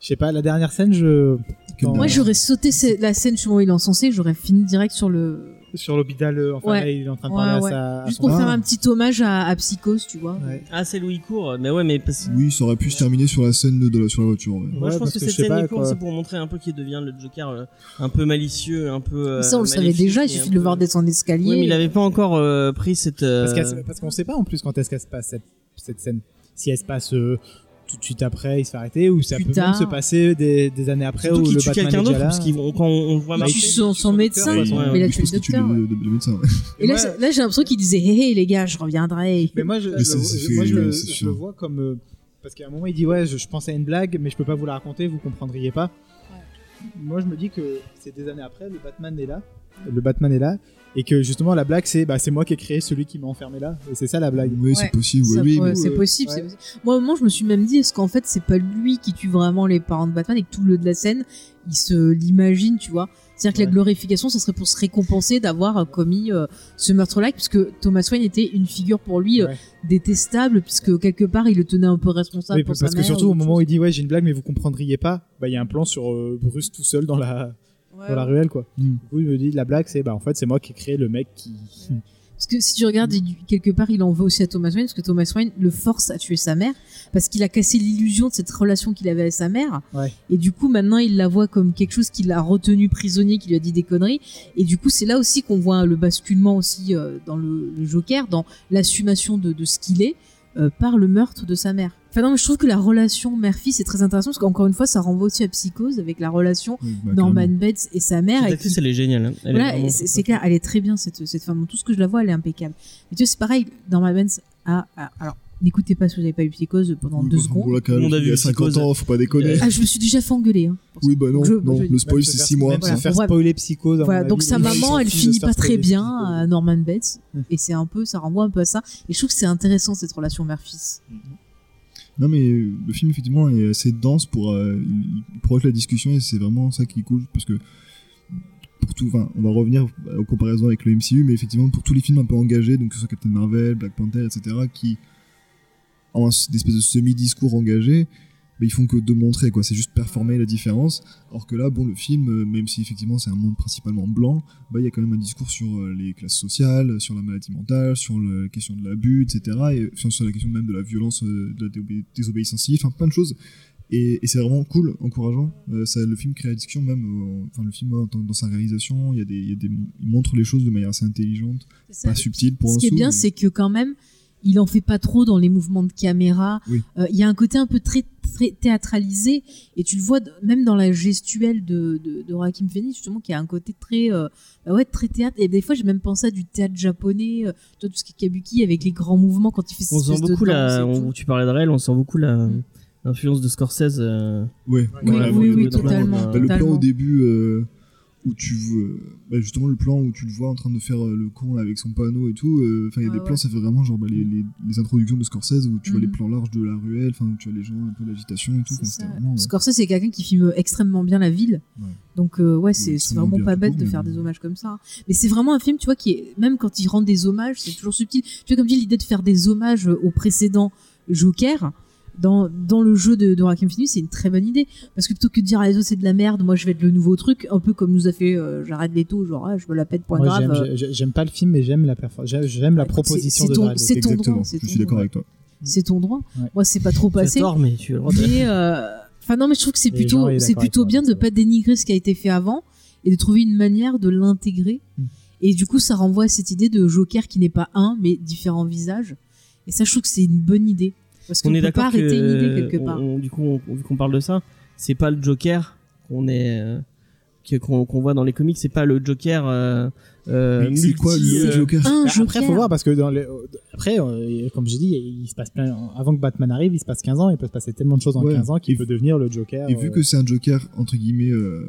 je sais pas, la dernière scène, je
que
non.
dalle.
Moi, j'aurais sauté ce- la scène sur où il est encensé, j'aurais fini direct sur le.
sur l'hôpital. euh, enfin,
Ouais.
là, il est en train de
Ouais,
parler
ouais.
à sa. à
Juste
son
pour
parent.
faire un petit hommage à, à Psychose, tu vois.
Ouais.
ah, c'est Louis Court. Mais ouais, mais parce-
Oui, ça aurait pu se terminer sur la scène de, de la, sur la voiture. ouais.
moi
Ouais,
je pense
parce
que,
que
cette
je sais
scène
pas,
Louis Court,
quoi.
c'est pour montrer un peu qu'il devient le Joker euh, un peu malicieux, un peu. euh,
Mais ça, on le savait
maléfique
déjà, il
et
suffit
un
de le
peu-
voir descendre l'escalier.
Oui, mais il avait pas encore euh, pris cette. euh,
Parce, qu'elle- parce qu'on sait pas en plus quand est-ce qu'elle se passe cette, cette scène. Si elle se passe euh, tout de suite après, il se fait arrêter, ou ça
Plus
peut
tard.
même se passer des, des années après
Surtout
où
qu'il
le
tue
Batman
quelqu'un
est
d'autre,
déjà là.
parce qu'on quand on, on le voit
Il
Mais
marcher.
tue son, son médecin.
Ouais,
ils ont-
mais
ouais,
il a
Oui,
tué
je pense
le
que tu
docteur.
le, le, le médecin. ouais.
Et là,
Ouais.
c'est- là, j'ai l'impression qu'il disait Hé hé, les gars, je reviendrai.
Mais moi, je,
Mais
je
c'est-
le-
c'est
je-
fait,
moi, je,
ouais,
le,
c'est
je
sûr.
le vois comme. euh, parce qu'à un moment, il dit Ouais, je, je pensais à une blague, mais je peux pas vous la raconter, vous comprendriez pas. Moi, je me dis que c'est des années après, le Batman est là. Le Batman est là. Et que justement, la blague, c'est bah, c'est moi qui ai créé celui qui m'a enfermé là. Et c'est ça la blague.
Oui, c'est possible. ouais,
Ça
oui,
pourrait-
mais-
c'est
euh,
possible,
ouais.
c'est possible. Moi, au moment, je me suis même dit, est-ce qu'en fait, c'est pas lui qui tue vraiment les parents de Batman et que tout le de la scène, il se l'imagine, tu vois C'est-à-dire que la
Ouais.
glorification, ça serait pour se récompenser d'avoir euh, commis euh, ce meurtre-là, puisque Thomas Wayne était une figure pour lui euh,
Ouais.
détestable, puisque quelque part, il le tenait un peu responsable
Oui,
pour
parce
sa
que
mère
surtout,
ou
au moment où
autre
il dit Ouais, j'ai une blague, mais vous comprendriez pas, bah, il y a un plan sur euh, Bruce tout seul dans la,
chose. Ouais,
dans la
ouais.
ruelle, quoi.
Mm.
Du coup, je me dis La blague, c'est bah, en fait, c'est moi qui ai créé le mec qui.
Parce que si tu regardes, il- quelque part, il en veut aussi à Thomas Wayne, parce que Thomas Wayne le force à tuer sa mère, parce qu'il a cassé l'illusion de cette relation qu'il avait avec sa mère.
Ouais.
Et du coup, maintenant, il la voit comme quelque chose qui l'a retenu prisonnier, qui lui a dit des conneries. Et du coup, c'est là aussi qu'on voit le basculement aussi euh, dans le, le Joker, dans l'assumation de, de ce qu'il est euh, par le meurtre de sa mère. Enfin, non, mais je trouve que la relation mère-fille, c'est très intéressant, parce qu'encore une fois, ça renvoie aussi à Psychose, avec la relation
oui, bah,
Norman
carrément.
Bates et sa mère.
Cette
et
actrice,
qui-
elle est géniale. hein. Elle est
voilà,
vraiment-
et c'est c'est clair, elle est très bien cette, cette femme. Dans Tout ce que je la vois, elle est impeccable. Mais tu vois, c'est pareil, dans ma Benz, ah, ah, alors, n'écoutez pas si vous n'avez pas eu Psychose pendant
Oui,
deux
bah, bon,
secondes.
là, quand même,
Tout le monde a
Il y
vu
a 50
Psychose.
ans, faut pas déconner.
Ah, je me suis déjà fait engueuler. hein, pour ça.
Oui, bah non,
Je-
non,
je-
le spoil, c'est 6 mois.
Même se
ça.
ça.
faire
Voilà.
spoiler psychose. à
Voilà,
mon
donc
avis,
sa
il
maman, elle
suffit de
finit
se faire
pas très
spoiler
bien
psychose.
à Norman Bates,
Hmm.
et c'est un peu, ça renvoie un peu à ça. Et je trouve que c'est intéressant cette relation mère-fils.
Non, mais euh, le film, effectivement, est assez dense pour. euh, il il proche la discussion et c'est vraiment ça qui est cool parce que. Pour tout, enfin, on va revenir euh, aux comparaisons avec le MCU, mais effectivement, pour tous les films un peu engagés, donc que ce soit Captain Marvel, Black Panther, etc., qui ont un, une espèce de semi-discours engagé, mais ils font que de montrer, quoi. C'est juste performer la différence. Alors que là, bon, le film, euh, même si effectivement c'est un monde principalement blanc, bah, il y a quand même un discours sur euh, les classes sociales, sur la maladie mentale, sur le- la question de l'abus, etc. Et sur, sur la question même de la violence, euh, de la déobé- désobéissance civile, enfin plein de choses. Et, et c'est vraiment cool, encourageant. Euh, ça, le film crée la discussion, même, euh, enfin, le film, euh, dans, dans sa réalisation, il, y a des, il, y a des, il montre les choses de manière assez intelligente, pas subtile pour
Ce
un
qui est
sou,
bien,
mais-
c'est que quand même, il en fait pas trop dans les mouvements de caméra. Euh,
Oui.
Il y a un côté un peu très, très théâtralisé, et tu le vois d- même dans la gestuelle de, de, de Joaquin Phoenix, justement, qui a un côté très, euh, bah ouais, très théâtre. Et des fois, j'ai même pensé à du théâtre japonais, euh, tu vois, tout ce qui est kabuki, avec les grands mouvements quand il fait ses
on sent
espèces de
beaucoup
danses
la.
et
on-
tout.
tu parlais de réel, on sent beaucoup la.
Mm.
L'influence de Scorsese. euh,
Ouais,
Oui,
carrément,
oui,
le-
oui,
le plan-
totalement,
bah, Le plan
totalement.
au début euh, où tu veux, bah, justement le plan où tu le vois en train de faire euh, le con là, avec son panneau et tout. euh, Enfin, il y a
Ouais,
des
ouais.
plans, ça fait vraiment genre bah, les, les, les introductions de Scorsese où tu vois
Mhm.
les plans larges de la ruelle, enfin où tu vois les gens un peu l'agitation et tout.
C'est
enfin, c'était
ça.
vraiment, euh,
Scorsese, c'est quelqu'un qui filme extrêmement bien la ville.
Ouais.
Donc, euh, ouais, c'est
Oui,
c'est
sûrement
vraiment
bien
pas
tout
bête
court,
de
mais
faire des
bon.
hommages comme ça. Mais c'est vraiment un film, tu vois, qui est, même quand il rend des hommages, c'est toujours subtil. Tu vois, comme dit l'idée de faire des hommages euh, aux précédents Joker dans, dans le jeu de, de Joaquin Phoenix, c'est une très bonne idée. Parce que plutôt que de dire à les autres c'est de la merde, moi je vais être le nouveau truc, un peu comme nous a fait euh, Jared Leto, genre ah, je me la pète point
Moi,
grave.
j'aime-
euh,
j'ai- j'ai- j'aime pas le film, mais j'aime la, perfor- j'ai- j'aime la
écoute,
proposition
c'est-
de
c'est ton- c'est
Jared Leto.
ton droit,
Exactement,
c'est
je
ton
suis d'accord
droit.
avec toi.
c'est ton droit.
Ouais.
Moi c'est pas trop passé.
tort, mais tu as le droit de-
Mais euh, enfin non, mais je trouve que c'est
Les
plutôt
gens, il est
c'est
d'accord
plutôt
avec
bien
toi,
de
c'est vrai.
pas dénigrer ce qui a été fait avant et de trouver une manière de l'intégrer.
Hmm.
Mm.
Et du coup, ça renvoie à cette idée de Joker qui n'est pas un mais différents visages. Et ça, je trouve que c'est une bonne idée parce qu'on
on
ne
est
peut pas
d'accord que
arrêter une idée quelque
on-
part.
on- du coup, on- vu qu'on parle de ça, c'est pas le Joker qu'on est euh, que- qu'on qu'on voit dans les comics, c'est pas le Joker. euh, euh,
Mais c'est quoi
multi,
le
euh,
Joker
Un
Bah,
Joker.
Après, faut voir parce que dans les- après, euh, comme j'ai dit, il se passe plein. Avant que Batman arrive, il se passe 15 ans. Il peut se passer tellement de choses en
Ouais.
15 ans qu'il
Et
peut
vu-
devenir le Joker.
Et vu
euh,
que c'est un Joker entre guillemets euh,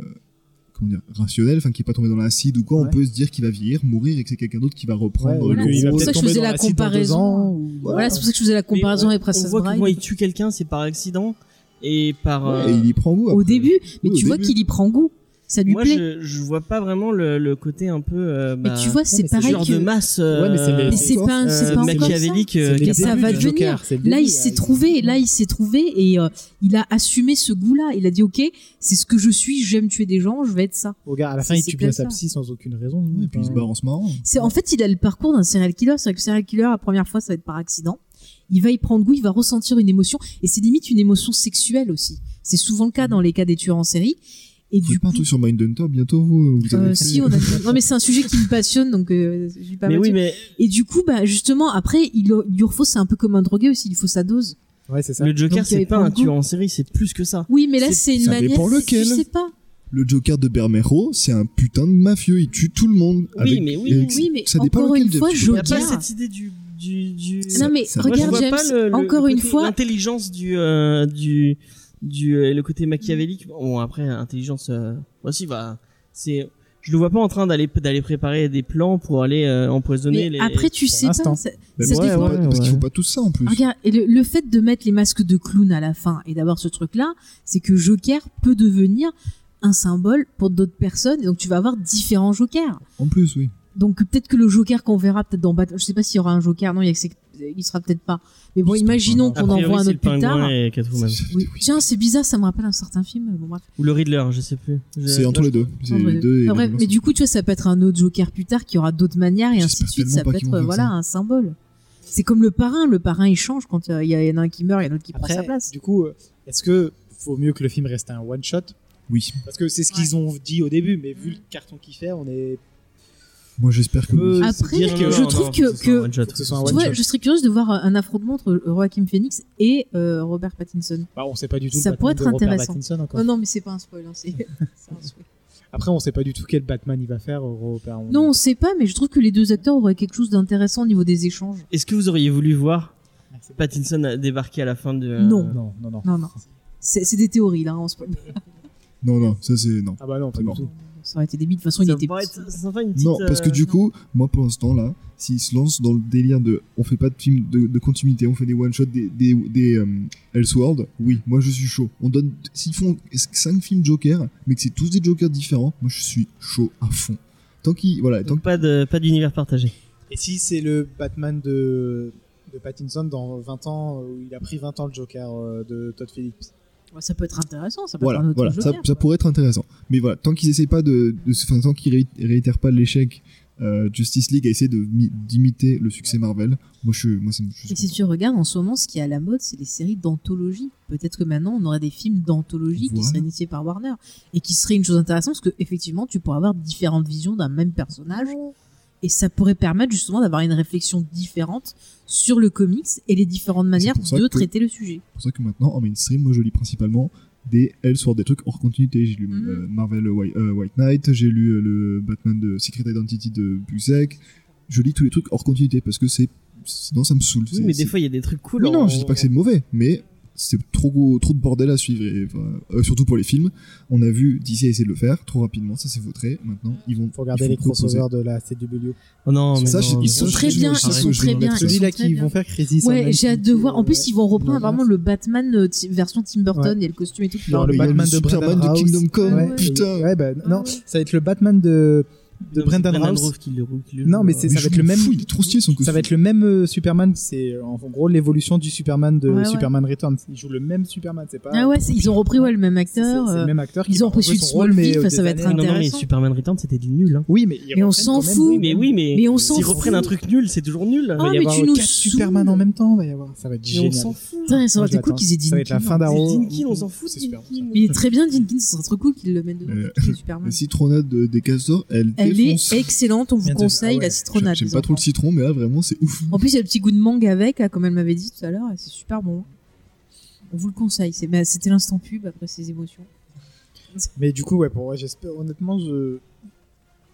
comment dire rationnel, enfin qui est pas tombé dans l'acide ou quoi,
Ouais.
on peut se dire qu'il va vieillir, mourir et que c'est quelqu'un d'autre qui va
ouais,
reprendre
voilà,
que
le
il va
pour
rôle.
peut-être
ça que je
tomber
faisais
dans
la
l'acide dans deux
comparaison.
ans, ou-
Voilà, c'est pour ça que je faisais la
mais
comparaison
on-
avec Princess
On voit que
Bride.
moi, il tue quelqu'un, c'est par accident et par. euh,
Et il y prend goût.
au
après.
début, mais
Oui,
tu
au
vois
début.
qu'il y prend goût. Ça lui
moi,
plaît.
je, je vois pas vraiment le, le côté un peu. euh,
Mais
bah,
tu vois, c'est
mais c'est
pareil
genre
que
de masse. euh,
Ouais, mais c'est les-
mais c'est
encore-
pas, c'est
euh,
pas encore ça.
machiavélique euh,
C'est le
qui a
Et ça
début
va
du
devenir.
Joker, c'est le
Là,
début,
il s'est trouvé, là, il s'est trouvé et euh, il a assumé ce goût-là. Il a dit, OK, c'est ce que je suis, j'aime tuer des gens, je vais être ça.
Regarde, à la
c'est-
fin, il
c'est
tue bien
plein
sa
ça.
psy sans aucune raison.
Ouais, Et puis il se barre en se marrant.
C'est, en fait, il a le parcours d'un serial killer. C'est vrai que le serial killer, la première fois, ça va être par accident. Il va y prendre goût, il va ressentir une émotion et c'est limite une émotion sexuelle aussi. C'est souvent le cas dans les cas des tueurs en série. Et
Vous
du
faites pas un
coup,
truc sur Mindhunter bientôt vous, vous avez
euh,
fait-
si on a... non mais c'est un sujet qui me passionne donc euh, je vais pas
Mais
me
oui,
dire.
mais
Et du coup, bah justement, après, il il lui refaut, c'est un peu comme un drogué aussi, il faut sa dose.
Ouais, c'est ça.
le Joker,
Donc, il y
c'est
avait
pas
pas
un
de goût.
tueur en série, c'est plus que ça.
Oui, mais là,
C'est-
c'est une
ça
manière.
dépend lequel.
Je sais pas.
Le Joker de Bermero, c'est un putain de mafieux, il tue tout le monde.
Oui,
avec-
mais oui,
avec-
oui, mais
ça dépend
encore
lequel
une
de-
fois,
tu peux
Il y a pas
Joker.
cette idée du. du, du...
Non mais
Ça- ça-
Moi, je
regarde
vois
James,
pas le- le-
encore
le
une
côté-
fois,
l'intelligence du euh, du du euh, le côté machiavélique. Bon après intelligence euh, voici bah c'est je le vois pas en train d'aller d'aller préparer des plans pour aller euh, empoisonner
mais
les
après tu sais
l'instant.
pas. ça-
Mais
ça
parce qu'ils
dépend.
font pas-
ouais,
Parce qu'ils
ouais.
font pas tout ça en plus.
Regarde, et le, le fait de mettre les masques de clown à la fin et d'avoir ce truc-là, c'est que Joker peut devenir un symbole pour d'autres personnes et donc tu vas avoir différents Jokers.
En plus, oui.
Donc peut-être que le Joker qu'on verra peut-être dans Batman, je sais pas s'il y aura un Joker, non, il y a que c'est- il sera peut-être pas. Mais bon,
C'est
imaginons
pas
qu'on
A priori,
envoie un
c'est le
autre plus
pingouin
tard.
et Catwoman.
Oui. Tiens, c'est bizarre, ça me rappelle un certain film. Bon, bref.
ou le Riddler, je sais plus. Je-
C'est entre les deux. C'est
Enfin,
les
bref.
deux. et
Enfin, bref,
les deux
mais du coup, tu vois, ça peut être un autre Joker plus tard qui aura d'autres manières et ainsi
J'espère
de suite.
tellement
Ça
pas
peut
qu'ils
être
vont
euh,
faire
voilà
ça.
un symbole. C'est comme le parrain. Le parrain, il change quand euh, il y, en a un qui meurt, il y en a un qui prend
Après,
sa place.
du coup, euh, est-ce que faut mieux que le film reste un one shot
Oui.
Parce que c'est ce qu'ils ont dit au début, mais vu le
Mm.
carton qu'il fait, on est.
Moi, j'espère que.
Euh,
Peu
oui.
se
Après,
dire
je trouve que-
faut ce soit un
que-
one-shot.
faut que ce soit un
Tu
one
vois,
shot.
je serais curieuse de voir euh, un affrontement entre Joaquin Phoenix et euh, Robert Pattinson.
Bah, on sait pas du tout. le
Ça
Batman
pourrait être
de Robert
intéressant.
Pattinson encore.
Non, non, mais c'est pas un spoil. hein, c'est c'est un spoil.
Après, on sait pas du tout quel Batman il va faire, euh, Robert. On-
Non, on sait pas, mais je trouve que les deux acteurs auraient quelque chose d'intéressant au niveau des échanges.
Est-ce que vous auriez voulu voir
Ah, c'est-
Pattinson a débarqué à la fin de
Non.
Non, non, non.
Non, non. C'est c'est des théories là, on spoil.
Non, non, ça c'est. Non.
Ah bah non, pas
C'est
du
bon.
tout.
Ça aurait été débile. De toute façon, il
Ça
était.
pourrait
petit.
être sympa une petite
Non, parce que
euh,
du coup, moi pour l'instant là, s'ils se lancent dans le délire de on fait pas de film de, de continuité, on fait des one-shots des, des, des euh, Elseworlds, oui, moi je suis chaud. On donne S'ils font 5 films Joker, mais que c'est tous des Jokers différents, moi je suis chaud à fond. Tant qu'ils. Voilà, tant
donc pas de pas d'univers partagé.
Et si c'est le Batman de, de Pattinson dans 20 ans, euh, où il a pris 20 ans le Joker euh, de Todd Phillips
Ouais, ça peut être intéressant. Ça peut
Voilà,
être un autre
voilà, ça,
Joker,
ça
quoi.
pourrait être intéressant. Mais voilà, tant qu'ils essayent pas de, de se- enfin, tant qu'ils ré- réitèrent pas l'échec euh, Justice League a essayé de mi- d'imiter le succès Marvel, moi je, moi ça me. je suis
Et si
content.
tu regardes en ce moment, ce qui est à la mode, c'est les séries d'anthologie. Peut-être que maintenant, on aurait des films d'anthologie qui
Voilà.
seraient initiés par Warner et qui seraient une chose intéressante parce que effectivement, tu pourrais avoir différentes visions d'un même personnage et ça pourrait permettre justement d'avoir une réflexion différente sur le comics et les différentes manières
pour ça
de
que-
traiter le sujet.
C'est pour ça que maintenant, en mainstream, moi je lis principalement des Elseworlds, des trucs hors continuité. J'ai lu
Mhm.
euh, Marvel White, euh, White Knight, j'ai lu euh, le Batman de Secret Identity de Busek. Je lis tous les trucs hors continuité parce que c'est sinon ça me saoule.
Oui,
C'est-
mais des
c'est-
fois il y a des trucs cool.
Oui, non,
on-
je dis pas que c'est mauvais, mais c'est trop gros- trop de bordel à suivre, et, enfin, euh, surtout pour les films. On a vu DC essayer de le faire trop rapidement, ça s'est vautré. Maintenant, ils vont
Faut regarder
ils
les
vont proposer.
crossovers de la CW.
Oh non, mais
Ça,
non,
je-
non.
ils
sont
sont
très bien, ils sont très bien. Ah,
Celui-là
Ils sont très bien.
faire Crisis.
Ouais, j'ai hâte
euh,
de voir. En plus, ils vont reprendre vraiment le Batman euh, ti- version Tim Burton. Il y a le costume et tout. qui
Genre
va
le
Mais il y a
Batman de
Superman
Brendan
de
House.
Kingdom Come,
Ouais.
Oh putain.
Ouais, bah
Ouais.
non, ça va être le Batman de de Brendan Rouse. Non, mais c'est-
hein.
ça va être le même-
Fou, il est trop stylé son costume.
Ça va être le même euh, Superman, c'est euh, en gros l'évolution du Superman de
Ouais, ouais.
Superman Returns. Il joue le même Superman, c'est pas.
Ah ouais, c'est- ils ont repris ouais, le même
C'est-
acteur.
c'est
euh,
le même acteur. qui
ils ont
prend un peu
reçu
son
le
rôle, mais
Smallville,
euh,
ça va
des
être
années-
un-
Non, non, mais
intéressant.
Superman Returns, c'était du nul. Hein.
Oui, mais ils
Mais on
reprennent
s'en
quand même-
fout.
oui,
Mais oui, mais
Mais on s'en
s'ils
fout.
reprennent un truc nul, c'est toujours nul.
Ah,
Il va y
mais
avoir
tu
euh,
nous
quatre
saoules.
Superman en même temps, il va y avoir. Ça va être
Mais on
génial.
s'en fout.
Putain, ça aurait
Moi, je
été cool
l'attends.
qu'ils aient hein.
Ça va être la
Dinkin.
fin d'Arrow.
C'est Dinkin, on s'en fout. de
C'est super.
Dinkin.
Mais il est très bien, Dinkins, ça serait trop cool qu'ils le mettent dedans.
Euh,
C'est Superman.
La citronnade de- des castors, elle,
Elle
défonce.
est excellente, on vous
Bien sûr.
conseille
Ah ouais.
la citronnade.
J'aime
les
pas trop le
enfants.
citron, mais là vraiment c'est ouf.
En plus, il y a le petit goût de mangue avec, là, comme elle m'avait dit tout à l'heure, et c'est super bon. On vous le conseille. C'est- bah, C'était l'instant pub après ces émotions.
Mais du coup, ouais, pour ouais, j'espère honnêtement, je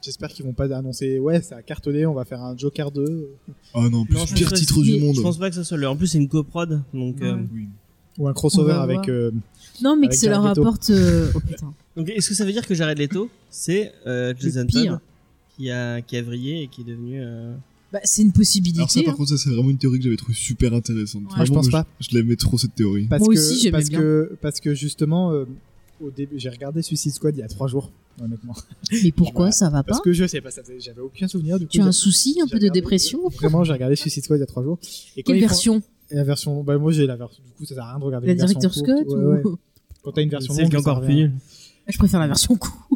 j'espère qu'ils vont pas annoncer ouais, ça a cartonné, on va faire un Joker 2
Ah non, plus
Non, je
pire
pense que
titre
c'est-
du monde.
Je pense pas que ça soit leur. En plus, c'est une coprod, donc. euh,
Ouais.
Oui.
ou un crossover
On va
avec
voir.
euh,
Non, mais que
Avec
ça leur
Jared Leto.
apporte. euh, Oh putain.
Donc, est-ce que ça veut dire que Jared Leto, c'est euh, Jason
pire.
Todd qui a qui a vrillé et qui est devenu. euh,
Bah, c'est une
Alors ça
possibilité.
par
hein.
contre ça c'est vraiment une théorie que j'avais trouvé super intéressante.
Ouais.
Moi, je
Vraiment,
pense pas.
Je l'aimais trop cette théorie.
parce
Moi
que
aussi, j'aimais
parce
bien.
que parce que justement euh, au début, j'ai regardé Suicide Squad il y a trois jours, honnêtement.
Mais pourquoi
Voilà.
ça va pas
Parce que je sais pas, ça faisait- j'avais aucun souvenir du coup.
Tu as
j'ai-
un souci, un
j'ai
peu de
regardé-
dépression
Vraiment, j'ai regardé Suicide Squad euh, il y a trois jours. Et quand
Quelle
ils font-
version
La version, bah moi j'ai la version. Du coup, ça sert à rien de regarder.
La
une version
directeur
courte.
Scott
Ouais, ouais.
ou...
Quand t'as une version
celle
longue,
qui est
ça
encore
sert à
plus
rien.
nulle.
Je préfère la version courte.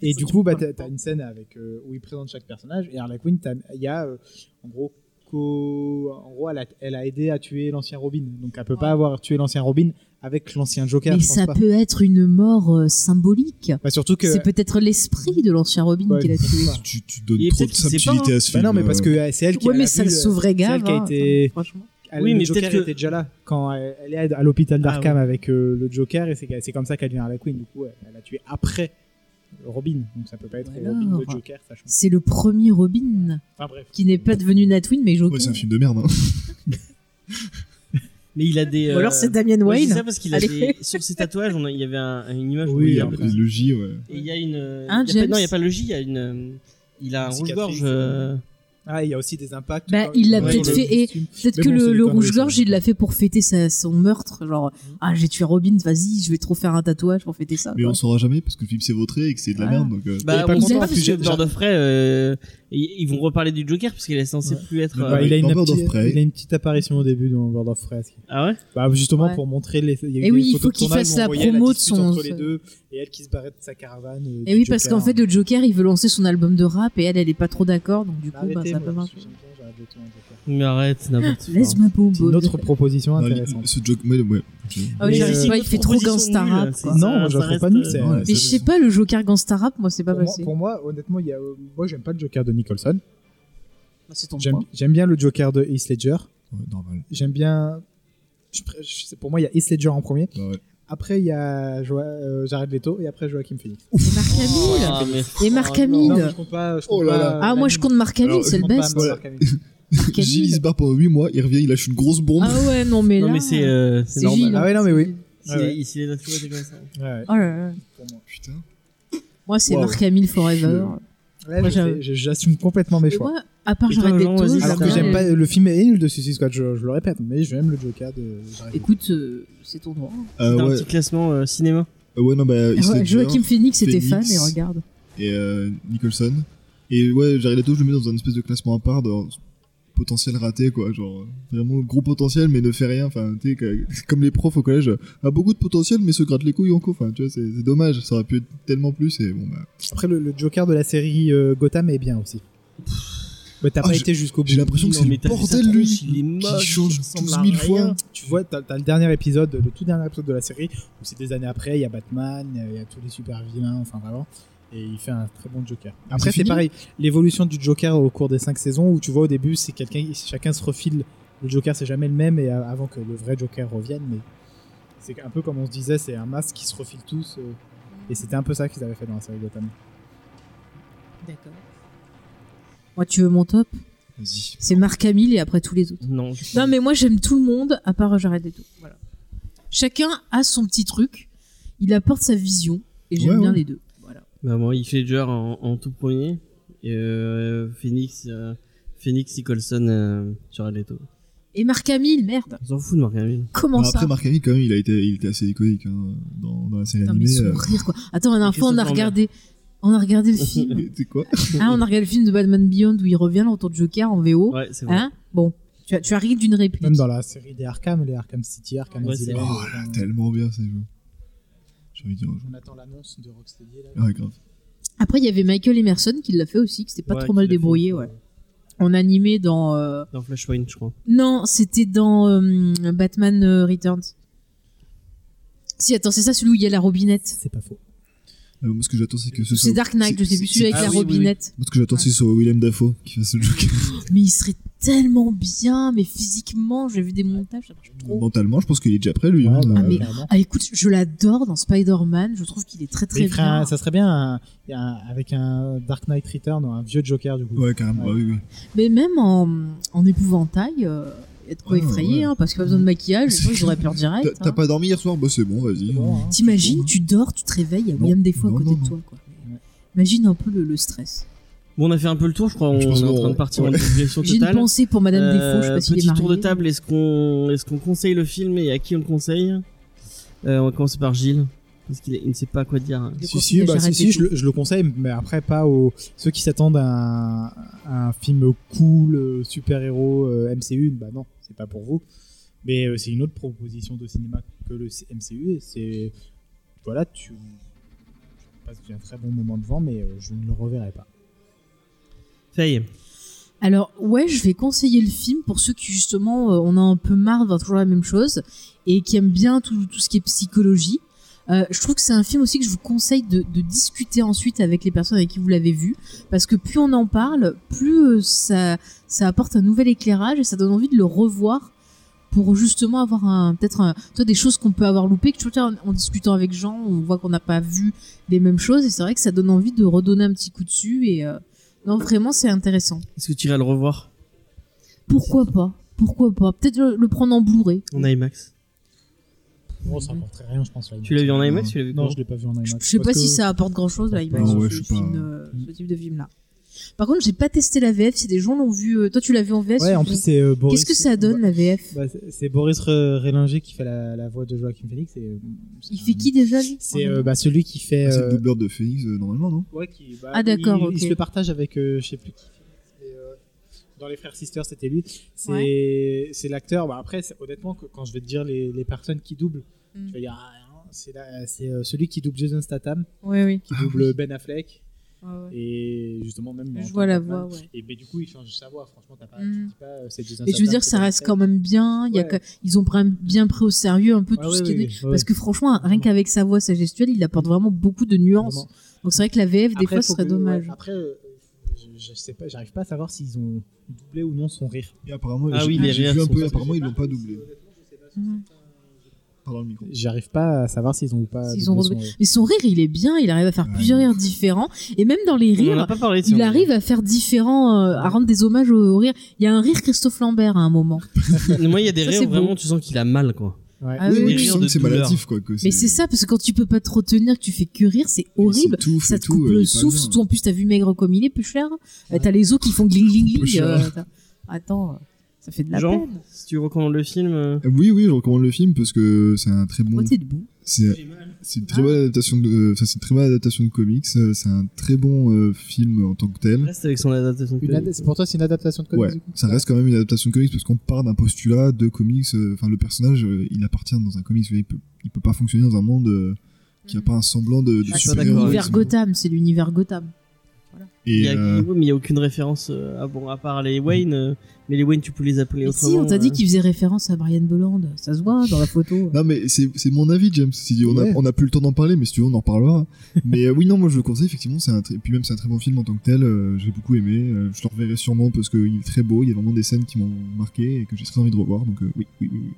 Et du coup, bah, t'as t'as une scène avec, euh, où ils présentent chaque personnage. Et Harley Quinn, t'as- il y a, euh, en gros, co- en gros elle, a, elle a aidé à tuer l'ancien Robin. Donc elle peut pas avoir tué l'ancien Robin avec l'ancien Joker.
Mais
je pense
ça
pas.
peut être une mort euh, symbolique.
Bah, surtout que.
C'est peut-être l'esprit de l'ancien Robin
Ouais,
qui l'a
je pense
tué.
pas.
Tu, tu donnes
Et
trop
peut-être
de
qu'il sait
subtilité
pas,
à ce
Bah
film.
non, mais parce
euh,
que euh, c'est elle qui
Ouais,
elle
mais
a
ça
vu
le sauverait
c'est
grave.
elle qui a
hein.
été-
Franchement.
elle-
Oui,
le
mais
Joker
peut-être que-
était déjà là quand elle, elle est à l'hôpital
Ah,
d'Arkham avec euh, le Joker et c'est c'est comme ça qu'elle devient Harley Quinn. Du coup, elle, elle a tué après Robin. Donc ça peut pas être
Voilà.
Robin de Joker, sachant.
C'est le premier Robin
Enfin bref.
qui n'est pas devenu Natwin, mais Joker.
Ouais, c'est un film de merde. Hein.
Mais il a des.
Ou alors
euh,
c'est Damian
moi, je dis
Wayne.
ça parce qu'il a
Allez.
des- Sur ses tatouages, on a- il y avait un- une image. où
Oui,
il y a-
après.
après, le J, ouais.
Et il y a une. euh,
Hein,
il y a pas-
James
non, il n'y a pas le J, il y a une. euh, Il a un
Une
rouge-gorge.
cicatrice,
euh,
Ah, il y a aussi des impacts.
Bah,
quand-
il l'a
sur
peut-être
le
fait- et-
costume.
Peut-être
Mais
que
bon,
le,
c'est des
le
conneries,
rouge-gorge,
ça.
il l'a fait pour fêter sa- son meurtre. Genre,
Mhm.
ah, j'ai tué Robin, vas-y, je vais trop faire un tatouage pour fêter ça.
Mais
quoi.
on saura jamais parce que le film s'est vautré et que c'est de la
Ah.
merde. Donc, euh,
Bah,
pas
on
content,
sait pas
parce
parce
que
que
j'ai-
Bird of Prey, euh, ils ils vont reparler du Joker parce qu'il est censé
Ouais.
plus être.
Bah,
euh,
Bah, il, a une
Dans Bird of
petite,
Prey.
il a une petite apparition au début dans World of Prey.
Ah ouais
Bah, justement
Ouais.
pour montrer les. Il y a eu
Et
des
oui, il
photos
faut
de
qu'il
tournage
fasse
où on
la
voyait
promo de
dispute
son-
entre les deux et elle qui se barrait de sa caravane. euh,
Et
du
oui, parce
Joker,
qu'en fait,
hein.
le Joker, il veut lancer son album de rap et elle, elle est pas trop d'accord, donc du coup, bah,
Arrêtez,
ça
moi,
peut marcher.
j'aime bien, j'arrête de tout en Joker.
Mais arrête, n'importe quoi.
Laisse ma peau,
C'est une autre proposition
non,
intéressante.
ce joke, ouais, ouais. Je-
Ah oui,
Mais,
je
euh,
sais pas, il fait trop gangsta rap, quoi.
Non, moi, je la trouve pas nulle,
euh,
c'est-
Ouais,
Mais je sais pas, le Joker gangsta rap, moi, c'est pas
Pour moi,
passé.
pour moi, honnêtement, il y a, euh, moi j'aime pas le Joker de Nicholson.
Moi, C'est ton
J'aime
point.
j'aime bien le Joker de Heath Ledger.
ouais, normal.
J'aime bien. je pré- je- pour moi, il y a Heath Ledger en premier.
Bah, ouais.
Après, il y a Jo- euh, Jared Leto et après Joaquin Phoenix.
Et Marc
Oh,
Oh,
Hamill
Ah,
Et Marc Hamill
Non, mais je compte pas. Je compte
Oh là
pas,
là.
euh,
Ah, moi, je
l'anime.
compte Marc Hamill,
Alors,
c'est
Je
le
compte pas
best.
Marc Hamill.
Marc
Gilles, il se
Hamill.
barre pendant 8 mois, il revient, il lâche une grosse bombe.
Ah ouais, non, mais là.
Non, mais c'est euh, c'est
c'est Gilles.
normal.
Ah ouais, non, mais oui.
S'il est- S'il est naturel, c'est comme ça.
Ouais, ouais.
Oh là là.
Pour moi.
Putain.
Moi, c'est
Wow.
Marc Hamill Forever.
Ouais,
Moi,
je
j'avoue.
sais, je- j'assume complètement mes
Et
choix.
moi, à part
Et toi,
Jared
Jean,
Leto,
vas-y,
je
Alors que
Ouais.
j'aime
l'aime
pas le film est nul de Suicide Squad, je, je le répète, mais j'aime le Joker de Jared Leto.
Écoute, euh, c'est ton droit.
Ah
T'as un
ouais.
petit classement euh, cinéma.
Ah ouais, non, bah, Heath Ledger
Joachim Phoenix était fan
Phoenix.
et regarde.
et euh, Nicholson. Et ouais, Jared Leto, je le mets dans un espèce de classement à part de potentiel raté, quoi. Genre, euh, vraiment gros potentiel, mais ne fait rien. Enfin, tu sais, que- comme les profs au collège, euh, a beaucoup de potentiel, mais se gratte les couilles en cours. Enfin, tu vois, c'est c'est dommage, ça aurait pu être tellement plus. Et bon, bah,
Après, le, le Joker de la série euh, Gotham est bien aussi. Mais t'as
Ah,
pas
je-
été jusqu'au bout.
j'ai l'impression que
non,
c'est
mais
le
t'as vu sa
bordel, lui,
tronche, il est moche,
qui change
il
12
ressemble
000
à rien.
fois.
Tu vois, t'as t'as le dernier épisode, le tout dernier épisode de la série, où c'est des années après, il y a Batman, il y a tous les super vilains, enfin vraiment. Et il fait un très bon Joker. Après,
c'est
c'est
fini
pareil, l'évolution du Joker au cours des cinq saisons, où tu vois au début, c'est quelqu'un, chacun se refile. Le Joker, c'est jamais le même, et a- avant que le vrai Joker revienne, mais c'est un peu comme on se disait, c'est un masque qui se refile tous. euh, et c'était un peu ça qu'ils avaient fait dans la série Gotham.
D'accord. Moi, tu veux mon top
Vas-y.
C'est Marc Hamill et après tous les autres.
Non.
Non, mais moi, j'aime tout le monde à part Jared Leto. Voilà. Chacun a son petit truc. Il apporte sa vision et j'aime
Ouais,
bien
ouais.
les deux. Voilà.
Bah, moi, il fait Ledger en, en tout premier. Et euh, Phoenix, euh, Phoenix, Nicholson, euh, Jared Leto.
Et Marc Hamill, merde.
On s'en fout de Marc Hamill.
Comment
Non,
ça
Bah, après, Mark Hamill, quand même, il, a été, il était assez iconique hein, dans, dans la série
Putain, mais
animée.
son
euh,
rire, quoi. Attends, la dernière fois, on a
Christophe
regardé. Ah, On a regardé le film.
Et C'est euh, quoi
Ah, on a regardé le film de Batman Beyond où il revient là, en tant que Joker en VO.
Ouais, c'est vrai.
Hein Bon, tu as, tu as ri d'une réplique.
Même dans la série des Arkham, les Arkham City, Arkham
Ouais,
Asylum.
c'est
Oh
enfin,
là, tellement bien ces jeux. J'ai envie de dire. aux gens.
on attend l'annonce de Rocksteady. Là.
Ah, ouais, grave.
Après, il y avait Michael Emerson qui l'a fait aussi, qui s'était pas
Ouais,
trop
qui
mal
l'a fait.
débrouillé. Ouais. On animé dans. euh,
Dans Flash Point, je crois.
Non, c'était dans euh, Batman euh, Returns. Si, attends, c'est ça celui où il y a la robinette.
C'est pas faux.
Euh, moi, ce que j'attends, c'est que ce
C'est
soit.
Dark Knight, je sais plus, celui avec
ah
la
oui, oui, oui.
robinette.
Moi, ce que j'attends, c'est que ce soit Willem Dafoe qui fasse le Joker.
Mais il serait tellement bien, mais physiquement, j'ai vu des montages, ça marche trop.
Mentalement, je pense qu'il est déjà prêt, lui. hein.
Ouais, bah,
Euh,
Ah, mais-
clairement.
Ah, écoute, je l'adore dans Spider-Man, je trouve qu'il est très
Mais
très
il ferait un-
bien.
ça serait bien hein. un- un- avec un Dark Knight Return, un vieux Joker du coup.
Ouais, carrément, bah oui, oui.
Mais même en, en épouvantail, euh, il y a de quoi
Ouais,
effrayer,
ouais.
hein, parce qu'il pas besoin de maquillage, je pense que j'aurais peur
T'as-
direct.
T'as
hein.
pas dormi hier soir Bah, c'est bon, vas-y.
C'est bon, hein.
T'imagines, tu dors, tu te réveilles, il y a
Non,
William Defoe à
non,
côté
non,
de
non.
toi. Quoi.
Ouais.
Imagine un peu le, le stress.
Bon, on a fait un peu le tour, je crois. On
Je pense
est en
qu'on-
train de partir en
ouais.
direction
J'ai une
totale.
pensée pour Madame Defoe, je sais
Euh,
pas s'il est
Petit
marié.
tour de table, est-ce qu'on est qu'on conseille le film et à qui on le conseille Euh, On va commencer par Gilles, parce qu'il est- il ne sait pas quoi dire.
Je
Si,
crois
si,
que
bah, si,
j'arrête
si,
et
je,
tout.
le, je le conseille, mais après, pas aux ceux qui s'attendent à un, à un film cool, euh, super-héros, euh, MCU. Bah non, c'est pas pour vous. Mais euh, c'est une autre proposition de cinéma que le C- MCU. et C'est. Voilà, tu. tu passes un très bon moment devant, mais euh, je ne le reverrai pas.
Faye,
Alors ouais, je vais conseiller le film pour ceux qui justement euh, on a un peu marre de voir toujours la même chose et qui aiment bien tout, tout ce qui est psychologie. Euh, je trouve que c'est un film aussi que je vous conseille de, de discuter ensuite avec les personnes avec qui vous l'avez vu parce que plus on en parle, plus euh, ça, ça apporte un nouvel éclairage et ça donne envie de le revoir pour justement avoir un peut-être un- toi, des choses qu'on peut avoir loupées que tu vois tiens, en, en discutant avec gens on voit qu'on n'a pas vu les mêmes choses et c'est vrai que ça donne envie de redonner un petit coup dessus et euh, non vraiment c'est intéressant.
est-ce que tu iras le revoir
Pourquoi pas Pourquoi pas Peut-être le, le prendre en Blu-ray.
en IMAX
Non, ça rapporterait rien, je pense. là,
Tu l'as vu en IMAX
Non.
Tu l'as vu
Non,
comment
je l'ai pas vu en
Je
IMAX.
je sais pas
parce
si
que- Ah,
ça apporte grand-chose là,
Non,
image
ouais,
ce,
je sais
film,
pas.
euh, ce type de film là. Par contre, j'ai pas testé la VF. Si des gens l'ont vu, euh, toi tu l'as vu en VF.
Ouais, en
je-
plus, c'est euh, Boris.
Qu'est-ce que ça donne la VF
Bah, c'est- C'est Boris Re- Rélinger qui fait la, la voix de Joaquin Phoenix. et, euh,
Il
c'est
fait
un-
qui déjà lui
C'est euh, bah, celui qui fait.
C'est
euh,
le doubleur de Phoenix, euh, normalement, non
Ouais, qui, bah,
Ah, d'accord,
Il,
ok.
il se le partage avec euh, je sais plus qui. mais, euh, dans les frères sisters, c'était lui. C'est c'est l'acteur. Bah, après, c'est- honnêtement, que- quand je vais te dire les, les personnes qui doublent,
Mm.
tu vas dire ah, non, c'est la- c'est euh, celui qui double Jason Statham,
Ouais, Ah oui.
qui double Ben Affleck et justement même.
Je
en tant
vois
que
la
Batman.
voix, ouais.
Et mais du coup, il change sa voix. Franchement, t'as pas.
Mm.
Tu dis pas euh, c'est Jason
Mais je veux
Statham,
dire,
c'est
ça
Ben
reste
Affleck.
quand même bien. Il y a
Ouais.
que- Ils ont pris- bien pris au sérieux un peu
Ouais,
tout
ouais,
ce qui
ouais,
est.
ouais,
Parce que franchement, rien qu'avec sa voix, sa gestuelle, il apporte vraiment beaucoup de nuances.
vraiment.
Donc c'est vrai que la VF, des
Après,
fois, ce
faut
serait
que-
dommage.
ouais, après, euh, je, je sais pas, j'arrive pas à savoir s'ils ont doublé ou non son rire.
Et apparemment,
Ah
j'ai-
oui, les
j'ai vu
réactions,
un peu,
ça,
apparemment, ils l'ont pas doublé.
Mhm.
Pardon, le micro.
J'arrive pas à savoir s'ils ont ou pas.
S'ils ont
doublé son rire.
Mais son rire, il est bien. Il arrive à faire
Ouais.
plusieurs rires différents. Et même dans les
On en
rires,
a pas parlé. tiens.
il arrive à faire différents, euh, à rendre des hommages au, au rire. Il y a un rire Christophe Lambert à un moment.
Moi, il y a des
Ça,
rires
c'est
où vraiment,
beau.
tu sens qu'il a mal, quoi.
Ouais.
Ah
oui,
oui,
mais
oui.
tu
Rire
sens
de
que c'est
douleur.
maladif, quoi. Que
Mais c'est ça, parce que quand tu peux pas trop tenir, que tu fais que rire, c'est horrible. Ça te
euh,
euh,
coupe le souffle, surtout en plus t'as vu maigre comme il est, peu cher. Euh, t'as les os qui font gling gling gling.
Puchard.
euh, t'as- Attends, euh, ça fait de la
Jean,
peine.
si tu recommandes le film, euh,
Oui, oui, je recommande le film parce que c'est un très
Mmh.
bon.
Pourquoi t'es debout
C'est c'est une très bonne adaptation de, enfin, c'est une très bonne adaptation de comics. euh, C'est un très bon euh, film en tant que tel.
reste avec son adaptation.
Une ad- c'est- Pour toi, c'est une adaptation de code
Ouais, ça reste quand même une adaptation de comics parce qu'on part d'un postulat de comics. euh, Enfin, le personnage, euh, il appartient dans un comics. mais Il peut, il peut pas fonctionner dans un monde euh, qui a pas un semblant de,
Je
de
suis pas
super-héros.
d'accord.
L'univers Gotham, c'est l'univers Gotham.
Il y
Et
a,
euh,
ouais, mais il n'y a aucune référence euh, à, bon, à part les Wayne, euh, mais les Wayne tu peux les appeler
Mais
autrement.
si, on t'a
euh.
dit qu'il faisait référence à Brian Bolland, ça se voit dans la photo.
Non mais c'est c'est mon avis James. Si on,
Ouais.
a, on a plus le temps d'en parler, mais si tu veux on en reparlera. mais euh, oui non moi je le conseille effectivement. C'est un très- puis même c'est un très bon film en tant que tel. euh, j'ai beaucoup aimé. euh, je le reverrai sûrement parce qu'il est très beau. Il y a vraiment des scènes qui m'ont marqué et que j'ai très envie de revoir. Donc euh, oui oui oui. oui.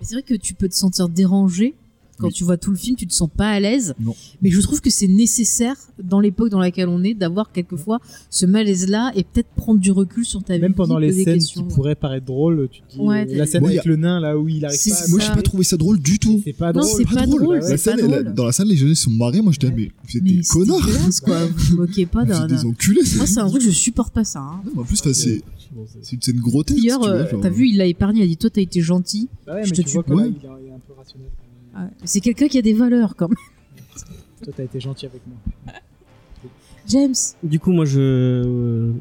Mais C'est vrai que tu peux te sentir dérangé quand
Oui.
tu vois tout le film, tu te sens pas à l'aise.
Non.
Mais je trouve que c'est nécessaire dans l'époque dans laquelle on est d'avoir quelquefois ce malaise-là et peut-être prendre du recul sur ta vie.
Même pendant les
poser
scènes
questions,
qui
ouais.
pourraient paraître drôles, tu te dis
Ouais, t'as-
la scène
Ouais,
avec
y
le nain là où il arrive
C'est
Ah,
pas.
ça.
Moi j'ai pas trouvé ça drôle du tout.
C'est pas
Non,
drôle.
c'est pas drôle,
ouais.
La scène,
pas
elle-
drôle.
dans la salle les jeunes ils se sont marrés. Moi j'étais là, mais vous êtes
Mais
des
c'est
connards.
dégueulasse, quoi. Vous vous moquez pas
Vous êtes
d'un.
des enculés.
Moi, c'est un truc, je supporte pas ça. hein.
Non, mais en plus enfin, c'est
Bon, c'est-
c'est une scène grotesque.
Hier,
tu vois,
euh,
genre,
t'as vu, il l'a épargné, il a dit Toi, t'as été gentil.
Bah ouais,
Je
mais
te
tu vois
tue.
comment
Ouais.
il est- il est un peu rationnel.
C'est quelqu'un qui a des valeurs, quand même.
Toi, t'as été gentil avec moi.
James
Du coup, moi, je euh,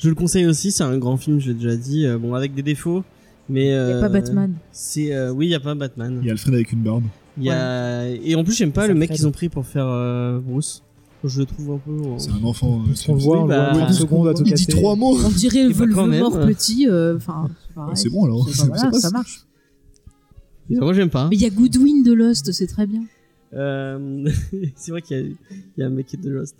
je le conseille aussi. C'est un grand film, je l'ai déjà dit. euh, bon, avec des défauts, mais
Il
euh,
a pas Batman.
C'est euh, oui, il y a pas Batman.
Il y a Alfred avec une barbe.
Il y a et en plus, j'aime pas
Ça
le mec
traîne.
qu'ils ont pris pour faire euh, Bruce. Je le trouve un peu. euh,
C'est un enfant. euh,
On le voit, on le
bah,
voit 30
il
secondes à tout
Il
casser.
dit trois mots
On dirait
Et bah, quand
Voldemort
même.
petit. euh, Enfin, c'est pareil.
C'est bon alors.
C'est- voilà,
passe.
ça marche.
euh, Moi, j'aime pas. hein.
Mais il y a Goodwin de Lost, c'est très bien.
Euh, c'est vrai qu'il y, a- il y a un mec qui est de Lost.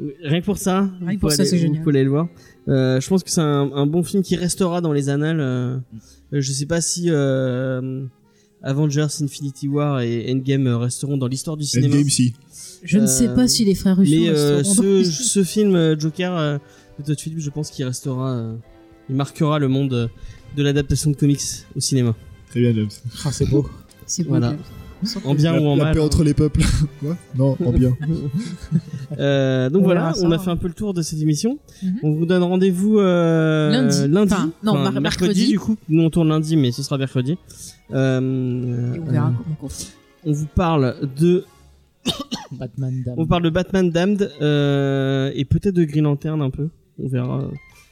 Euh, Rien que pour ça, vous
que pour
pouvez
ça,
aller-
c'est
vous
génial.
pouvez aller le voir. Euh, je pense que c'est un, un bon film qui restera dans les annales. euh,
Mm.
euh, je sais pas si euh, Avengers, Infinity War et Endgame euh, resteront dans l'histoire du cinéma.
Endgame, si.
Je ne
Euh,
sais pas si les frères Russo.
Mais euh,
seront
ce,
dans-
ce film euh, Joker euh, de Todd Phillips, je pense qu'il restera, euh, il marquera le monde euh, de l'adaptation de comics au cinéma,
Très bien, James.
Ah, c'est beau.
C'est bon.
voilà.
On sent que-
en bien
la,
ou en
la
mal. hein.
paix entre les peuples. Quoi Non, en bien.
Euh, donc
On
voilà,
verra ça,
on a
hein.
fait un peu le tour de cette émission.
Mhm.
On vous donne rendez-vous euh,
Lundi. Enfin, non, mar-
mercredi,
mercredi.
du coup. Nous on tourne lundi, mais ce sera mercredi. Euh,
Et on verra
euh,
comment on fait.
on vous parle de,
Batman Dame.
on parle de Batman Damned euh, et peut-être de Green Lantern un peu. On verra euh,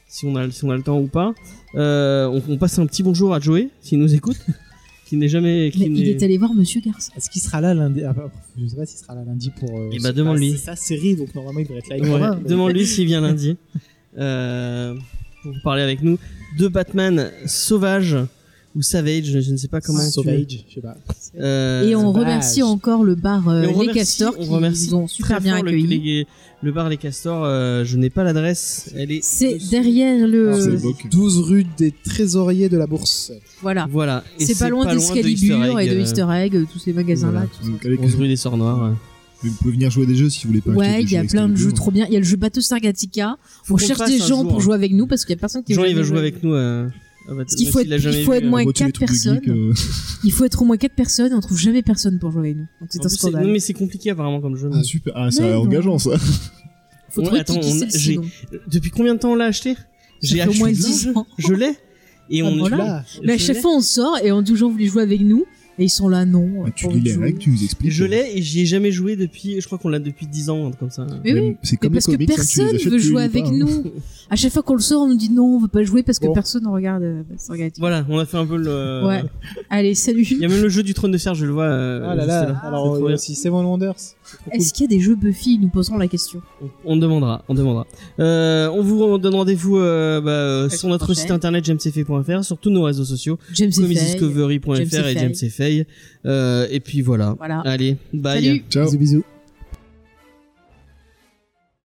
si on a si on a le temps ou pas. Euh, on, on passe un petit bonjour à Joey s'il nous écoute, qui n'est jamais,
Mais
qui
il est
n'est-
allé voir Monsieur Garçon.
Est-ce qu'il sera là lundi Ah, bah, Je sais pas s'il sera là lundi pour. euh,
Eh
je
bah,
sais
demande-lui.
pas, C'est sa série, donc normalement il devrait être là. avec
Ouais,
moi, mais-
Demande-lui s'il vient lundi euh, pour parler avec nous de Batman sauvage ou savage, je ne sais pas comment. tu-
Sauvage, euh, je sais pas.
Euh,
Et on
dommage.
remercie encore le bar
et
euh,
on
Les
remercie-
Castors
on
qui
remercie
nous ont super
très
bien
fort le-
accueillis.
les- Le, bar Les Castors, euh, je n'ai pas l'adresse. Elle est.
C'est derrière
C'est
Euh,
le.
l'époque.
12 rue des Trésoriers de la Bourse.
Voilà.
Voilà. Et
C'est pas loin d'Escalibur
Easter
et
Egg,
de
euh,
Easter Egg, de tous ces magasins-là.
voilà.
tout ça.
Donc, allez,
11 rue des Sorts Noirs. euh.
Vous pouvez venir jouer à des jeux si vous voulez pas acheter
Ouais,
des
il y a
jeux
plein de jeux
Excalibur.
trop bien. Il y a le jeu Bateau Sargatica.
qu'on
On cherche
fasse
des
un
gens
jour,
pour
hein.
jouer avec nous parce qu'il y a personne qui
Jean,
veut
il va
jamais
jouer avec nous. euh, à Batman,
Il faut
s'il
être-
l'a jamais
il faut
vu,
être
euh.
On
moins
voit tous les
4
trucs de
personnes.
geek, euh,
Il faut être au moins 4 personnes et on trouve jamais personne pour jouer avec nous. Donc
En
c'est un
plus, c'est- Non,
scandale.
mais c'est compliqué apparemment comme jeu. mais-
Ah, super. Ah, c'est
Mais non.
engageant ça.
Faut
Ouais,
trouver
attends,
qui qui
on-
c'est le
j'ai-
second.
Depuis combien de temps on l'a acheté J'ai
Ah, fait au
acheté
moins
le
10
jeu,
ans.
Je l'ai. Et
Ah,
on
voilà.
Là,
je
Mais à chaque
l'ai.
fois on sort et on dit aux gens vous voulez jouer avec nous et ils sont là non.
Ah, tu
pas
lis les
envie de
règles,
jouer.
tu nous expliques.
Je l'ai et j'y ai jamais joué depuis. Je crois qu'on l'a depuis 10 ans, un truc comme ça.
Mais oui.
C'est
Mais
comme les
parce que
comics, hein, tu les
personne
achètes,
veut
tu les
jouer
lis
avec
pas, hein.
nous. À chaque fois qu'on le sort, on nous dit non, on veut pas jouer parce que
Bon.
personne ne regarde euh, Bateau Sargatica.
Voilà, on a fait un peu le.
Ouais. Allez, salut.
Il y a même le jeu du trône de fer, je le vois. euh,
ah là
juste
là,
là.
alors
C'est trop
euh,
bien.
si Seven Wonders, c'est trop cool.
Est-ce qu'il y a des jeux Buffy Nous poserons la question.
On- On demandera, on demandera. Euh, on vous donne rendez-vous euh, bah, euh, sur notre
prochaine.
site internet jamcfay.fr, sur tous nos réseaux sociaux,
James Effay.
comicsdiscovery.fr et
James
jamcfay. Euh, et puis voilà.
Voilà.
Allez, bye.
Salut.
Ciao.
Bisous bisous.